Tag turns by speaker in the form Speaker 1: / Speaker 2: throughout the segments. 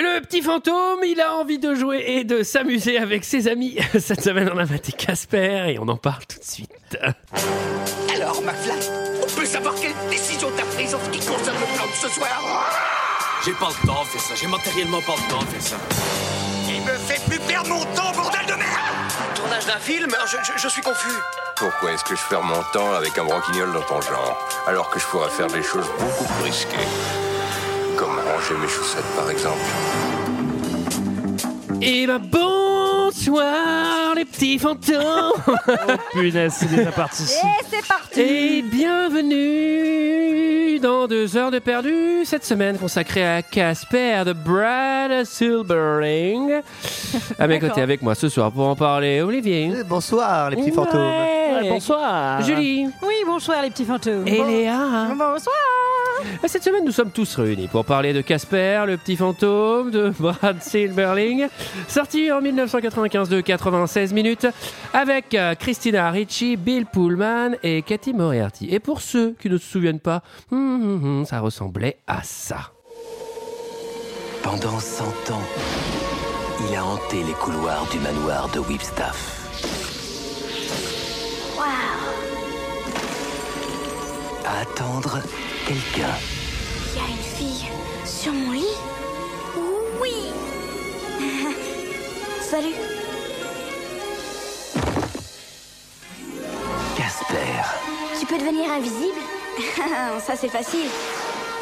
Speaker 1: petit fantôme, il a envie de jouer et de s'amuser avec ses amis. Cette semaine, on a maté Casper et on en parle tout de suite.
Speaker 2: Alors, McFly, on peut savoir quelle décision t'as prise en ce qui concerne le plan de ce soir
Speaker 3: J'ai pas le temps de faire ça, j'ai matériellement pas le temps de faire ça.
Speaker 2: Il me fait plus perdre mon temps, bordel de merde
Speaker 4: Tournage d'un film euh, je, je- je suis confus.
Speaker 5: Pourquoi est-ce que je perds mon temps avec un broquignol dans ton genre, alors que je pourrais faire des choses beaucoup plus risquées Comme ranger mes chaussettes, par exemple.
Speaker 1: Et ben bonsoir les petits fantômes
Speaker 6: Oh, Punaise, c'est déjà parti.
Speaker 7: Et Eh, c'est parti
Speaker 1: et bienvenue dans deux heures de perdu cette semaine consacrée à Casper de Brad Silbering. À mes côtés avec moi ce soir pour en parler Olivier,
Speaker 8: Bonsoir les petits
Speaker 1: Ouais.
Speaker 8: fantômes.
Speaker 6: bonsoir.
Speaker 1: Julie
Speaker 7: Oui, bonsoir les petits fantômes.
Speaker 1: et Léa. hein.
Speaker 7: Bonsoir
Speaker 1: Cette semaine, nous sommes tous réunis pour parler de Casper, le petit fantôme, de Brad Silberling, sorti en 1995 de 96 minutes, avec euh, Christina Ricci, Bill Pullman et Cathy Moriarty. Et pour ceux qui ne se souviennent pas, hum, hum, hum, ça ressemblait à ça.
Speaker 4: Pendant 100 ans, il a hanté les couloirs du manoir de Whipstaff. Wow. À attendre quelqu'un.
Speaker 9: Il y a une fille sur mon lit Oui Salut
Speaker 4: Casper.
Speaker 9: Tu peux devenir invisible Ça c'est facile.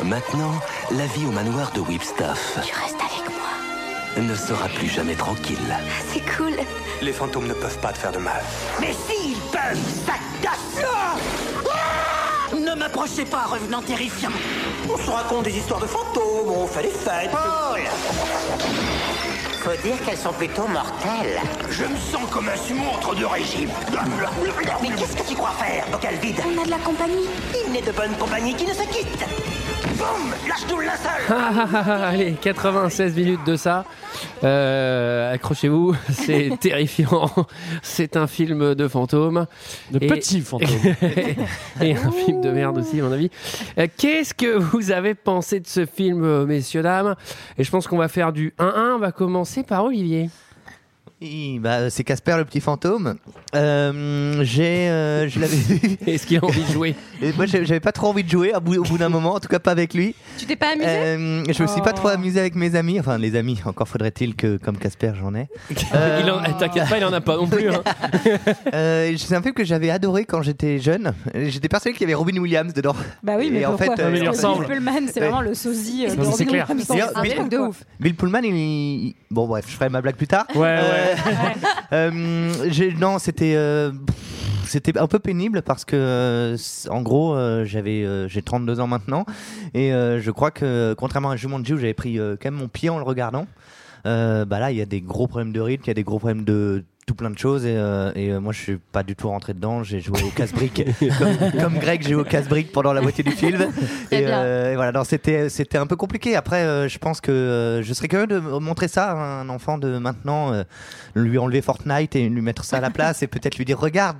Speaker 4: Maintenant, la vie au manoir de Whipstaff
Speaker 9: Tu restes avec moi.
Speaker 4: ne sera plus jamais tranquille.
Speaker 9: Ah, C'est cool.
Speaker 3: Les fantômes ne peuvent pas te faire de mal.
Speaker 2: Mais si, ils peuvent, ça casse
Speaker 10: Ah Ne m'approchez pas, revenant terrifiant.
Speaker 2: On se raconte des histoires de fantômes, on fait des fêtes.
Speaker 10: Paul Faut dire qu'elles sont plutôt mortelles.
Speaker 2: Je me sens comme un sumontre de régime.
Speaker 10: Mais qu'est-ce que tu crois faire, bocal vide
Speaker 9: On a de la compagnie.
Speaker 10: Il n'est de bonne compagnie qui ne se quitte
Speaker 2: Boum Lâche-nous le linceul
Speaker 1: Ah, ah, ah, ah, allez, 96 minutes de ça. Euh, Accrochez-vous, c'est terrifiant. C'est un film de fantôme.
Speaker 6: De
Speaker 1: Et-
Speaker 6: petits fantômes.
Speaker 1: et un film de merde aussi, à mon avis. Euh, Qu'est-ce que vous avez pensé de ce film, euh, messieurs, dames Et je pense qu'on va faire du 1-1. On va commencer par Olivier.
Speaker 8: Hi, bah, c'est Casper le petit fantôme. Euh, j'ai, euh, je l'avais vu.
Speaker 1: Est-ce qu'il a envie de jouer
Speaker 8: Et moi, j'ai- j'avais pas trop envie de jouer à bout- au bout d'un moment, en tout cas pas avec lui.
Speaker 7: Tu t'es pas amusé
Speaker 8: Euh, je me suis pas trop amusé avec mes amis, enfin les amis. Encore faudrait-il que, comme Casper, j'en ai. Euh,
Speaker 1: Il en- eh, T'inquiète pas, il en a pas non plus. hein.
Speaker 8: Euh, c'est un film que j'avais adoré quand j'étais jeune. J'étais persuadé qu'il y avait Robin Williams dedans.
Speaker 7: Bah oui, mais
Speaker 8: Et en
Speaker 7: pourquoi
Speaker 8: fait, euh,
Speaker 6: il
Speaker 7: Parce que
Speaker 6: ressemble.
Speaker 7: Bill Pullman, c'est
Speaker 8: Ouais.
Speaker 7: vraiment le sosie euh,
Speaker 6: Non,
Speaker 7: de
Speaker 6: mais c'est
Speaker 7: Robin
Speaker 6: clair.
Speaker 7: Williams.
Speaker 8: D'ailleurs,
Speaker 7: C'est un
Speaker 8: Bill-
Speaker 7: truc de ouf.
Speaker 8: Bill Pullman, il, il- bon bref, je ferai ma blague plus tard.
Speaker 6: Ouais, ouais.
Speaker 8: Euh, euh, j'ai- non, c'était euh, pff, c'était un peu pénible parce que euh, c- en gros, euh, j'avais euh, j'ai 32 ans maintenant et euh, je crois que contrairement à Jumanji où j'avais pris euh, quand même mon pied en le regardant, euh, bah là il y a des gros problèmes de rythme, il y a des gros problèmes de tout plein de choses et, euh, et, euh, moi je suis pas du tout rentré dedans j'ai joué au casse-brique comme, comme Greg j'ai joué au casse-brique pendant la moitié du film
Speaker 7: Très
Speaker 8: et,
Speaker 7: bien.
Speaker 8: euh, et voilà non, c'était c'était un peu compliqué après euh, je pense que euh, je serais curieux de montrer ça à un enfant de maintenant euh, lui enlever Fortnite et lui mettre ça à la place et peut-être lui dire regarde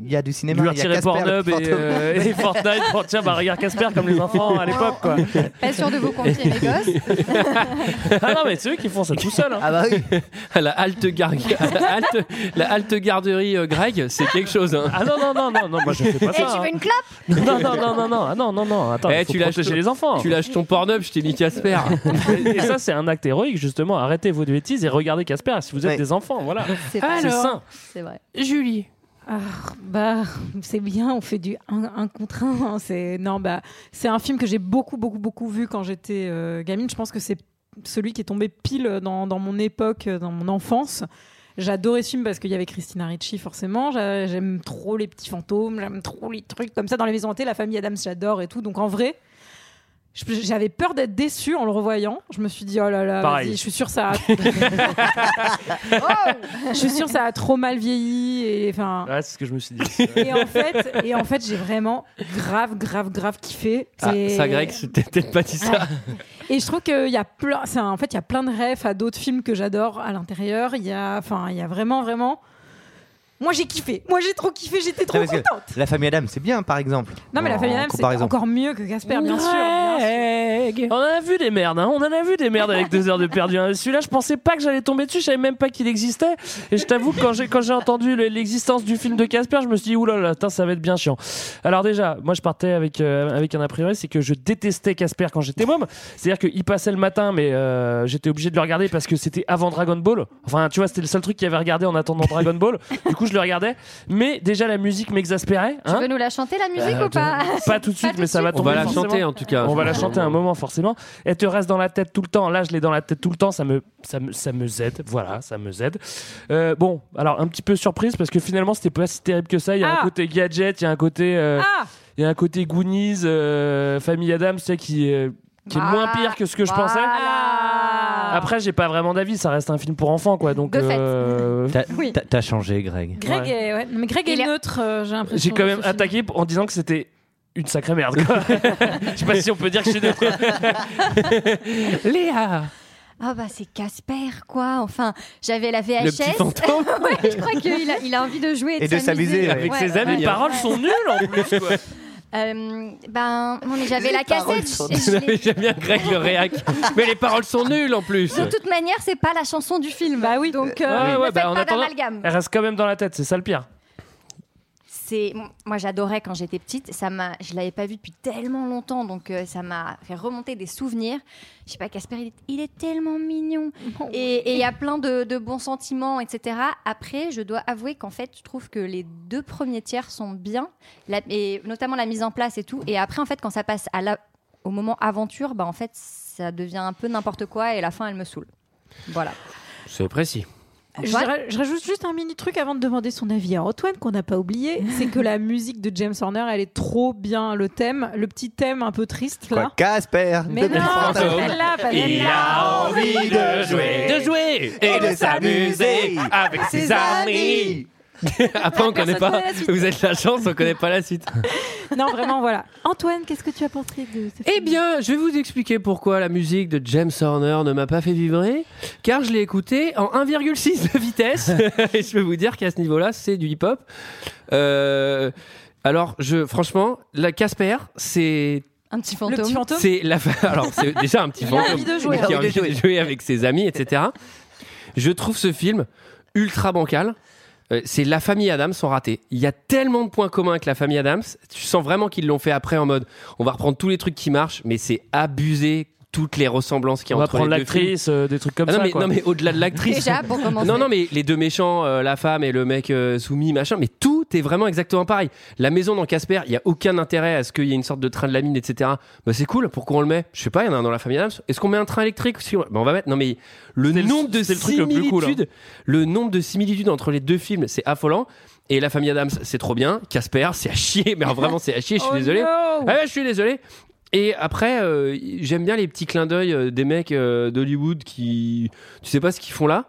Speaker 8: il y a du cinéma
Speaker 6: lui
Speaker 8: il y a
Speaker 6: retirer
Speaker 8: Casper, le
Speaker 6: Pornhub
Speaker 8: petit
Speaker 6: et,
Speaker 8: fantôme.
Speaker 6: euh, et Fortnite pour tiens, bah regarde Casper comme les enfants à l'époque quoi.
Speaker 7: Pas sûr de vous confier mes gosses.
Speaker 6: Ah non, mais c'est eux qui font ça tout seuls. hein.
Speaker 8: ah bah oui
Speaker 1: À la halte, gar- à la halte- la halte garderie euh, Greg, c'est quelque chose. hein.
Speaker 6: Ah non, non, non, non, non, moi je fais pas
Speaker 9: Et
Speaker 6: ça.
Speaker 9: Eh, tu
Speaker 6: hein.
Speaker 9: veux une clope
Speaker 6: Non, non, non, non, non, ah non, non, non, attends,
Speaker 1: Eh,
Speaker 6: faut
Speaker 1: tu lâches-
Speaker 6: protéger les enfants.
Speaker 1: Tu lâches ton porno, je t'ai mis Casper.
Speaker 6: Et ça, c'est un acte héroïque, justement. Arrêtez vos bêtises et regardez Casper si vous êtes
Speaker 8: Ouais.
Speaker 6: des enfants, voilà.
Speaker 7: C'est
Speaker 6: C'est
Speaker 1: Alors.
Speaker 6: sain.
Speaker 7: C'est vrai.
Speaker 1: Julie.
Speaker 10: Ah, bah, c'est bien, on fait du 1 contre 1. C'est non, bah, c'est un film que j'ai beaucoup, beaucoup, beaucoup vu quand j'étais euh, gamine. Je pense que c'est celui qui est tombé pile dans, dans mon époque, euh, dans mon enfance. J'adorais ce film parce qu'il y avait Christina Ricci, forcément. J'a- J'aime trop les petits fantômes, j'aime trop les trucs comme ça dans les maisons hantées. La famille Adams, j'adore et tout. Donc en vrai, je- j'avais peur d'être déçue en le revoyant. Je me suis dit, oh là là,
Speaker 6: Pareil.
Speaker 10: vas-y, je suis sûre que ça a... je suis sûre que ça a trop mal vieilli. Et, enfin,
Speaker 6: Ouais, c'est ce que je me suis dit.
Speaker 10: et en fait, et en fait, j'ai vraiment grave, grave, grave kiffé.
Speaker 1: Ah,
Speaker 10: Et-
Speaker 1: ça, Greg, c'était peut-être pas dit ça.
Speaker 10: Et je trouve qu'il y a plein, c'est un- en fait, il y a plein de refs à d'autres films que j'adore à l'intérieur. Il y a, enfin, il y a vraiment, vraiment. Moi j'ai kiffé, moi j'ai trop kiffé, j'étais trop
Speaker 8: Non, parce que
Speaker 10: contente.
Speaker 8: La famille Adam, c'est bien, par exemple.
Speaker 10: Non mais la
Speaker 8: En
Speaker 10: famille Adams c'est
Speaker 8: comparaison.
Speaker 10: encore mieux que Casper, bien sûr. bien sûr.
Speaker 6: On en a vu des merdes, hein. on en a vu des merdes avec deux heures de perdu. hein. Celui-là, je pensais pas que j'allais tomber dessus, je savais même pas qu'il existait. Et je t'avoue, que quand j'ai quand j'ai entendu le- l'existence du film de Casper, je me suis dit, oulala, tain, ça va être bien chiant. Alors déjà, moi je partais avec, euh, avec un a priori, c'est que je détestais Casper quand j'étais môme. C'est-à-dire qu'il passait le matin, mais euh, j'étais obligé de le regarder parce que c'était avant Dragon Ball. Enfin, tu vois, c'était le seul truc qu'il y avait regardé en attendant Dragon Ball. Du coup, je le regardais. Mais déjà, la musique m'exaspérait.
Speaker 11: Tu
Speaker 6: hein.
Speaker 11: veux nous la chanter la musique
Speaker 6: Euh,
Speaker 11: ou pas
Speaker 6: Pas tout de suite, mais ça va
Speaker 1: On
Speaker 6: tomber
Speaker 1: va la
Speaker 6: forcément.
Speaker 1: chanter en tout cas.
Speaker 6: On va la chanter un moment forcément. Elle te reste dans la tête tout le temps. Là, je l'ai dans la tête tout le temps. Ça me, ça me, ça me zède. Voilà, ça me zède. Euh, bon, alors un petit peu surprise parce que finalement, c'était pas si terrible que ça. Il y a
Speaker 10: Ah.
Speaker 6: un côté gadget, il y a un côté, euh,
Speaker 10: Ah
Speaker 6: il y a un côté Goonies, euh, Famille Adams, tu sais, qui, euh, qui est
Speaker 11: Bah,
Speaker 6: moins pire que ce que je pensais.
Speaker 10: ah.
Speaker 11: Ah. voilà.
Speaker 6: Après, j'ai pas vraiment d'avis. Ça reste un film pour enfants, quoi. Donc,
Speaker 11: De fait. Mmh.
Speaker 6: euh,
Speaker 8: T'as
Speaker 10: Oui.
Speaker 8: t'as- t'as changé, Greg.
Speaker 10: Greg
Speaker 6: Ouais.
Speaker 10: est, ouais. Non, mais Greg est
Speaker 11: Il est-
Speaker 10: neutre, euh, j'ai l'impression.
Speaker 11: Mmh.
Speaker 6: j'ai quand
Speaker 10: dans
Speaker 6: même
Speaker 10: ce film.
Speaker 6: attaqué en disant que c'était une sacrée merde. quoi. Je sais pas si on peut dire que je suis neutre.
Speaker 1: Léa
Speaker 11: Ah bah c'est Casper quoi. Enfin, j'avais la VHS.
Speaker 1: Le petit fantôme
Speaker 11: Ouais, je crois qu'il a, il a envie de jouer et,
Speaker 8: Et de s'amuser,
Speaker 1: avec
Speaker 11: Ouais,
Speaker 1: ses
Speaker 11: ouais,
Speaker 1: amis.
Speaker 11: ouais.
Speaker 6: Les paroles sont nulles en plus. Quoi.
Speaker 11: Euh, ben, non, mais j'avais la
Speaker 4: paroles
Speaker 11: cassette.
Speaker 4: sont-
Speaker 11: je- je l'ai-
Speaker 1: J'aime bien Greg le réac. Mais les paroles sont nulles en plus.
Speaker 11: De toute manière, c'est pas la chanson du film. Bah oui. Donc, euh,
Speaker 6: Ouais,
Speaker 11: ne
Speaker 6: ouais,
Speaker 11: faites
Speaker 6: bah, en
Speaker 11: pas
Speaker 6: attendant-
Speaker 11: d'amalgame.
Speaker 6: Elle reste quand même dans la tête, c'est ça le pire.
Speaker 11: C'est moi, j'adorais quand j'étais petite. Ça m'a, je l'avais pas vu depuis tellement longtemps, donc euh, ça m'a fait remonter des souvenirs. Je sais pas, Casper, il, est- il est tellement mignon. Et et il y a plein de, de bons sentiments, etc. Après, je dois avouer qu'en fait, je trouve que les deux premiers tiers sont bien, la- et notamment la mise en place et tout. Et après, en fait, quand ça passe à la, au moment aventure, bah en fait, ça devient un peu n'importe quoi, et la fin, elle me saoule. Voilà.
Speaker 1: C'est précis.
Speaker 10: Je, dirais- je rajoute juste un mini truc avant de demander son avis à Antoine qu'on n'a pas oublié, c'est que la musique de James Horner, elle est trop bien. Le thème, le petit thème un peu triste
Speaker 8: Quoi,
Speaker 10: là.
Speaker 8: Casper
Speaker 10: Mais non, pas
Speaker 1: fantôme.
Speaker 10: celle-là, pas
Speaker 1: Il
Speaker 10: celle-là.
Speaker 1: a
Speaker 8: envie de jouer.
Speaker 1: De jouer et de s'amuser avec ses amis. Après, on connaît pas. Vous êtes la chance, on connaît pas la suite.
Speaker 10: Non, vraiment, voilà. Antoine, qu'est-ce que tu as pensé de ce
Speaker 1: Eh
Speaker 10: film
Speaker 1: bien, je vais vous expliquer pourquoi la musique de James Horner ne m'a pas fait vibrer, car je l'ai écoutée en 1,6 de vitesse, et je peux vous dire qu'à ce niveau-là, c'est du hip-hop. Euh, alors, je, franchement, la Casper, c'est
Speaker 11: Un petit
Speaker 10: le
Speaker 11: fantôme.
Speaker 10: petit fantôme
Speaker 1: c'est la fa- Alors, c'est déjà un petit
Speaker 10: Il a
Speaker 1: fantôme
Speaker 10: envie de jouer.
Speaker 1: mais qui a envie de jouer avec ses amis, etc. Je trouve ce film ultra bancal. Euh, C'est la famille Adams sont ratés. Il y a tellement de points communs avec la famille Adams. Tu sens vraiment qu'ils l'ont fait après en mode on va reprendre tous les trucs qui marchent, mais c'est abusé toutes les ressemblances qu'il y
Speaker 6: On
Speaker 1: a
Speaker 6: va
Speaker 1: entre
Speaker 6: prendre
Speaker 1: les deux films.
Speaker 6: l'actrice, euh, des trucs comme
Speaker 1: Ah non,
Speaker 6: ça.
Speaker 1: mais,
Speaker 6: quoi.
Speaker 1: non, mais au-delà de l'actrice.
Speaker 11: Déjà pour commencer.
Speaker 1: Non, non, mais les deux méchants, euh, la femme et le mec euh, soumis, machin, mais tout est vraiment exactement pareil. La maison dans Casper, il n'y a aucun intérêt à ce qu'il y ait une sorte de train de la mine, etc. Bah, c'est cool, pourquoi on le met Je sais pas, il y en a un dans la famille Adams. Est-ce qu'on met un train électrique si on... Bah, on va mettre. Non, mais le
Speaker 6: C'est le-
Speaker 1: nombre de
Speaker 6: c'est le truc le plus cool, hein.
Speaker 1: similitudes, le nombre de similitudes entre les deux films, c'est affolant. Et la famille Adams, c'est trop bien. Casper, c'est à chier, mais alors, vraiment, c'est à chier, je suis
Speaker 10: Oh
Speaker 1: désolé.
Speaker 10: no
Speaker 1: Ah ouais, je suis désolé. Et après, euh, j'aime bien les petits clins d'œil euh, des mecs euh, d'Hollywood qui. Tu sais pas ce qu'ils font là.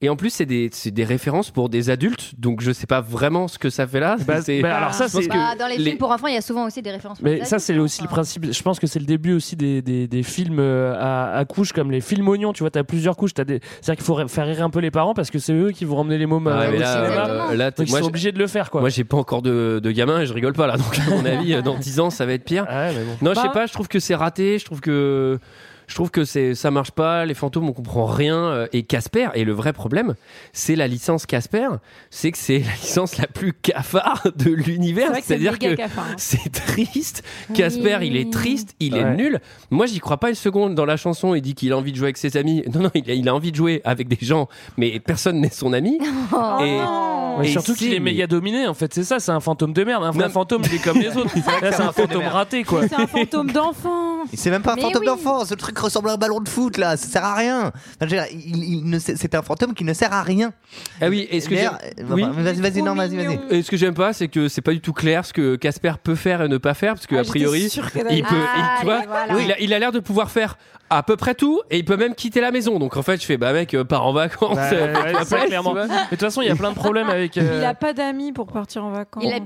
Speaker 1: Et en plus, c'est des, c'est des références pour des adultes, donc je sais pas vraiment ce que ça fait là.
Speaker 6: Bah,
Speaker 1: C'est- Ah,
Speaker 6: bah, alors ça,
Speaker 1: je pense
Speaker 6: c'est-
Speaker 1: que
Speaker 11: Bah, dans les,
Speaker 1: les-
Speaker 11: films pour enfants, il y a souvent aussi des références. pour
Speaker 6: Mais
Speaker 11: les
Speaker 6: ça,
Speaker 11: adultes,
Speaker 6: c'est aussi le
Speaker 11: enfin.
Speaker 6: principe. Je pense que c'est le début aussi des, des, des films euh, à, à couches, comme les films oignons. Tu vois, t'as plusieurs couches. T'as des... C'est-à-dire qu'il faut ré- faire rire un peu les parents parce que c'est eux qui vont ramener les mômes
Speaker 1: Ah ouais,
Speaker 6: euh,
Speaker 1: mais
Speaker 6: au
Speaker 1: là,
Speaker 6: cinéma.
Speaker 1: euh,
Speaker 11: Exactement.
Speaker 1: là,
Speaker 6: Donc, ils
Speaker 1: moi,
Speaker 6: sont
Speaker 1: je-
Speaker 6: obligés de le faire, quoi.
Speaker 1: moi, j'ai pas encore de, de gamin et je rigole pas là, donc à mon avis, euh, dans 10 ans, ça va être pire.
Speaker 6: Ah ouais, mais bon.
Speaker 1: Non, je
Speaker 10: Bah-
Speaker 1: sais pas, je trouve que c'est raté, je trouve que je trouve que c'est ça marche pas, les fantômes on comprend rien euh, et Casper et le vrai problème, c'est la licence Casper, c'est que c'est la licence la plus cafard de
Speaker 10: C'est
Speaker 1: l'univers,
Speaker 10: vrai que c'est
Speaker 1: c'est-à-dire
Speaker 10: méga
Speaker 1: que
Speaker 10: cafard, hein.
Speaker 1: c'est triste. Casper, il est triste, il
Speaker 6: Ouais.
Speaker 1: est nul. Moi, j'y crois pas une seconde dans la chanson. Il dit qu'il a envie de jouer avec ses amis. Non, non, il a, il a envie de jouer avec des gens, mais personne n'est son ami. Et-
Speaker 10: Oh non.
Speaker 6: Mais
Speaker 1: Et
Speaker 6: surtout
Speaker 1: si,
Speaker 6: qu'il est
Speaker 1: mais-
Speaker 6: méga dominé, en fait. C'est ça, c'est un fantôme de merde. Un vrai
Speaker 1: Non.
Speaker 6: fantôme, il est comme les autres. Là, c'est un fantôme raté, quoi.
Speaker 10: C'est un fantôme d'enfant.
Speaker 8: C'est même pas un
Speaker 11: Mais
Speaker 8: fantôme
Speaker 11: oui.
Speaker 8: d'enfant, ce truc ressemble à un ballon de foot là, ça sert à rien. Enfin, je veux dire, il- il ne sait- c'est un fantôme qui ne sert à rien.
Speaker 1: Ah oui, est-ce que j'ai-
Speaker 8: D'ailleurs, euh,
Speaker 1: oui.
Speaker 8: vas-y, vas-y,
Speaker 10: Trop
Speaker 8: non, vas-y, vas-y.
Speaker 10: mignon.
Speaker 1: Et ce que j'aime pas, c'est que c'est pas du tout clair ce que Casper peut faire et ne pas faire, parce que
Speaker 10: Ah,
Speaker 1: a priori,
Speaker 10: j'étais sûre que
Speaker 1: il peut,
Speaker 11: Ah,
Speaker 1: il- tu vois,
Speaker 11: allez, voilà.
Speaker 1: il a- il a l'air de pouvoir faire à peu près tout, et il peut même quitter la maison. Donc en fait, je fais, bah mec, euh, pars en vacances.
Speaker 6: Bah,
Speaker 1: euh,
Speaker 6: ouais,
Speaker 1: après,
Speaker 6: ça,
Speaker 1: tu
Speaker 6: clairement.
Speaker 1: vois.
Speaker 6: Mais de toute façon, il y a plein de problèmes avec. euh,
Speaker 10: Il a pas d'amis pour partir en vacances.
Speaker 11: Il a oui,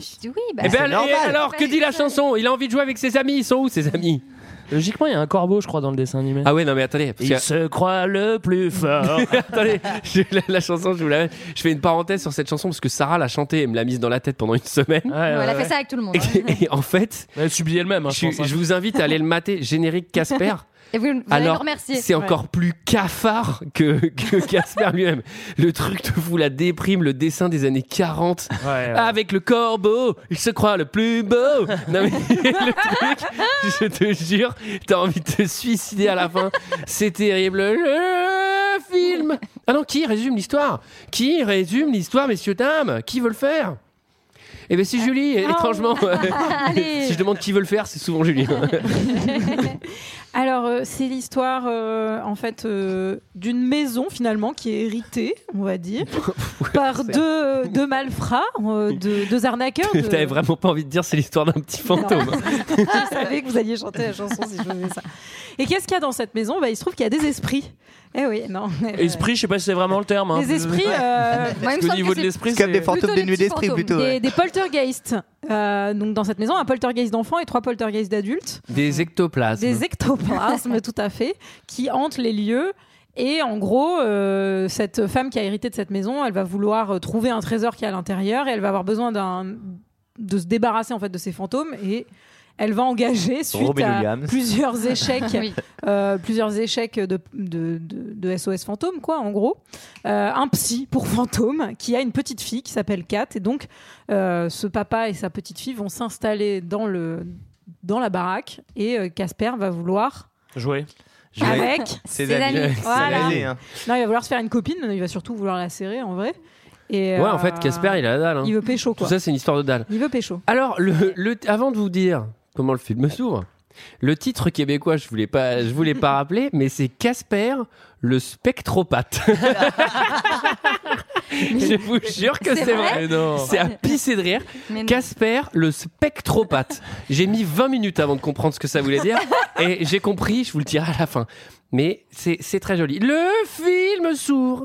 Speaker 11: bah,
Speaker 1: Eh ben,
Speaker 11: c'est
Speaker 1: et
Speaker 11: normal.
Speaker 1: alors, que dit la chanson Il a envie de jouer avec ses amis. Ils sont où ses amis
Speaker 6: Logiquement, il y a un corbeau, je crois, dans le dessin animé.
Speaker 1: Ah ouais, non mais attendez.
Speaker 6: Il se croit le plus fort.
Speaker 1: attendez, j'ai la, la chanson, je vous la Je fais une parenthèse sur cette chanson parce que Sarah l'a chantée et me l'a mise dans la tête pendant une semaine.
Speaker 11: elle
Speaker 6: euh,
Speaker 11: a fait ça avec tout le monde. hein.
Speaker 1: Et, et en fait,
Speaker 6: elle subit elle-même. hein,
Speaker 1: je, je vous invite à aller le mater, générique Casper.
Speaker 11: Et vous, vous allez le
Speaker 1: Alors,
Speaker 11: remercier.
Speaker 1: c'est encore plus cafard que que Casper lui-même. Le truc de vous la déprime, le dessin des années 40
Speaker 11: Ah,
Speaker 1: avec le corbeau, il se croit le plus beau. Non mais le truc, je te jure, t'as envie de te suicider à la fin. C'est terrible. Le film. Ah non, qui résume l'histoire Qui résume l'histoire, messieurs dames Qui veut le faire eh bien, c'est Julie,
Speaker 10: Ah.
Speaker 1: étrangement. euh,
Speaker 10: Allez.
Speaker 1: si je demande qui veut le faire, c'est souvent Julie.
Speaker 10: Alors, euh, c'est l'histoire, euh, en fait, euh, d'une maison, finalement, qui est héritée, on va dire, par deux, deux malfrats, euh, deux, deux arnaqueurs. de-
Speaker 1: T'avais vraiment pas envie de dire c'est l'histoire d'un petit fantôme.
Speaker 10: je savais que vous alliez chanter la chanson si je faisais ça. Et qu'est-ce qu'il y a dans cette maison bah, Il se trouve qu'il y a des esprits. Eh oui, non. mais-
Speaker 6: Esprit, je sais pas si c'est vraiment le terme. hein.
Speaker 10: Les esprits. euh,
Speaker 6: Parce qu'au niveau de l'esprit,
Speaker 8: C'est comme des fantômes dénués d'esprit, plutôt,
Speaker 10: Des,
Speaker 8: ouais.
Speaker 10: des poltergeists. Euh, donc dans cette maison, un poltergeist d'enfant et trois poltergeists d'adultes.
Speaker 1: Des ectoplasmes.
Speaker 10: Des ectoplasmes, tout à fait, qui hantent les lieux. Et en gros, euh, cette femme qui a hérité de cette maison, elle va vouloir euh, trouver un trésor qui est à l'intérieur et elle va avoir besoin d'un de se débarrasser en fait de ces fantômes et elle va engager suite
Speaker 8: Robin
Speaker 10: à
Speaker 8: Williams.
Speaker 10: plusieurs échecs,
Speaker 8: Oui.
Speaker 10: euh, plusieurs échecs de, de, de- de SOS fantômes quoi en gros, euh, un psy pour fantômes qui a une petite fille qui s'appelle Kat et donc euh, ce papa et sa petite fille vont s'installer dans le dans la baraque et euh, Casper va vouloir
Speaker 6: Jouer.
Speaker 10: Ah avec Voilà.
Speaker 8: hein.
Speaker 10: Non, il va vouloir se faire une copine, mais il va surtout vouloir la serrer en vrai. Et,
Speaker 1: Ouais, en
Speaker 10: euh,
Speaker 1: fait, Casper, il a la dalle. hein.
Speaker 10: il veut pécho
Speaker 1: Tout
Speaker 10: quoi.
Speaker 1: ça, c'est une histoire de dalle.
Speaker 10: Il veut pécho.
Speaker 1: Alors, le, le- avant de vous dire comment le film s'ouvre, le titre québécois, je voulais pas, je voulais pas rappeler, mais c'est Casper le spectropathe. je vous jure que
Speaker 6: C'est
Speaker 1: c'est
Speaker 6: vrai
Speaker 1: vrai.
Speaker 6: Mais non.
Speaker 1: C'est à pisser de rire.
Speaker 6: Mais non.
Speaker 1: Casper le spectropathe. J'ai mis 20 minutes avant de comprendre ce que ça voulait dire et j'ai compris, je vous le dirai à la fin. Mais c'est c'est très joli. Le film s'ouvre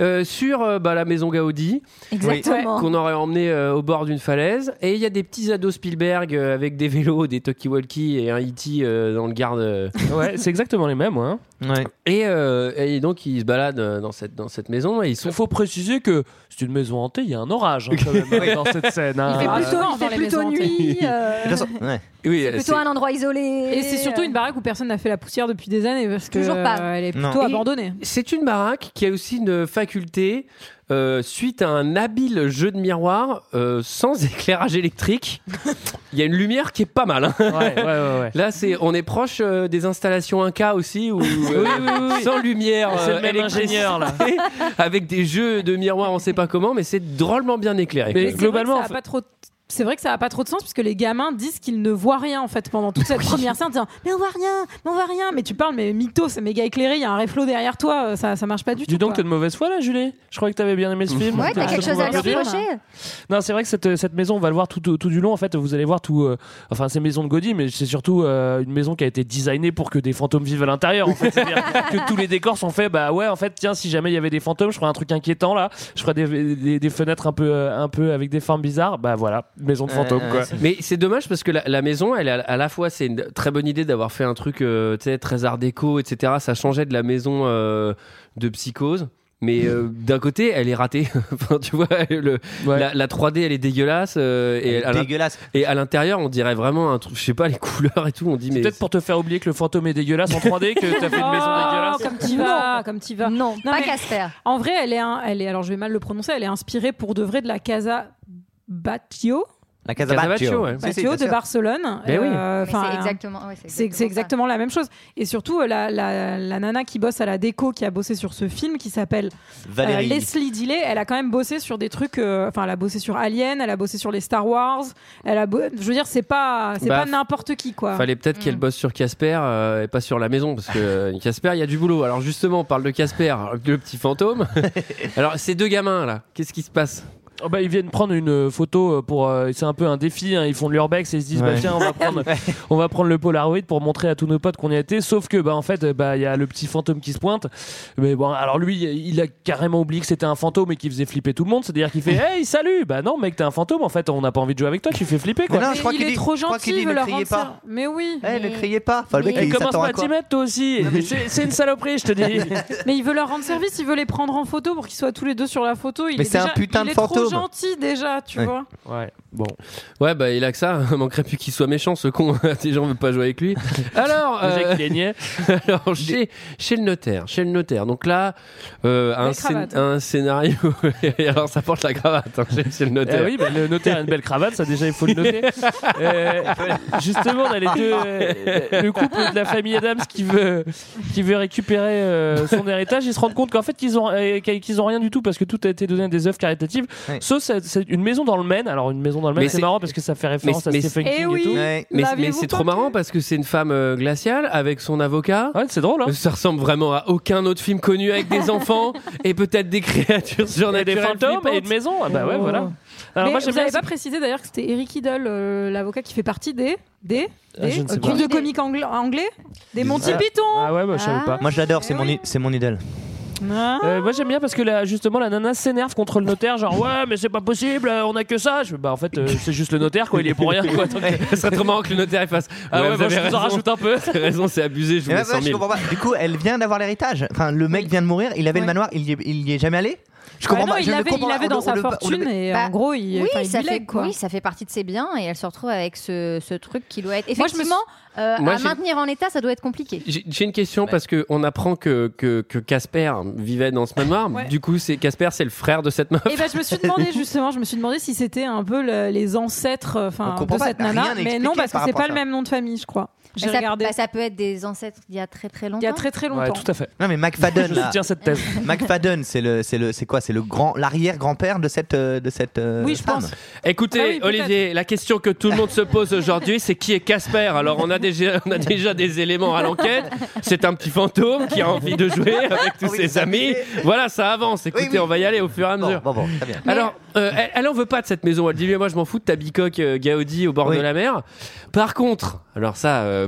Speaker 1: euh, sur euh, bah, la maison Gaudi.
Speaker 6: Oh.
Speaker 11: Exactement.
Speaker 1: Qu'on aurait emmené euh, au bord d'une falaise. Et il y a des petits ados Spielberg euh, avec des vélos, des talkie-walkie et un E.T. euh, dans le garde. euh.
Speaker 6: Ouais, c'est exactement les mêmes. hein. Ouais.
Speaker 1: Et, euh, et donc ils se baladent euh, dans cette, dans cette maison et ils sont.
Speaker 6: Il Euh, faut préciser que c'est une maison hantée, il y a un orage hein, quand même, hein, dans cette scène. hein.
Speaker 10: Il fait plutôt,
Speaker 11: Ah,
Speaker 10: il fait
Speaker 11: dans les
Speaker 10: plutôt
Speaker 11: maisons
Speaker 10: nuit.
Speaker 11: hantées.
Speaker 10: euh,
Speaker 1: Oui,
Speaker 11: C'est plutôt un endroit isolé.
Speaker 10: Et c'est surtout une baraque où personne n'a fait la poussière depuis des années parce que
Speaker 11: Toujours pas.
Speaker 10: euh, elle est
Speaker 1: Non.
Speaker 10: plutôt
Speaker 1: Et-
Speaker 10: abandonnée.
Speaker 1: C'est une baraque qui a aussi une faculté, euh, suite à un habile jeu de miroir, euh, sans éclairage électrique. Il y a une lumière qui est pas mal. hein. Là, c'est, on est proche euh, des installations 1K aussi, où, euh, sans lumière,
Speaker 6: C'est le
Speaker 1: euh,
Speaker 6: même
Speaker 1: électricité,
Speaker 6: ingénieur, là.
Speaker 1: avec des jeux de miroir, on sait pas comment, mais c'est drôlement bien éclairé.
Speaker 10: Mais c'est vrai que ça a pas trop. C'est vrai que ça a pas trop de sens puisque les gamins disent qu'ils ne voient rien en fait pendant toute cette première scène, en disant mais on voit rien, mais on voit rien. Mais tu parles, mais mytho, c'est méga éclairé, il y a un reflot derrière toi, euh, ça, ça marche pas du tout.
Speaker 6: Dis donc,
Speaker 10: quoi.
Speaker 6: t'es de mauvaise foi là, Julie Je croyais que t'avais bien aimé ce film.
Speaker 11: Ouais, t'as
Speaker 6: Je
Speaker 11: quelque
Speaker 6: te
Speaker 11: chose
Speaker 6: vois
Speaker 11: à leur
Speaker 6: bien.
Speaker 11: reprocher
Speaker 6: Non, c'est vrai que cette, cette maison, on va le voir tout, tout du long. En fait, vous allez voir tout. euh, enfin, c'est maison de Gaudi, mais c'est surtout euh, une maison qui a été designée pour que des fantômes vivent à l'intérieur. En fait, C'est-à-dire que tous les décors sont faits. Bah ouais, en fait, tiens, si jamais il y avait des fantômes, je ferais un truc inquiétant là. Je ferais des, des- des fenêtres un peu, euh, un peu avec des formes bizarres. Bah voilà, maison de
Speaker 10: Euh,
Speaker 6: fantômes quoi.
Speaker 1: Mais c'est dommage parce que la, la maison, elle, à, à la fois, c'est une très bonne idée d'avoir fait un truc euh, tu sais, très art déco, etc. Ça changeait de la maison euh, de psychose. Mais euh, d'un côté, elle est ratée. Enfin, tu vois, le- la, la 3D, elle est dégueulasse. euh, et à l'in-
Speaker 8: dégueulasse.
Speaker 1: Et à l'intérieur, on dirait vraiment un truc, je sais pas, les couleurs et tout. On dit, mais.
Speaker 6: Peut-être pour te faire oublier que le fantôme est dégueulasse en 3D, que t'as fait une maison
Speaker 10: Oh,
Speaker 6: dégueulasse.
Speaker 10: Comme t'y vas, comme t'y vas.
Speaker 11: Non, pas
Speaker 10: mais-
Speaker 11: Casper.
Speaker 10: En vrai, elle est, un- elle est, alors je vais mal le prononcer, elle est inspirée pour de vrai de la Casa Batio.
Speaker 8: La Casa Batio, ouais. Si, si,
Speaker 10: Batio
Speaker 8: bien
Speaker 10: de
Speaker 8: sûr.
Speaker 10: Barcelone. Euh,
Speaker 8: Ben oui.
Speaker 11: Eh Mais
Speaker 10: enfin,
Speaker 11: c'est exactement- ouais, c'est
Speaker 10: c'est
Speaker 11: exactement
Speaker 10: c'est exactement la même chose. Et surtout, euh, la, la- la nana qui bosse à la déco, qui a bossé sur ce film, qui s'appelle
Speaker 8: Valérie.
Speaker 10: Euh, Leslie Dilley, elle a quand même bossé sur des trucs. euh, Enfin, elle a bossé sur Alien, elle a bossé sur les Star Wars. Elle a, bo- je veux dire, c'est pas, c'est
Speaker 1: Bah,
Speaker 10: pas n'importe qui
Speaker 6: Ah.
Speaker 10: quoi.
Speaker 1: Fallait peut-être
Speaker 6: Mm.
Speaker 1: qu'elle bosse sur Casper euh, et pas sur la maison parce que euh, Casper, il y a du boulot. Alors justement, on parle de Casper, le petit fantôme. Alors ces deux gamins là, qu'est-ce qui se passe
Speaker 6: oh, bah, ils viennent prendre une photo euh, pour. euh, c'est un peu un défi. hein, Ils font de l'urbex et ils se disent bah,
Speaker 8: Ouais.
Speaker 6: tiens, on va prendre, on va prendre le Polaroid pour montrer à tous nos potes qu'on y était. Sauf que bah en fait, euh, bah il y a le petit fantôme qui se pointe. Mais bon, alors lui, il a carrément oublié que c'était un fantôme et qui faisait flipper tout le monde. C'est-à-dire qu'il fait hey salut. Bah non mec, t'es un fantôme en fait. On n'a pas envie de jouer avec toi. Tu fais flipper quoi.
Speaker 8: Mais non, Ah, je crois
Speaker 10: il
Speaker 8: qu'il
Speaker 10: est
Speaker 8: dit-
Speaker 10: trop
Speaker 8: je crois
Speaker 10: gentil,
Speaker 8: qu'il dit,
Speaker 10: il
Speaker 8: ne
Speaker 10: veut leur
Speaker 8: criez
Speaker 10: rendre
Speaker 8: pas.
Speaker 10: ça. Mais oui.
Speaker 8: Eh, ne criez pas. Enfin, le mec,
Speaker 6: Et
Speaker 8: il
Speaker 6: commence
Speaker 8: s'attend
Speaker 6: pas
Speaker 8: à
Speaker 6: à t'y
Speaker 8: quoi
Speaker 6: mettre toi aussi. C'est c'est une saloperie, je te dis.
Speaker 10: Mais il veut leur rendre service, il veut les prendre en photo pour qu'ils soient tous les deux sur la photo. Il
Speaker 1: Mais
Speaker 10: est
Speaker 1: c'est un
Speaker 10: déjà-
Speaker 1: putain
Speaker 10: il
Speaker 1: de
Speaker 10: est
Speaker 1: fantôme.
Speaker 10: trop gentil déjà, tu
Speaker 1: Ouais.
Speaker 10: vois.
Speaker 6: Ouais,
Speaker 1: bon. Ouais, bah il a que ça. Manquerait plus qu'il soit méchant, ce con. Des gens veulent pas jouer avec lui. Alors,
Speaker 6: Déjà
Speaker 1: euh,
Speaker 6: qu'il est niais.
Speaker 1: alors chez, chez le notaire, chez le notaire. Donc là, euh, un, scén-
Speaker 6: cravate.
Speaker 1: un scénario. alors ça porte la cravate hein, chez, chez le notaire.
Speaker 6: Eh oui, bah, le notaire a une belle cravate, ça déjà il faut le noter. Euh, justement, on a les deux, euh, le couple de la famille Adams qui veut, qui veut récupérer euh, son héritage, ils se rendent compte qu'en fait qu'ils ont, euh, qu'ils ont rien du tout parce que tout a été donné à des œuvres caritatives. Sauf c'est- c'est une maison dans le Maine. Alors une maison dans le Maine,
Speaker 1: Mais
Speaker 6: c'est
Speaker 1: c'est-
Speaker 6: marrant parce que ça fait référence à
Speaker 10: Eh
Speaker 6: Stephen King et tout.
Speaker 1: Mais, mais c'est trop marrant parce que c'est une femme euh, glaciale avec son avocat.
Speaker 6: c'est drôle. hein.
Speaker 1: Ça ressemble vraiment à aucun autre film connu avec des enfants et peut-être des créatures
Speaker 6: Et
Speaker 1: surnaturelles.
Speaker 6: des fantômes et une
Speaker 1: flippantes.
Speaker 6: maison. Ah bah ouais,
Speaker 1: Oh.
Speaker 6: voilà.
Speaker 10: Mais
Speaker 6: Alors moi j'aime
Speaker 10: vous
Speaker 6: bien.
Speaker 10: n'avez pas précisé d'ailleurs que c'était Eric Idle, euh, l'avocat qui fait partie des des,
Speaker 8: Ah, je ne sais
Speaker 10: des-
Speaker 8: pas.
Speaker 10: groupes de comiques angla- anglais, des Monty
Speaker 8: Ah.
Speaker 10: Python.
Speaker 6: Ah ouais, moi je savais pas.
Speaker 8: Moi, je l'adore, c'est mon, i- c'est mon idole.
Speaker 10: Ah.
Speaker 6: Euh, moi j'aime bien parce que là, justement la nana s'énerve contre le notaire genre ouais mais c'est pas possible euh, on a que ça je, bah en fait euh, c'est juste le notaire quoi il est pour rien quoi Donc, euh,
Speaker 1: Ce serait trop marrant que le notaire il fasse.
Speaker 6: Ah ouais,
Speaker 1: vous
Speaker 6: bah,
Speaker 1: avez
Speaker 6: je vous en
Speaker 1: raison.
Speaker 6: rajoute un peu.
Speaker 1: Vous avez raison, c'est abusé, je vous
Speaker 8: Mais
Speaker 1: mets
Speaker 8: ouais,
Speaker 1: 100
Speaker 8: je
Speaker 1: 000.
Speaker 8: comprends pas. Du coup, elle vient d'avoir l'héritage. Enfin, le mec vient de mourir, il avait le manoir, il y est, il y est jamais allé. Je comprends
Speaker 10: Bah non,
Speaker 8: pas.
Speaker 10: il
Speaker 8: je ne
Speaker 10: l'avait-
Speaker 8: comprends
Speaker 10: il
Speaker 8: pas.
Speaker 10: l'avait
Speaker 8: On
Speaker 10: dans
Speaker 8: le-
Speaker 10: sa
Speaker 8: on le- on le-
Speaker 10: fortune et- en gros, il-
Speaker 11: Bah oui,
Speaker 10: enfin, il
Speaker 11: ça
Speaker 10: dilègue,
Speaker 11: fait,
Speaker 10: quoi.
Speaker 11: oui, ça fait partie de ses biens et elle se retrouve avec ce, ce truc qui doit être.
Speaker 10: Moi, je me
Speaker 11: Effectivement, euh,
Speaker 1: Moi,
Speaker 11: à
Speaker 1: j'ai-
Speaker 11: maintenir en état, ça doit être compliqué.
Speaker 1: J'ai j'ai une question parce que on apprend que que que Casper vivait dans ce manoir.
Speaker 10: Ouais.
Speaker 1: Du coup, c'est Casper, c'est le frère de cette meuf.
Speaker 10: Et ben je me suis demandé justement, je me suis demandé si c'était un peu le- les ancêtres, euh,
Speaker 1: On
Speaker 10: enfin
Speaker 1: comprend
Speaker 10: de
Speaker 1: pas,
Speaker 10: cette
Speaker 1: rien
Speaker 10: nana,
Speaker 1: n'est
Speaker 10: mais
Speaker 1: expliqué
Speaker 10: non parce que
Speaker 1: par
Speaker 10: c'est
Speaker 1: rapport à
Speaker 10: pas le
Speaker 1: ça.
Speaker 10: même nom de famille, je crois. J'ai
Speaker 11: Mais ça,
Speaker 10: regardé.
Speaker 11: bah, ça peut être des ancêtres d'il y a très très longtemps.
Speaker 10: Il y a très très longtemps.
Speaker 6: fait.
Speaker 8: Non mais McFadden
Speaker 6: Je
Speaker 8: là.
Speaker 6: soutiens cette thèse.
Speaker 8: McFadden, c'est le, c'est le, c'est quoi C'est le grand, l'arrière-grand-père de cette, euh, de cette. euh, femme.
Speaker 1: Écoutez,
Speaker 8: Ah oui, peut-être.
Speaker 1: Olivier, la question que tout le monde se pose aujourd'hui, c'est qui est Casper Alors, on a déjà on a déjà des éléments à l'enquête. C'est un petit fantôme qui a envie de jouer avec tous ses amis. Voilà, ça avance. Écoutez, on va y aller au fur et à mesure.
Speaker 8: Bon, bon, très bien.
Speaker 1: Alors, euh, elle, elle en veut pas de cette maison. Elle dit mais moi je m'en fous de ta bicoque euh, Gaudi au bord de la mer. Par contre, alors ça. euh,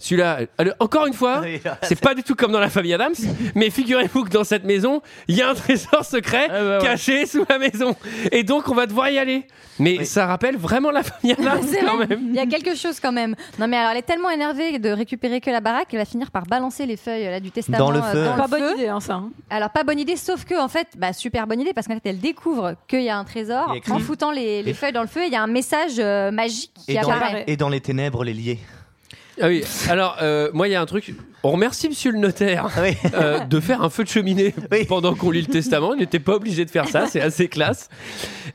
Speaker 1: Celui-là, alors, encore une fois, c'est pas du tout comme dans la famille Adams, mais figurez-vous que dans cette maison, il y a un trésor secret caché sous la maison. Et donc, on va devoir y aller. Mais ça rappelle vraiment la famille Adams
Speaker 11: C'est
Speaker 1: quand
Speaker 11: vrai,
Speaker 1: même.
Speaker 11: Il y a quelque chose quand même. Non mais alors elle est tellement énervée de récupérer que la baraque, elle va finir par balancer les feuilles là, du testament.
Speaker 10: Dans le
Speaker 11: euh,
Speaker 10: feu.
Speaker 11: dans
Speaker 10: Pas
Speaker 11: le
Speaker 10: bonne
Speaker 11: feu.
Speaker 10: idée, hein, ça. hein.
Speaker 11: Alors pas bonne idée, sauf que en fait, bah, super bonne idée parce qu'en fait elle découvre qu'il y a un
Speaker 8: Il
Speaker 11: trésor
Speaker 8: y a écrit-
Speaker 11: en foutant les, les
Speaker 8: Et-
Speaker 11: feuilles dans le feu. Il y a un message euh, magique qui
Speaker 8: Et dans,
Speaker 11: apparaît.
Speaker 8: et dans les ténèbres, les liés.
Speaker 1: Ah oui, alors, euh, moi, il y a un truc. On remercie monsieur le notaire euh, de faire un feu de cheminée pendant qu'on lit le testament. Il n'était pas obligé de faire ça, c'est assez classe.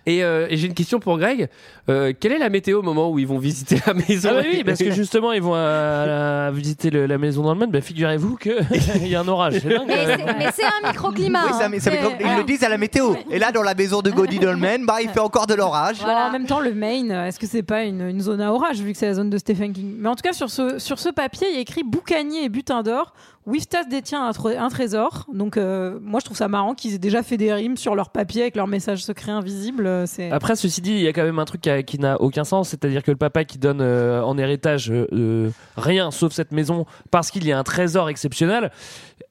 Speaker 1: Et, euh, et j'ai une question pour Greg. Euh, quelle est la météo au moment où ils vont visiter la maison
Speaker 6: Ah bah oui, parce que justement, ils vont euh, visiter le- la maison dans le Maine. Bah, figurez-vous qu'il y a un orage. C'est dingue. hein.
Speaker 11: Mais c'est- mais c'est un microclimat.
Speaker 8: Oui, ça,
Speaker 11: hein.
Speaker 8: mais ça fait
Speaker 11: C'est-
Speaker 8: comme- ils le disent à la météo. Et là, dans la maison de Gaudi Dolmen, bah, il fait encore de l'orage.
Speaker 10: Bon, en même temps, le Maine, euh, est-ce que c'est pas une, une zone à orage vu que c'est la zone de Stephen King Mais en tout cas, sur ce, sur ce papier, il y a écrit boucanier et butin d'or. Wistas détient un, tr- un trésor. Donc, euh, moi, je trouve ça marrant qu'ils aient déjà fait des rimes sur leur papier avec leur message secret invisible. euh, C'est
Speaker 6: Après, ceci dit, il y a quand même un truc qui, a- qui n'a aucun sens, c'est-à-dire que le papa qui donne euh, en héritage euh, euh, rien sauf cette maison parce qu'il y a un trésor exceptionnel,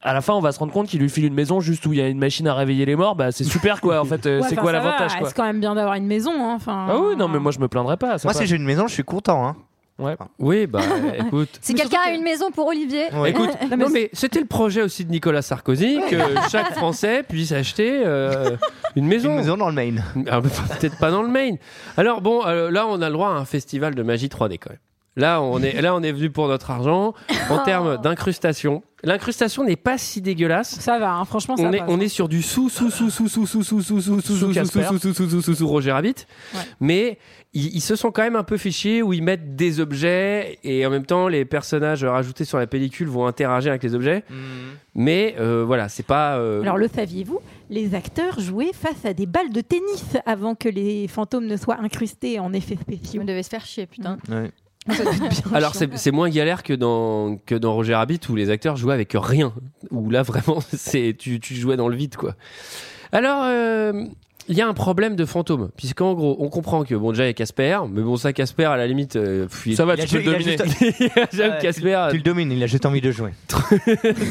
Speaker 6: à la fin, on va se rendre compte qu'il lui file une maison juste où il y a une machine à réveiller les morts. Bah, c'est super quoi, en fait, euh,
Speaker 10: Ouais,
Speaker 6: c'est
Speaker 10: enfin,
Speaker 6: quoi
Speaker 10: ça va,
Speaker 6: l'avantage quoi
Speaker 10: C'est quand même bien d'avoir une maison. hein, Enfin,
Speaker 6: Ah oui, non, mais moi je me plaindrais pas.
Speaker 8: Moi, si j'ai une maison, je suis content. Hein.
Speaker 6: Ouais.
Speaker 1: Oui, bah écoute.
Speaker 11: Si quelqu'un a une maison pour Olivier.
Speaker 1: Écoute, non mais c'était le projet aussi de Nicolas Sarkozy que chaque Français puisse acheter euh, une maison. Une maison
Speaker 8: dans le Maine.
Speaker 1: Peut-être pas dans le Maine. Alors bon, euh, là on a le droit à un festival de magie 3D quand même. Là on est, là on est venu pour notre argent
Speaker 6: Oh.
Speaker 1: en termes d'incrustation. L'incrustation n'est pas si dégueulasse.
Speaker 10: Ça va, hein, franchement, ça
Speaker 1: on est,
Speaker 10: passe.
Speaker 1: on est sur du sous sous sous sous sous sous sous sous sous sous sous
Speaker 6: Casper.
Speaker 1: sous sous sous sous sous sous Roger Rabbit. Mais ils, ils se sont quand même un peu fichés où ils mettent des objets et en même temps les personnages rajoutés sur la pellicule vont interagir avec les objets. Mais euh, voilà, c'est pas. euh,
Speaker 10: Alors, le saviez-vous Les acteurs jouaient face à des balles de tennis avant que les fantômes ne soient incrustés en effets spéciaux. On
Speaker 11: devait se faire chier, putain.
Speaker 1: Ouais. Alors c'est c'est moins galère que dans que dans Roger Rabbit où les acteurs jouaient avec rien. Où là vraiment c'est tu, tu jouais dans le vide quoi. Alors euh, il y a un problème de fantôme, puisqu'en gros, on comprend que bon déjà il y a Casper, mais bon ça Casper à la limite, euh, pff, il-
Speaker 6: Ça va,
Speaker 1: il
Speaker 6: tu
Speaker 1: a
Speaker 6: peux
Speaker 1: ju-
Speaker 6: le
Speaker 1: il a
Speaker 6: dominer.
Speaker 1: juste- il a jamais
Speaker 6: Ouais, tu-
Speaker 1: Casper. euh,
Speaker 8: Tu le domines, il a juste envie de jouer.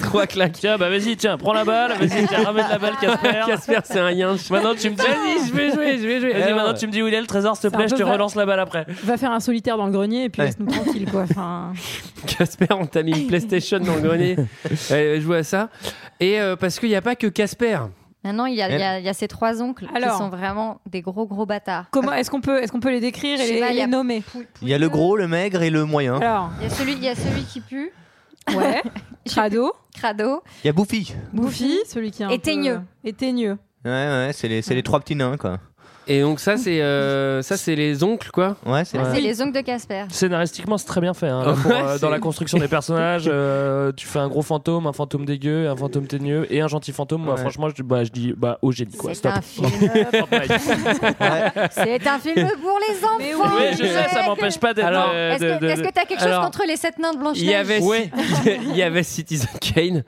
Speaker 1: trois claques.
Speaker 6: Tiens, bah vas-y, tiens, prends la balle, vas-y, tiens, ramène la balle, Casper.
Speaker 1: Casper, c'est un yinche.
Speaker 6: Maintenant, tu me dis,
Speaker 1: Vas-y, je vais jouer, je vais jouer.
Speaker 6: Vas-y,
Speaker 1: Alors,
Speaker 6: maintenant, tu me dis où il est le trésor, s'il te
Speaker 10: C'est
Speaker 6: plaît,
Speaker 10: un
Speaker 6: je
Speaker 10: peu
Speaker 6: te
Speaker 10: vrai.
Speaker 6: relance la balle après.
Speaker 10: Va faire un solitaire dans le grenier et puis
Speaker 1: Ouais.
Speaker 10: laisse-nous tranquille, quoi. Enfin,
Speaker 1: Casper, on t'a mis une PlayStation dans le grenier. Allez, jouer à ça. Et euh, parce qu'il n'y a pas que Casper.
Speaker 11: Maintenant, il y a, il y a- il y a ces trois oncles
Speaker 10: Alors.
Speaker 11: qui sont vraiment des gros gros bâtards.
Speaker 10: comment est-ce qu'on peut, est-ce qu'on peut les décrire
Speaker 11: Je
Speaker 10: et
Speaker 11: sais
Speaker 10: les,
Speaker 11: pas,
Speaker 10: et
Speaker 11: il y a-
Speaker 10: les nommer
Speaker 8: Il y a le gros, hein. le maigre et le moyen.
Speaker 1: Ah.
Speaker 10: Alors,
Speaker 11: Il y a celui, il y a celui qui pue,
Speaker 10: ouais, Crado,
Speaker 11: Crado,
Speaker 8: Il y a Bouffi.
Speaker 10: Bouffi, celui qui est un
Speaker 11: Et teigneux.
Speaker 10: peu- et teigneux.
Speaker 8: Ouais, ouais, c'est les, c'est les trois petits nains, quoi.
Speaker 1: Et donc ça, c'est euh, ça, c'est les oncles, quoi.
Speaker 8: Ouais, c'est
Speaker 11: c'est les oncles de Casper.
Speaker 6: Scénaristiquement, c'est très bien fait. hein. Là, pour,
Speaker 1: Ouais,
Speaker 6: euh,
Speaker 1: c'est-
Speaker 6: dans la construction des personnages, euh, tu fais un gros fantôme, un fantôme dégueu, un fantôme teigneux et un gentil fantôme. Moi,
Speaker 8: Ouais.
Speaker 6: franchement, je, bah, je dis bah, au génie. Quoi.
Speaker 11: C'est
Speaker 6: Stop.
Speaker 11: un film. C'est un film pour les enfants.
Speaker 10: Mais
Speaker 6: Oui, je sais, ça
Speaker 11: Greg.
Speaker 6: m'empêche pas d'être.
Speaker 1: Alors,
Speaker 6: euh,
Speaker 11: Est-ce
Speaker 6: de-
Speaker 11: que
Speaker 6: de-
Speaker 11: est-ce que t'as quelque
Speaker 1: Alors,
Speaker 11: chose contre les sept nains de Blanche
Speaker 1: Il y avait,
Speaker 6: Ouais.
Speaker 1: il y avait Citizen Kane.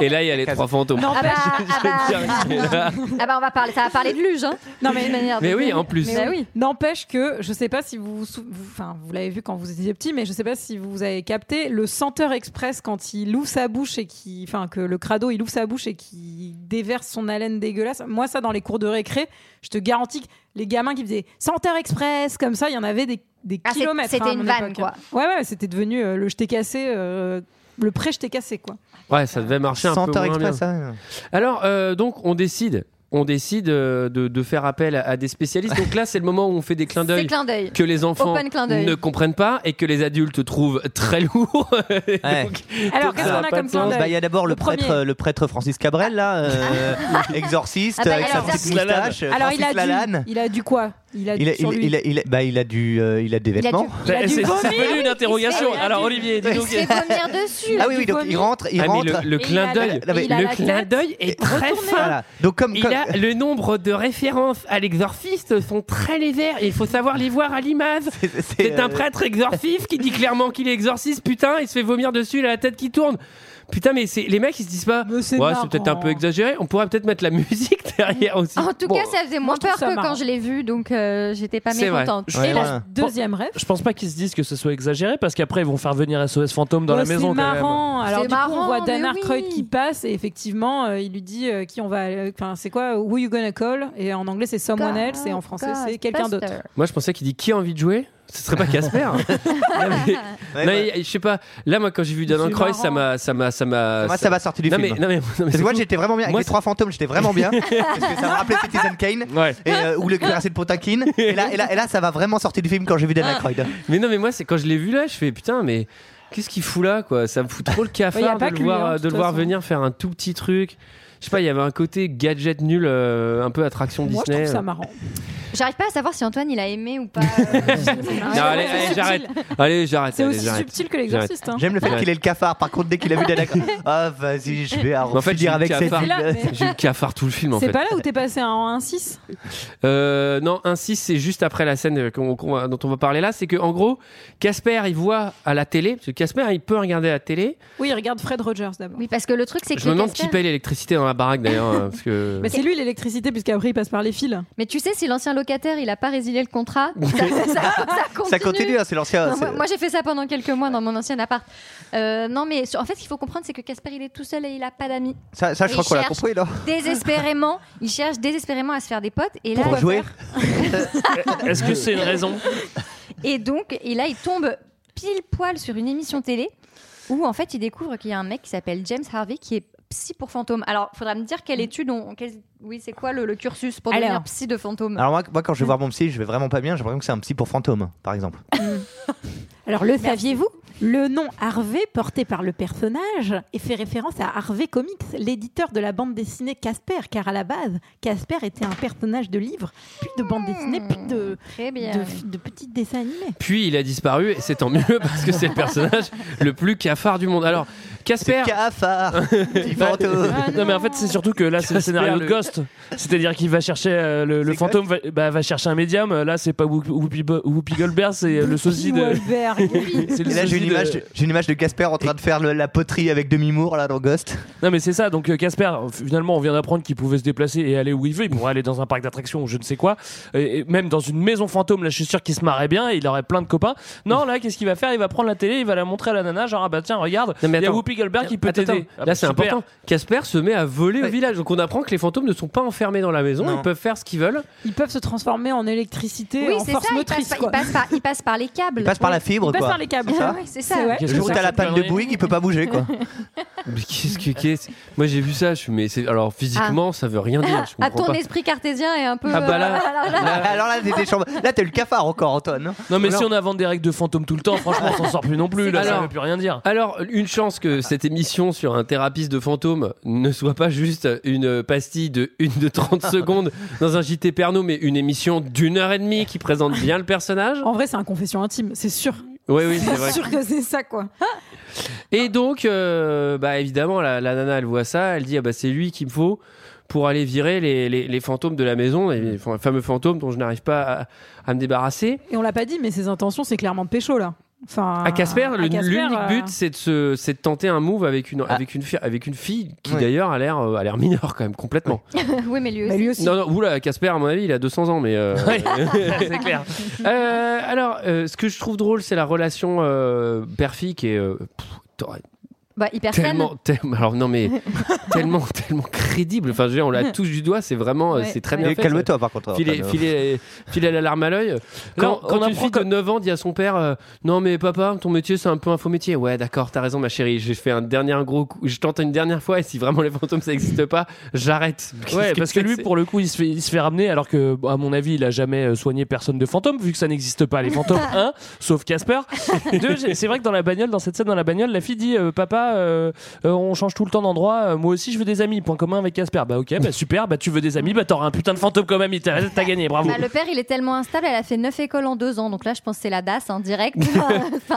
Speaker 1: Et là, il y a les trois fantômes.
Speaker 11: ah bah, ah bah,
Speaker 1: Là.
Speaker 11: ah bah, on va parler, ça va parler de luge, hein.
Speaker 10: Non, mais-
Speaker 11: D'une manière
Speaker 1: Mais
Speaker 11: de-
Speaker 1: oui, en plus.
Speaker 11: Mais Bah oui.
Speaker 10: N'empêche que je sais pas si vous, vous sou- vous- enfin vous l'avez vu quand vous étiez petit, mais je sais pas si vous avez capté le senteur express quand il ouvre sa bouche et qui, enfin que le crado il ouvre sa bouche et qui déverse son haleine dégueulasse. Moi ça dans les cours de récré, je te garantis que les gamins qui faisaient senteur express comme ça, il y en avait des, des
Speaker 11: Ah, c'est-
Speaker 10: kilomètres.
Speaker 11: c'était
Speaker 10: hein, à
Speaker 11: une
Speaker 10: mon
Speaker 11: vanne,
Speaker 10: époque.
Speaker 11: quoi.
Speaker 10: Ouais ouais, c'était devenu euh, le je t'ai cassé, euh, le pré je t'ai cassé quoi.
Speaker 1: Ouais, ça devait marcher un peu
Speaker 8: Centaure
Speaker 1: moins bien.
Speaker 8: Express, ouais.
Speaker 1: Alors, euh, donc, on décide. On décide euh, de, de faire appel à, à des spécialistes. Donc là, c'est le moment où on fait des clins
Speaker 11: C'est
Speaker 1: d'œil
Speaker 11: clin d'œil.
Speaker 1: que les enfants
Speaker 11: Open clin d'œil.
Speaker 1: ne comprennent pas et que les adultes trouvent très lourd. Et
Speaker 8: Ouais.
Speaker 1: donc,
Speaker 10: Alors
Speaker 1: Ça
Speaker 10: qu'est-ce
Speaker 1: a
Speaker 10: qu'on a
Speaker 1: pas
Speaker 10: comme
Speaker 1: de
Speaker 10: clin
Speaker 1: sens.
Speaker 10: d'œil
Speaker 8: Bah, il y a d'abord le,
Speaker 10: Le premier.
Speaker 8: prêtre, euh, le prêtre Francis Cabrel, là, euh, exorciste,
Speaker 11: Ah bah,
Speaker 8: avec sa
Speaker 11: alors,
Speaker 8: petite
Speaker 11: Francis
Speaker 6: Lalanne.
Speaker 8: moustache. euh,
Speaker 10: Alors
Speaker 8: Francis
Speaker 10: il a
Speaker 8: Lalanne.
Speaker 10: du, il a du quoi Il a
Speaker 8: Il
Speaker 10: du
Speaker 8: a,
Speaker 10: sur
Speaker 8: il,
Speaker 10: lui.
Speaker 8: il a, il a- bah, il a du, euh, il a des
Speaker 11: Il a
Speaker 8: vêtements.
Speaker 11: du-
Speaker 10: Il a
Speaker 6: C'est
Speaker 10: du
Speaker 6: c'est
Speaker 10: vomir.
Speaker 6: devenu une interrogation.
Speaker 11: Il a
Speaker 6: Alors,
Speaker 11: du-
Speaker 6: Olivier, dis
Speaker 11: Il
Speaker 6: donc.
Speaker 11: se fait vomir dessus.
Speaker 8: Ah oui, oui, donc
Speaker 10: vomi.
Speaker 8: il rentre, il
Speaker 1: Ah, mais
Speaker 8: rentre.
Speaker 1: le, le
Speaker 10: Et
Speaker 1: clin
Speaker 10: il a
Speaker 1: d'œil,
Speaker 8: la- il
Speaker 10: a
Speaker 1: le
Speaker 10: la
Speaker 1: clin
Speaker 10: tête
Speaker 1: d'œil est très fin.
Speaker 8: Voilà. Donc comme,
Speaker 1: Il
Speaker 8: comme-
Speaker 1: a le nombre de références à l'exorciste sont très légères et il faut savoir les voir à l'image. C'est un
Speaker 8: euh,
Speaker 1: prêtre exorciste qui dit clairement qu'il est exorciste, putain, il se fait vomir dessus, il a la tête qui tourne. Putain, mais c'est- les mecs ils se disent pas,
Speaker 10: Mais c'est
Speaker 1: ouais,
Speaker 10: marrant.
Speaker 1: c'est peut-être un peu exagéré, on pourrait peut-être mettre la musique derrière aussi.
Speaker 11: En tout
Speaker 1: Bon,
Speaker 11: cas, ça faisait
Speaker 10: Moi,
Speaker 11: moins
Speaker 10: je trouve
Speaker 11: peur
Speaker 10: ça
Speaker 11: que
Speaker 10: marrant.
Speaker 11: quand je l'ai vu, donc euh, j'étais pas
Speaker 1: C'est vrai.
Speaker 11: mécontente.
Speaker 8: Ouais,
Speaker 10: Et
Speaker 8: voilà.
Speaker 10: la deuxième rêve.
Speaker 6: Je pense pas qu'ils se disent que ce soit exagéré parce qu'après ils vont faire venir SOS fantôme dans
Speaker 10: Ouais,
Speaker 6: la maison.
Speaker 10: Oh, C'est marrant. Alors
Speaker 11: C'est
Speaker 10: du coup,
Speaker 11: marrant,
Speaker 10: on voit Dan
Speaker 11: mais
Speaker 10: Aykroyd
Speaker 11: oui.
Speaker 10: qui passe et effectivement, euh, il lui dit euh, qui on va. euh, Enfin, c'est quoi Who you gonna call Et en anglais, c'est someone else et en français, c'est quelqu'un d'autre.
Speaker 1: Moi je pensais qu'il dit qui a envie de jouer Ce serait pas Casper. hein. Non, mais- non,
Speaker 8: ouais, ouais.
Speaker 1: mais Je sais pas, là moi quand j'ai vu Dan
Speaker 10: C'est
Speaker 1: Aykroyd,
Speaker 10: marrant.
Speaker 1: ça m'a. Ça m'a. Ça m'a.
Speaker 8: Moi, ça m'a sorti du
Speaker 1: euh, Non, mais,
Speaker 8: film.
Speaker 1: non, mais, non, mais-
Speaker 8: Parce que moi, j'étais vraiment bien. Avec
Speaker 1: Moi,
Speaker 8: les
Speaker 1: c'est-
Speaker 8: trois fantômes, j'étais vraiment bien. parce que ça m'a rappelé Citizen Kane.
Speaker 1: Ouais.
Speaker 8: Et, euh, ou le cuirassé de Potemkin. Et là, et, là, et là, ça va vraiment sortir du film quand j'ai vu Dan
Speaker 1: Ah.
Speaker 8: Aykroyd.
Speaker 1: Mais non, mais moi, c'est quand je l'ai vu là, je fais putain, mais qu'est-ce qu'il fout là, quoi Ça me fout trop le
Speaker 10: Ouais, y a
Speaker 1: cafard
Speaker 10: pas
Speaker 1: de le
Speaker 10: que lui,
Speaker 1: voir, euh,
Speaker 10: hein, de
Speaker 1: de
Speaker 10: toute
Speaker 1: le voir
Speaker 10: façon.
Speaker 1: venir faire un tout petit truc. Je sais pas, il y avait un côté gadget nul, euh, un peu attraction
Speaker 10: Moi, je
Speaker 1: Disney. euh.
Speaker 10: trouve ça marrant.
Speaker 11: J'arrive pas à savoir si Antoine il a aimé ou pas. euh,
Speaker 1: Non, allez,
Speaker 10: c'est
Speaker 1: allez,
Speaker 10: subtil.
Speaker 1: j'arrête. Allez, j'arrête.
Speaker 10: C'est
Speaker 1: allez,
Speaker 10: aussi
Speaker 1: j'arrête.
Speaker 10: subtil que l'exorciste. hein.
Speaker 8: J'aime le fait
Speaker 1: Ouais.
Speaker 8: qu'il ait le cafard. Par contre, dès qu'il a vu Dan Aykroyd, ah vas-y, je vais
Speaker 1: en fait,
Speaker 8: dire
Speaker 1: j'ai
Speaker 8: avec
Speaker 1: le
Speaker 8: cette.
Speaker 1: cafard.
Speaker 10: C'est là, mais-
Speaker 1: J'ai eu le cafard tout le film en
Speaker 10: C'est
Speaker 1: fait.
Speaker 10: pas là où t'es passé en 1-6
Speaker 1: Euh, non, ainsi c'est juste après la scène euh, qu'on- qu'on va- dont on va parler là, c'est que en gros, Casper il voit à la télé, parce que Casper il peut regarder la télé.
Speaker 10: Oui, il regarde Fred Rogers d'abord.
Speaker 11: Oui, parce que le truc c'est que.
Speaker 1: Je me demande
Speaker 11: Casper-
Speaker 1: qui paye l'électricité dans la baraque d'ailleurs, euh, parce que.
Speaker 10: Mais c'est lui l'électricité, puisqu'après il passe par les fils.
Speaker 11: Mais tu sais, si l'ancien locataire il a pas résilié le contrat, ça, ça- ça continue.
Speaker 8: Ça continue, hein, c'est l'ancien.
Speaker 11: Non,
Speaker 8: c'est-
Speaker 11: moi, moi, j'ai fait ça pendant quelques mois dans mon ancien appart. Euh, non mais sur- en fait ce qu'il faut comprendre c'est que Casper il est tout seul et il a pas d'amis.
Speaker 8: Ça, ça, je
Speaker 11: il
Speaker 8: crois qu'on l'a
Speaker 11: cherche-
Speaker 8: compris, là.
Speaker 11: Désespérément, il cherche désespérément à se faire des potes et là
Speaker 8: Pour jouer.
Speaker 6: Est-ce que c'est une raison
Speaker 11: Et donc, et là, il tombe pile poil sur une émission télé où, en fait, il découvre qu'il y a un mec qui s'appelle James Harvey qui est psy pour fantôme. Alors, faudra me dire
Speaker 8: Mm.
Speaker 11: quelle étude on. quel- oui, c'est quoi le, le cursus pour devenir
Speaker 10: Alors.
Speaker 11: psy de fantôme
Speaker 8: Alors moi, moi, quand je vais voir mon psy, je vais vraiment pas bien. J'ai l'impression que c'est un psy pour fantôme, par exemple.
Speaker 1: Ah,
Speaker 10: Alors, le saviez-vous Le nom Harvey, porté par le personnage, et fait référence à Harvey Comics, l'éditeur de la bande dessinée Casper, car à la base, Casper était un personnage de livre, puis de bande dessinée, puis de,
Speaker 11: Très bien.
Speaker 10: de, de petits dessins animés.
Speaker 1: Puis il a disparu et c'est tant mieux parce que c'est le personnage le plus cafard du monde. Alors, Casper,
Speaker 8: C'est cafard, petit fantôme.
Speaker 11: Bah,
Speaker 6: Non, mais en fait, c'est surtout que là, c'est le scénario
Speaker 1: le-
Speaker 6: de Ghost. C'est-à-dire qu'il va chercher euh, le, le
Speaker 8: C'est
Speaker 6: fantôme, va, bah, va chercher un médium. Là, c'est pas Whoopi, Whoopi- Whoopi Goldberg, c'est euh, le sosie de.
Speaker 10: Wahlberg.
Speaker 6: C'est le
Speaker 8: Et là,
Speaker 6: sosie
Speaker 8: j'ai une une,
Speaker 6: de-
Speaker 8: image, j'ai une image de Casper en train de faire le- la poterie avec demi-mour là dans Ghost.
Speaker 6: Non mais c'est ça, donc euh, Casper, euh, finalement on vient d'apprendre qu'il pouvait se déplacer et aller où il veut, bon aller dans un parc d'attractions ou je ne sais quoi, et, et même dans une maison fantôme, là je suis sûr qu'il se marrait bien, et il aurait plein de copains. Non là qu'est-ce qu'il va faire Il va prendre la télé, il va la montrer à la nana, genre ah bah tiens regarde, il y a
Speaker 1: attends.
Speaker 6: Whoopi Goldberg qui peut
Speaker 1: Attends,
Speaker 6: t'aider.
Speaker 1: attends.
Speaker 6: Ah bah,
Speaker 1: Là, c'est
Speaker 6: super.
Speaker 1: important. Casper se met à voler au village. Donc, on apprend que les fantômes ne sont pas enfermés dans la maison.
Speaker 6: Non.
Speaker 1: Ils peuvent faire ce qu'ils veulent.
Speaker 10: Ils peuvent se transformer en électricité,
Speaker 11: Oui,
Speaker 10: en
Speaker 11: c'est
Speaker 10: force
Speaker 11: ça, il
Speaker 10: motrice.
Speaker 11: passe, par,
Speaker 10: quoi.
Speaker 11: il, passe par, il passe par les câbles.
Speaker 8: Il passe par la fibre,
Speaker 10: Il passe
Speaker 8: quoi.
Speaker 10: par les câbles.
Speaker 8: C'est ça
Speaker 11: Oui, c'est ça.
Speaker 10: C'est vrai.
Speaker 8: Le jour où t'as la panne de Bouygues, il peut pas bouger quoi.
Speaker 1: Mais qu'est-ce que. qu'est-ce- Moi, j'ai vu ça. Je suis. Mais c'est- alors, physiquement, ça veut rien dire. Je
Speaker 11: Ah. à
Speaker 1: comprends
Speaker 11: ton
Speaker 1: pas.
Speaker 11: esprit cartésien est un peu.
Speaker 1: Ah, bah là,
Speaker 11: euh, voilà, voilà.
Speaker 8: Alors là, t'es chambre... là t'as eu le cafard encore, Antoine.
Speaker 6: Non mais si on invente des règles de fantômes tout le temps, franchement on s'en sort plus non plus, là ça
Speaker 1: Alors-
Speaker 6: veut plus rien dire.
Speaker 1: Alors, une chance
Speaker 6: Ah.
Speaker 1: que cette émission sur un thérapeute de fantômes ne soit pas juste une pastille de 1 de 30 secondes dans un JT Pernaut, mais une émission d'une heure et demie qui présente bien le personnage.
Speaker 10: En vrai, c'est un confession intime, c'est sûr.
Speaker 1: Oui, oui, c'est vrai.
Speaker 10: C'est sûr que c'est ça, quoi.
Speaker 1: Et donc, euh, bah, évidemment, la, la nana, elle voit ça, elle dit ah bah, c'est lui qu'il me faut pour aller virer les, les- les fantômes de la maison, les, les fameux fantômes dont je n'arrive pas à, à me débarrasser.
Speaker 10: Et on l'a pas dit, mais ses intentions, c'est clairement de pécho, là. Enfin,
Speaker 1: à Casper, le-
Speaker 10: Ah. Casper,
Speaker 1: l'unique
Speaker 10: euh,
Speaker 1: but, c'est de, se- c'est de tenter un move avec
Speaker 6: Ah.
Speaker 1: une, avec une, fi- avec une fille qui,
Speaker 8: Oui.
Speaker 1: d'ailleurs, a l'air euh, a l'air mineure quand même, complètement.
Speaker 11: oui, mais lui aussi.
Speaker 10: Bah, lui aussi.
Speaker 1: Non, non, oula, Casper, à mon avis, il a 200 ans, mais. euh,
Speaker 6: c'est clair.
Speaker 1: Euh, alors, euh, ce que je trouve drôle, c'est la relation euh, père-fille qui est. euh, pff, t'aurais
Speaker 11: Bah, hyper saine.
Speaker 1: tellement, tellement- alors non mais tellement, tellement crédible. Enfin, je veux dire, on la touche du doigt, c'est vraiment, euh,
Speaker 11: Ouais,
Speaker 1: c'est très
Speaker 11: ouais.
Speaker 1: bien
Speaker 8: Et
Speaker 1: fait.
Speaker 8: Calme-toi par contre.
Speaker 1: Filer,
Speaker 8: Antoine.
Speaker 1: filer, filer la larme à l'œil. Quand,
Speaker 6: Quand-
Speaker 1: quand,
Speaker 6: quand
Speaker 1: une
Speaker 6: apprend
Speaker 1: fille
Speaker 6: que-
Speaker 1: de 9 ans dit à son père euh, Non, mais papa, ton métier, c'est un peu un faux métier. Ouais, d'accord, t'as raison, ma chérie. J'ai fait un dernier gros coup. Je tente une dernière fois et si vraiment les fantômes, ça n'existe pas, j'arrête.
Speaker 6: Ouais, parce que lui,
Speaker 1: c'est
Speaker 6: pour le coup, il se fait, il se fait ramener, alors que, bon, à mon avis, il a jamais euh, soigné personne de fantôme, vu que ça n'existe pas, les fantômes, un, sauf Casper. Deux, j'ai- c'est vrai que dans la bagnole, dans cette scène dans la bagnole, la fille dit euh, Papa, euh, euh, on change tout le temps d'endroit, euh, moi aussi je veux des amis, point commun avec Casper. Bah ok, bah super, bah tu veux des amis, bah t'auras un putain de fantôme comme ami, t'as t'as gagné, bravo.
Speaker 11: Bah, le père, il est tellement instable, elle a fait 9 écoles en 2 ans. Donc là, je pense que c'est la DAS en direct. Enfin,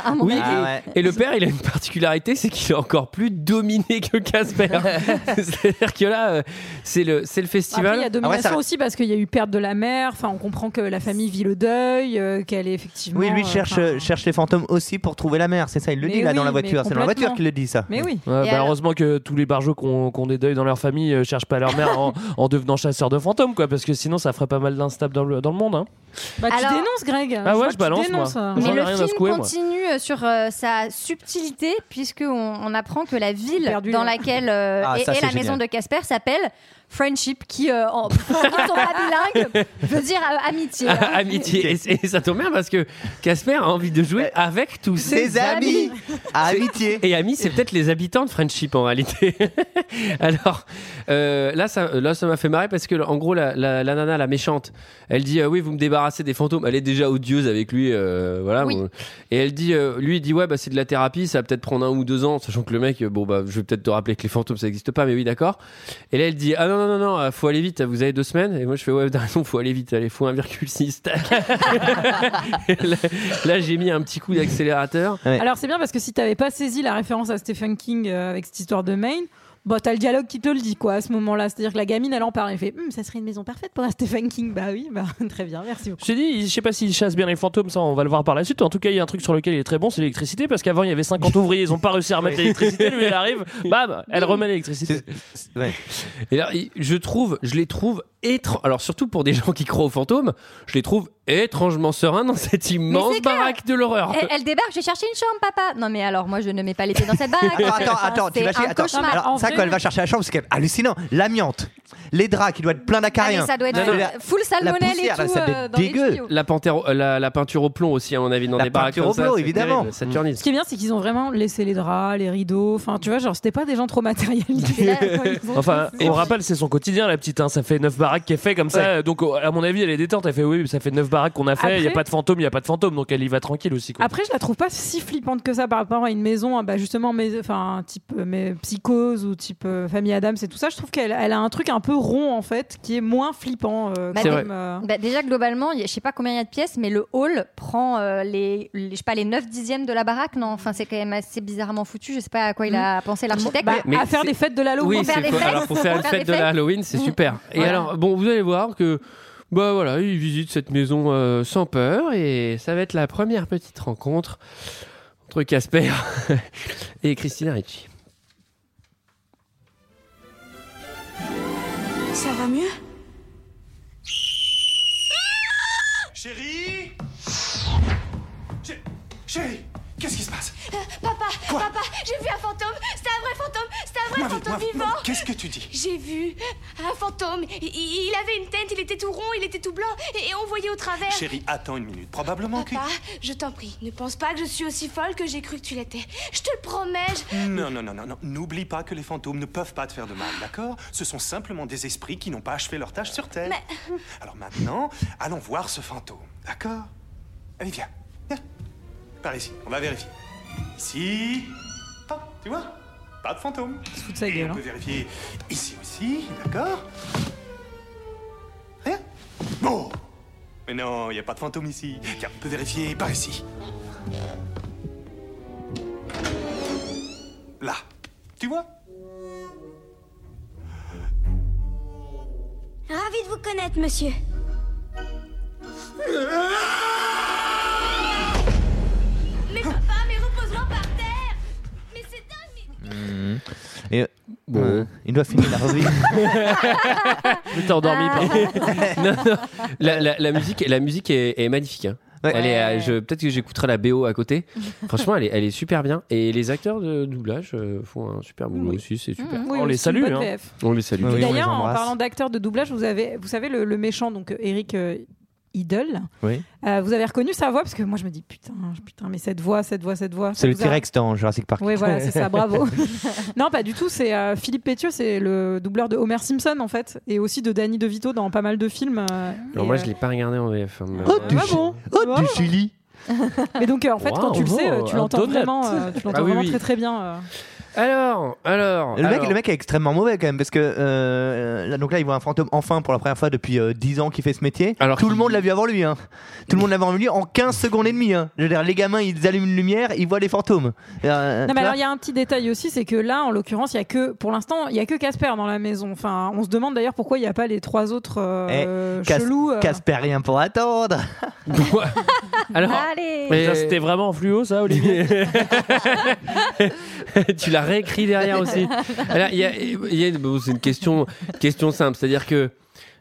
Speaker 11: à mon
Speaker 1: Oui,
Speaker 11: avis. euh,
Speaker 1: et,
Speaker 8: Ah ouais.
Speaker 1: et le père, il a une particularité, c'est qu'il est encore plus dominé que Casper. C'est-à-dire que là, euh, c'est le, c'est le
Speaker 10: Après,
Speaker 1: festival.
Speaker 10: il y a
Speaker 8: Ah
Speaker 10: domination
Speaker 8: ouais, ça-
Speaker 10: aussi parce qu'il y a eu perte de la mère. Enfin, on comprend que la famille vit le deuil, euh, qu'elle est effectivement.
Speaker 8: Oui, lui
Speaker 10: euh,
Speaker 8: cherche,
Speaker 10: enfin,
Speaker 8: cherche les fantômes aussi pour trouver la mère, c'est ça, il le
Speaker 10: Mais
Speaker 8: dit là
Speaker 10: oui,
Speaker 8: dans la
Speaker 10: mais
Speaker 8: voiture. C'est dans la voiture
Speaker 10: complètement.
Speaker 8: qu'il le dit ça.
Speaker 10: Mais oui.
Speaker 6: Ouais,
Speaker 11: Et
Speaker 6: bah,
Speaker 11: alors-
Speaker 6: heureusement que tous les barjots qu'on qu'on des deuils dans leur famille euh, cherchent pas leur mère en, en devenant chasseurs de fantômes, quoi, parce que sinon ça ferait pas mal d'instables dans le, dans le monde. Hein.
Speaker 10: Bah, tu
Speaker 11: Alors-
Speaker 10: dénonces, Greg.
Speaker 6: Ah ouais,
Speaker 10: vois
Speaker 6: je
Speaker 10: que tu
Speaker 6: balance,
Speaker 10: dénonces,
Speaker 6: moi.
Speaker 10: euh.
Speaker 6: J'en
Speaker 11: Mais
Speaker 6: ai
Speaker 11: le
Speaker 6: rien à
Speaker 11: film
Speaker 6: secouer, moi.
Speaker 11: continue euh, sur euh, sa subtilité, puisqu'on on apprend que la ville
Speaker 10: perdu,
Speaker 11: dans
Speaker 10: là.
Speaker 11: laquelle euh,
Speaker 8: Ah,
Speaker 11: est,
Speaker 8: ça,
Speaker 11: est
Speaker 8: c'est
Speaker 11: la
Speaker 8: génial.
Speaker 11: maison de Casper s'appelle Friendship, qui, euh, en, qui sont pas bilingues, veut dire euh, amitié. hein.
Speaker 1: Amitié. Et, et ça tombe bien parce que Casper a envie de jouer avec tous ses,
Speaker 8: Ses amis Amitié
Speaker 1: Et amis, c'est peut-être les habitants de Friendship en réalité. Alors euh, là, ça, là, ça m'a fait marrer parce que en gros, la, la- la nana, la méchante, elle dit euh, oui, vous me débarrassez des fantômes. Elle est déjà odieuse avec lui, euh, voilà.
Speaker 11: Oui.
Speaker 1: Bon. Et elle dit, euh, lui, il dit ouais, bah, c'est de la thérapie, ça va peut-être prendre un ou deux ans, sachant que le mec, euh, bon bah, je vais peut-être te rappeler que les fantômes ça n'existe pas, mais oui, d'accord. Et là, elle dit ah non non non non, euh, faut aller vite, vous avez deux semaines. Et moi, je fais ouais, t'as raison, faut aller vite, allez, faut 1,6. Tac. là, là, j'ai mis un petit coup d'accélérateur.
Speaker 10: Alors c'est bien parce que si t'avais pas saisi la référence à Stephen King euh, avec cette histoire de Maine, bah t'as le dialogue qui te le dit quoi à ce moment-là. C'est-à-dire que la gamine elle en parle, elle fait Hum, ça serait une maison parfaite pour un Stephen King. Bah oui, bah très bien, merci beaucoup.
Speaker 6: Je t'ai dit, il- je sais pas s'il chasse bien les fantômes, ça on va le voir par la suite. En tout cas, il y a un truc sur lequel il est très bon, c'est l'électricité, parce qu'avant il y avait 50 ouvriers, ils ont pas réussi à remettre l'électricité, lui il arrive, bam, elle remet l'électricité.
Speaker 8: Ouais.
Speaker 1: Et là, il- je trouve, je les trouve étranges. Alors surtout pour des gens qui croient aux fantômes, je les trouve étrangement sereins dans cette immense
Speaker 11: c'est clair.
Speaker 1: baraque de l'horreur.
Speaker 11: Elle, elle débarque, je vais chercher une chambre, papa. Non, mais alors, moi, je ne mets pas les pieds dans cette baraque.
Speaker 8: Alors, attends,
Speaker 11: Enfin,
Speaker 8: attends,
Speaker 11: c'est
Speaker 8: t'imagines-
Speaker 11: un
Speaker 8: attends.
Speaker 11: cauchemar.
Speaker 8: Alors,
Speaker 10: en
Speaker 8: ça,
Speaker 10: vrai-
Speaker 8: quand elle va chercher la chambre, c'est quand même hallucinant. L'amiante, les draps qui doivent être plein
Speaker 11: Ah, mais
Speaker 8: d'acariens.
Speaker 11: ça doit être
Speaker 8: Non, non,
Speaker 11: euh,
Speaker 8: la-
Speaker 11: full salmonelle et
Speaker 8: poussière, là,
Speaker 11: tout
Speaker 8: ça doit
Speaker 11: euh,
Speaker 8: être
Speaker 11: dans les
Speaker 8: dégueu.
Speaker 11: tuyaux.
Speaker 1: La, panthère- euh, la, la peinture au plomb aussi, à mon avis, dans
Speaker 8: La
Speaker 1: des baraques
Speaker 8: peinture
Speaker 1: comme
Speaker 8: au
Speaker 1: ça,
Speaker 8: plomb,
Speaker 1: c'est
Speaker 8: évidemment.
Speaker 1: terrible, Saturnis.
Speaker 10: Ce qui est bien, c'est qu'ils ont vraiment laissé les draps, les rideaux. Enfin, tu vois, genre, c'était pas des gens trop
Speaker 11: Et
Speaker 10: matérialisés.
Speaker 11: là, ils ont-
Speaker 6: Enfin, on rappelle, c'est son quotidien la petite, hein. ça fait 9 baraques qu'elle fait comme ça, donc oh, à mon avis elle est détente, elle fait oui, mais ça fait 9 baraques qu'on a fait, il y a
Speaker 10: Après-
Speaker 6: pas de fantôme, il y a pas de fantôme, donc elle y va tranquille aussi. Quoi.
Speaker 10: Après, je la trouve pas si flippante que ça par rapport à une maison, ah, bah, justement, mais, enfin, type euh, mais, psychose ou type euh, famille Adams et tout ça. Je trouve qu'elle elle a un truc un peu rond, en fait, qui est moins flippant. euh,
Speaker 11: Bah,
Speaker 10: comme,
Speaker 1: c'est vrai.
Speaker 10: euh,
Speaker 11: Bah, déjà globalement, il y a- je sais pas combien il y a de pièces, mais le hall prend euh, les, les- je sais pas les 9 dixièmes de la baraque, non Enfin c'est quand même assez bizarrement foutu. Je sais pas à quoi il a pensé l'architecte.
Speaker 10: bah,
Speaker 1: mais
Speaker 10: à faire
Speaker 1: c'est-
Speaker 10: des fêtes de la
Speaker 1: Oui,
Speaker 11: pour faire
Speaker 1: c'est
Speaker 11: des
Speaker 1: quoi
Speaker 11: fêtes.
Speaker 1: Alors pour faire
Speaker 11: Pour
Speaker 1: une
Speaker 11: faire
Speaker 1: fête
Speaker 11: des
Speaker 1: de la
Speaker 11: fêtes. Mmh.
Speaker 1: Halloween, c'est super. Et
Speaker 11: Voilà.
Speaker 1: alors, bon, vous allez voir que. Bah voilà, il visite cette maison euh, sans peur et ça va être la première petite rencontre Truc Casper et Christina Ricci.
Speaker 9: Ça va mieux
Speaker 3: Chérie Chérie, Chérie Qu'est-ce qui se passe
Speaker 9: Euh, Papa, papa, j'ai vu un fantôme. C'est un vrai fantôme. C'est un vrai
Speaker 3: Marie,
Speaker 9: fantôme
Speaker 3: Marie,
Speaker 9: vivant.
Speaker 3: Marie, qu'est-ce que tu dis
Speaker 9: J'ai vu un fantôme. Il, il avait une tête. Il était tout rond. Il était tout blanc. Et, et on voyait au travers.
Speaker 3: Chérie, attends une minute. Probablement que...
Speaker 9: Papa, je t'en prie, ne pense pas que je suis aussi folle que j'ai cru que tu l'étais. Je te le promets. je-
Speaker 3: Non, non, non, non, non. N'oublie pas que les fantômes ne peuvent pas te faire de mal, d'accord Ce sont simplement des esprits qui n'ont pas achevé leur tâche sur Terre. Alors maintenant, allons voir ce fantôme, d'accord Allez, viens. Viens. Par ici, on va vérifier. Ici. Hop, tu vois Pas de fantôme.
Speaker 10: Toute sa
Speaker 3: Et
Speaker 10: gueule,
Speaker 3: on
Speaker 10: hein.
Speaker 3: peut vérifier ici aussi, d'accord Rien Bon Mais non, il n'y a pas de fantôme ici. Tiens, on peut vérifier par ici. Là. Tu vois
Speaker 9: Ravi de vous connaître, monsieur. Mais papa, mais repose-moi par terre. Mais c'est dingue. mais-
Speaker 8: Et, euh, euh, il doit finir la revue.
Speaker 1: Je t'ai endormi, pardon. non, non. La, la- la musique, la musique est, est magnifique. hein. Elle est, euh, je- peut-être que j'écouterai la BO à côté. Franchement, elle est, elle est super bien. Et les acteurs de doublage euh, font un super boulot aussi, c'est super.
Speaker 10: Mmh, oui, On oui, les c'est une salue, bonne hein. VF.
Speaker 1: On les salue.
Speaker 10: Et D'ailleurs, en parlant d'acteurs de doublage, vous, avez, vous savez, le, le méchant, donc euh, Eric euh, Idle,
Speaker 8: Oui.
Speaker 10: euh, vous avez reconnu sa voix Parce que moi, je me dis, putain, putain mais cette voix, cette voix, cette voix.
Speaker 8: C'est le
Speaker 10: Ça vous a-
Speaker 8: T-Rex dans Jurassic Park.
Speaker 10: Oui, voilà, c'est ça, bravo. non, pas du tout, c'est euh, Philippe Pétieux, c'est le doubleur de Homer Simpson, en fait, et aussi de Danny DeVito dans pas mal de films. euh,
Speaker 1: Alors
Speaker 10: et,
Speaker 1: moi,
Speaker 10: euh,
Speaker 1: je l'ai pas regardé en VF. hein, mais-
Speaker 10: Ah, bah bon.
Speaker 8: Oh, du Chili
Speaker 10: Mais donc, euh, en fait, quand
Speaker 1: Wow,
Speaker 10: tu le sais, euh,
Speaker 1: wow,
Speaker 10: tu
Speaker 1: un
Speaker 10: l'entends
Speaker 1: donut.
Speaker 10: vraiment, euh, tu l'entends
Speaker 1: Ah oui,
Speaker 10: vraiment
Speaker 1: oui.
Speaker 10: très très bien. euh.
Speaker 1: Alors, alors.
Speaker 8: Le mec,
Speaker 1: alors.
Speaker 8: le mec est extrêmement mauvais quand même parce que euh, là, donc là il voit un fantôme enfin pour la première fois depuis euh, 10 ans qu'il fait ce métier. Alors tout le monde l'a vu avant lui. Hein. Tout le monde l'a vu avant lui en 15 secondes et demie. Hein. Je veux dire, les gamins ils allument une lumière, ils voient les fantômes. Euh,
Speaker 10: Non,
Speaker 8: tu
Speaker 10: mais
Speaker 8: vois
Speaker 10: alors il y a un petit détail aussi, c'est que là, en l'occurrence, il y a que, pour l'instant, il y a que Casper dans la maison. Enfin, on se demande d'ailleurs pourquoi il n'y a pas les trois autres euh,
Speaker 8: Eh, Cas-
Speaker 10: chelous. euh.
Speaker 8: Casper rien pour attendre.
Speaker 1: Alors,
Speaker 11: Ah.
Speaker 10: Allez.
Speaker 1: mais-
Speaker 6: Putain, C'était vraiment en fluo, ça, Olivier
Speaker 1: tu l'as réécrit derrière aussi. Alors, il y a- il y a- bon, c'est une question, question simple, c'est-à-dire que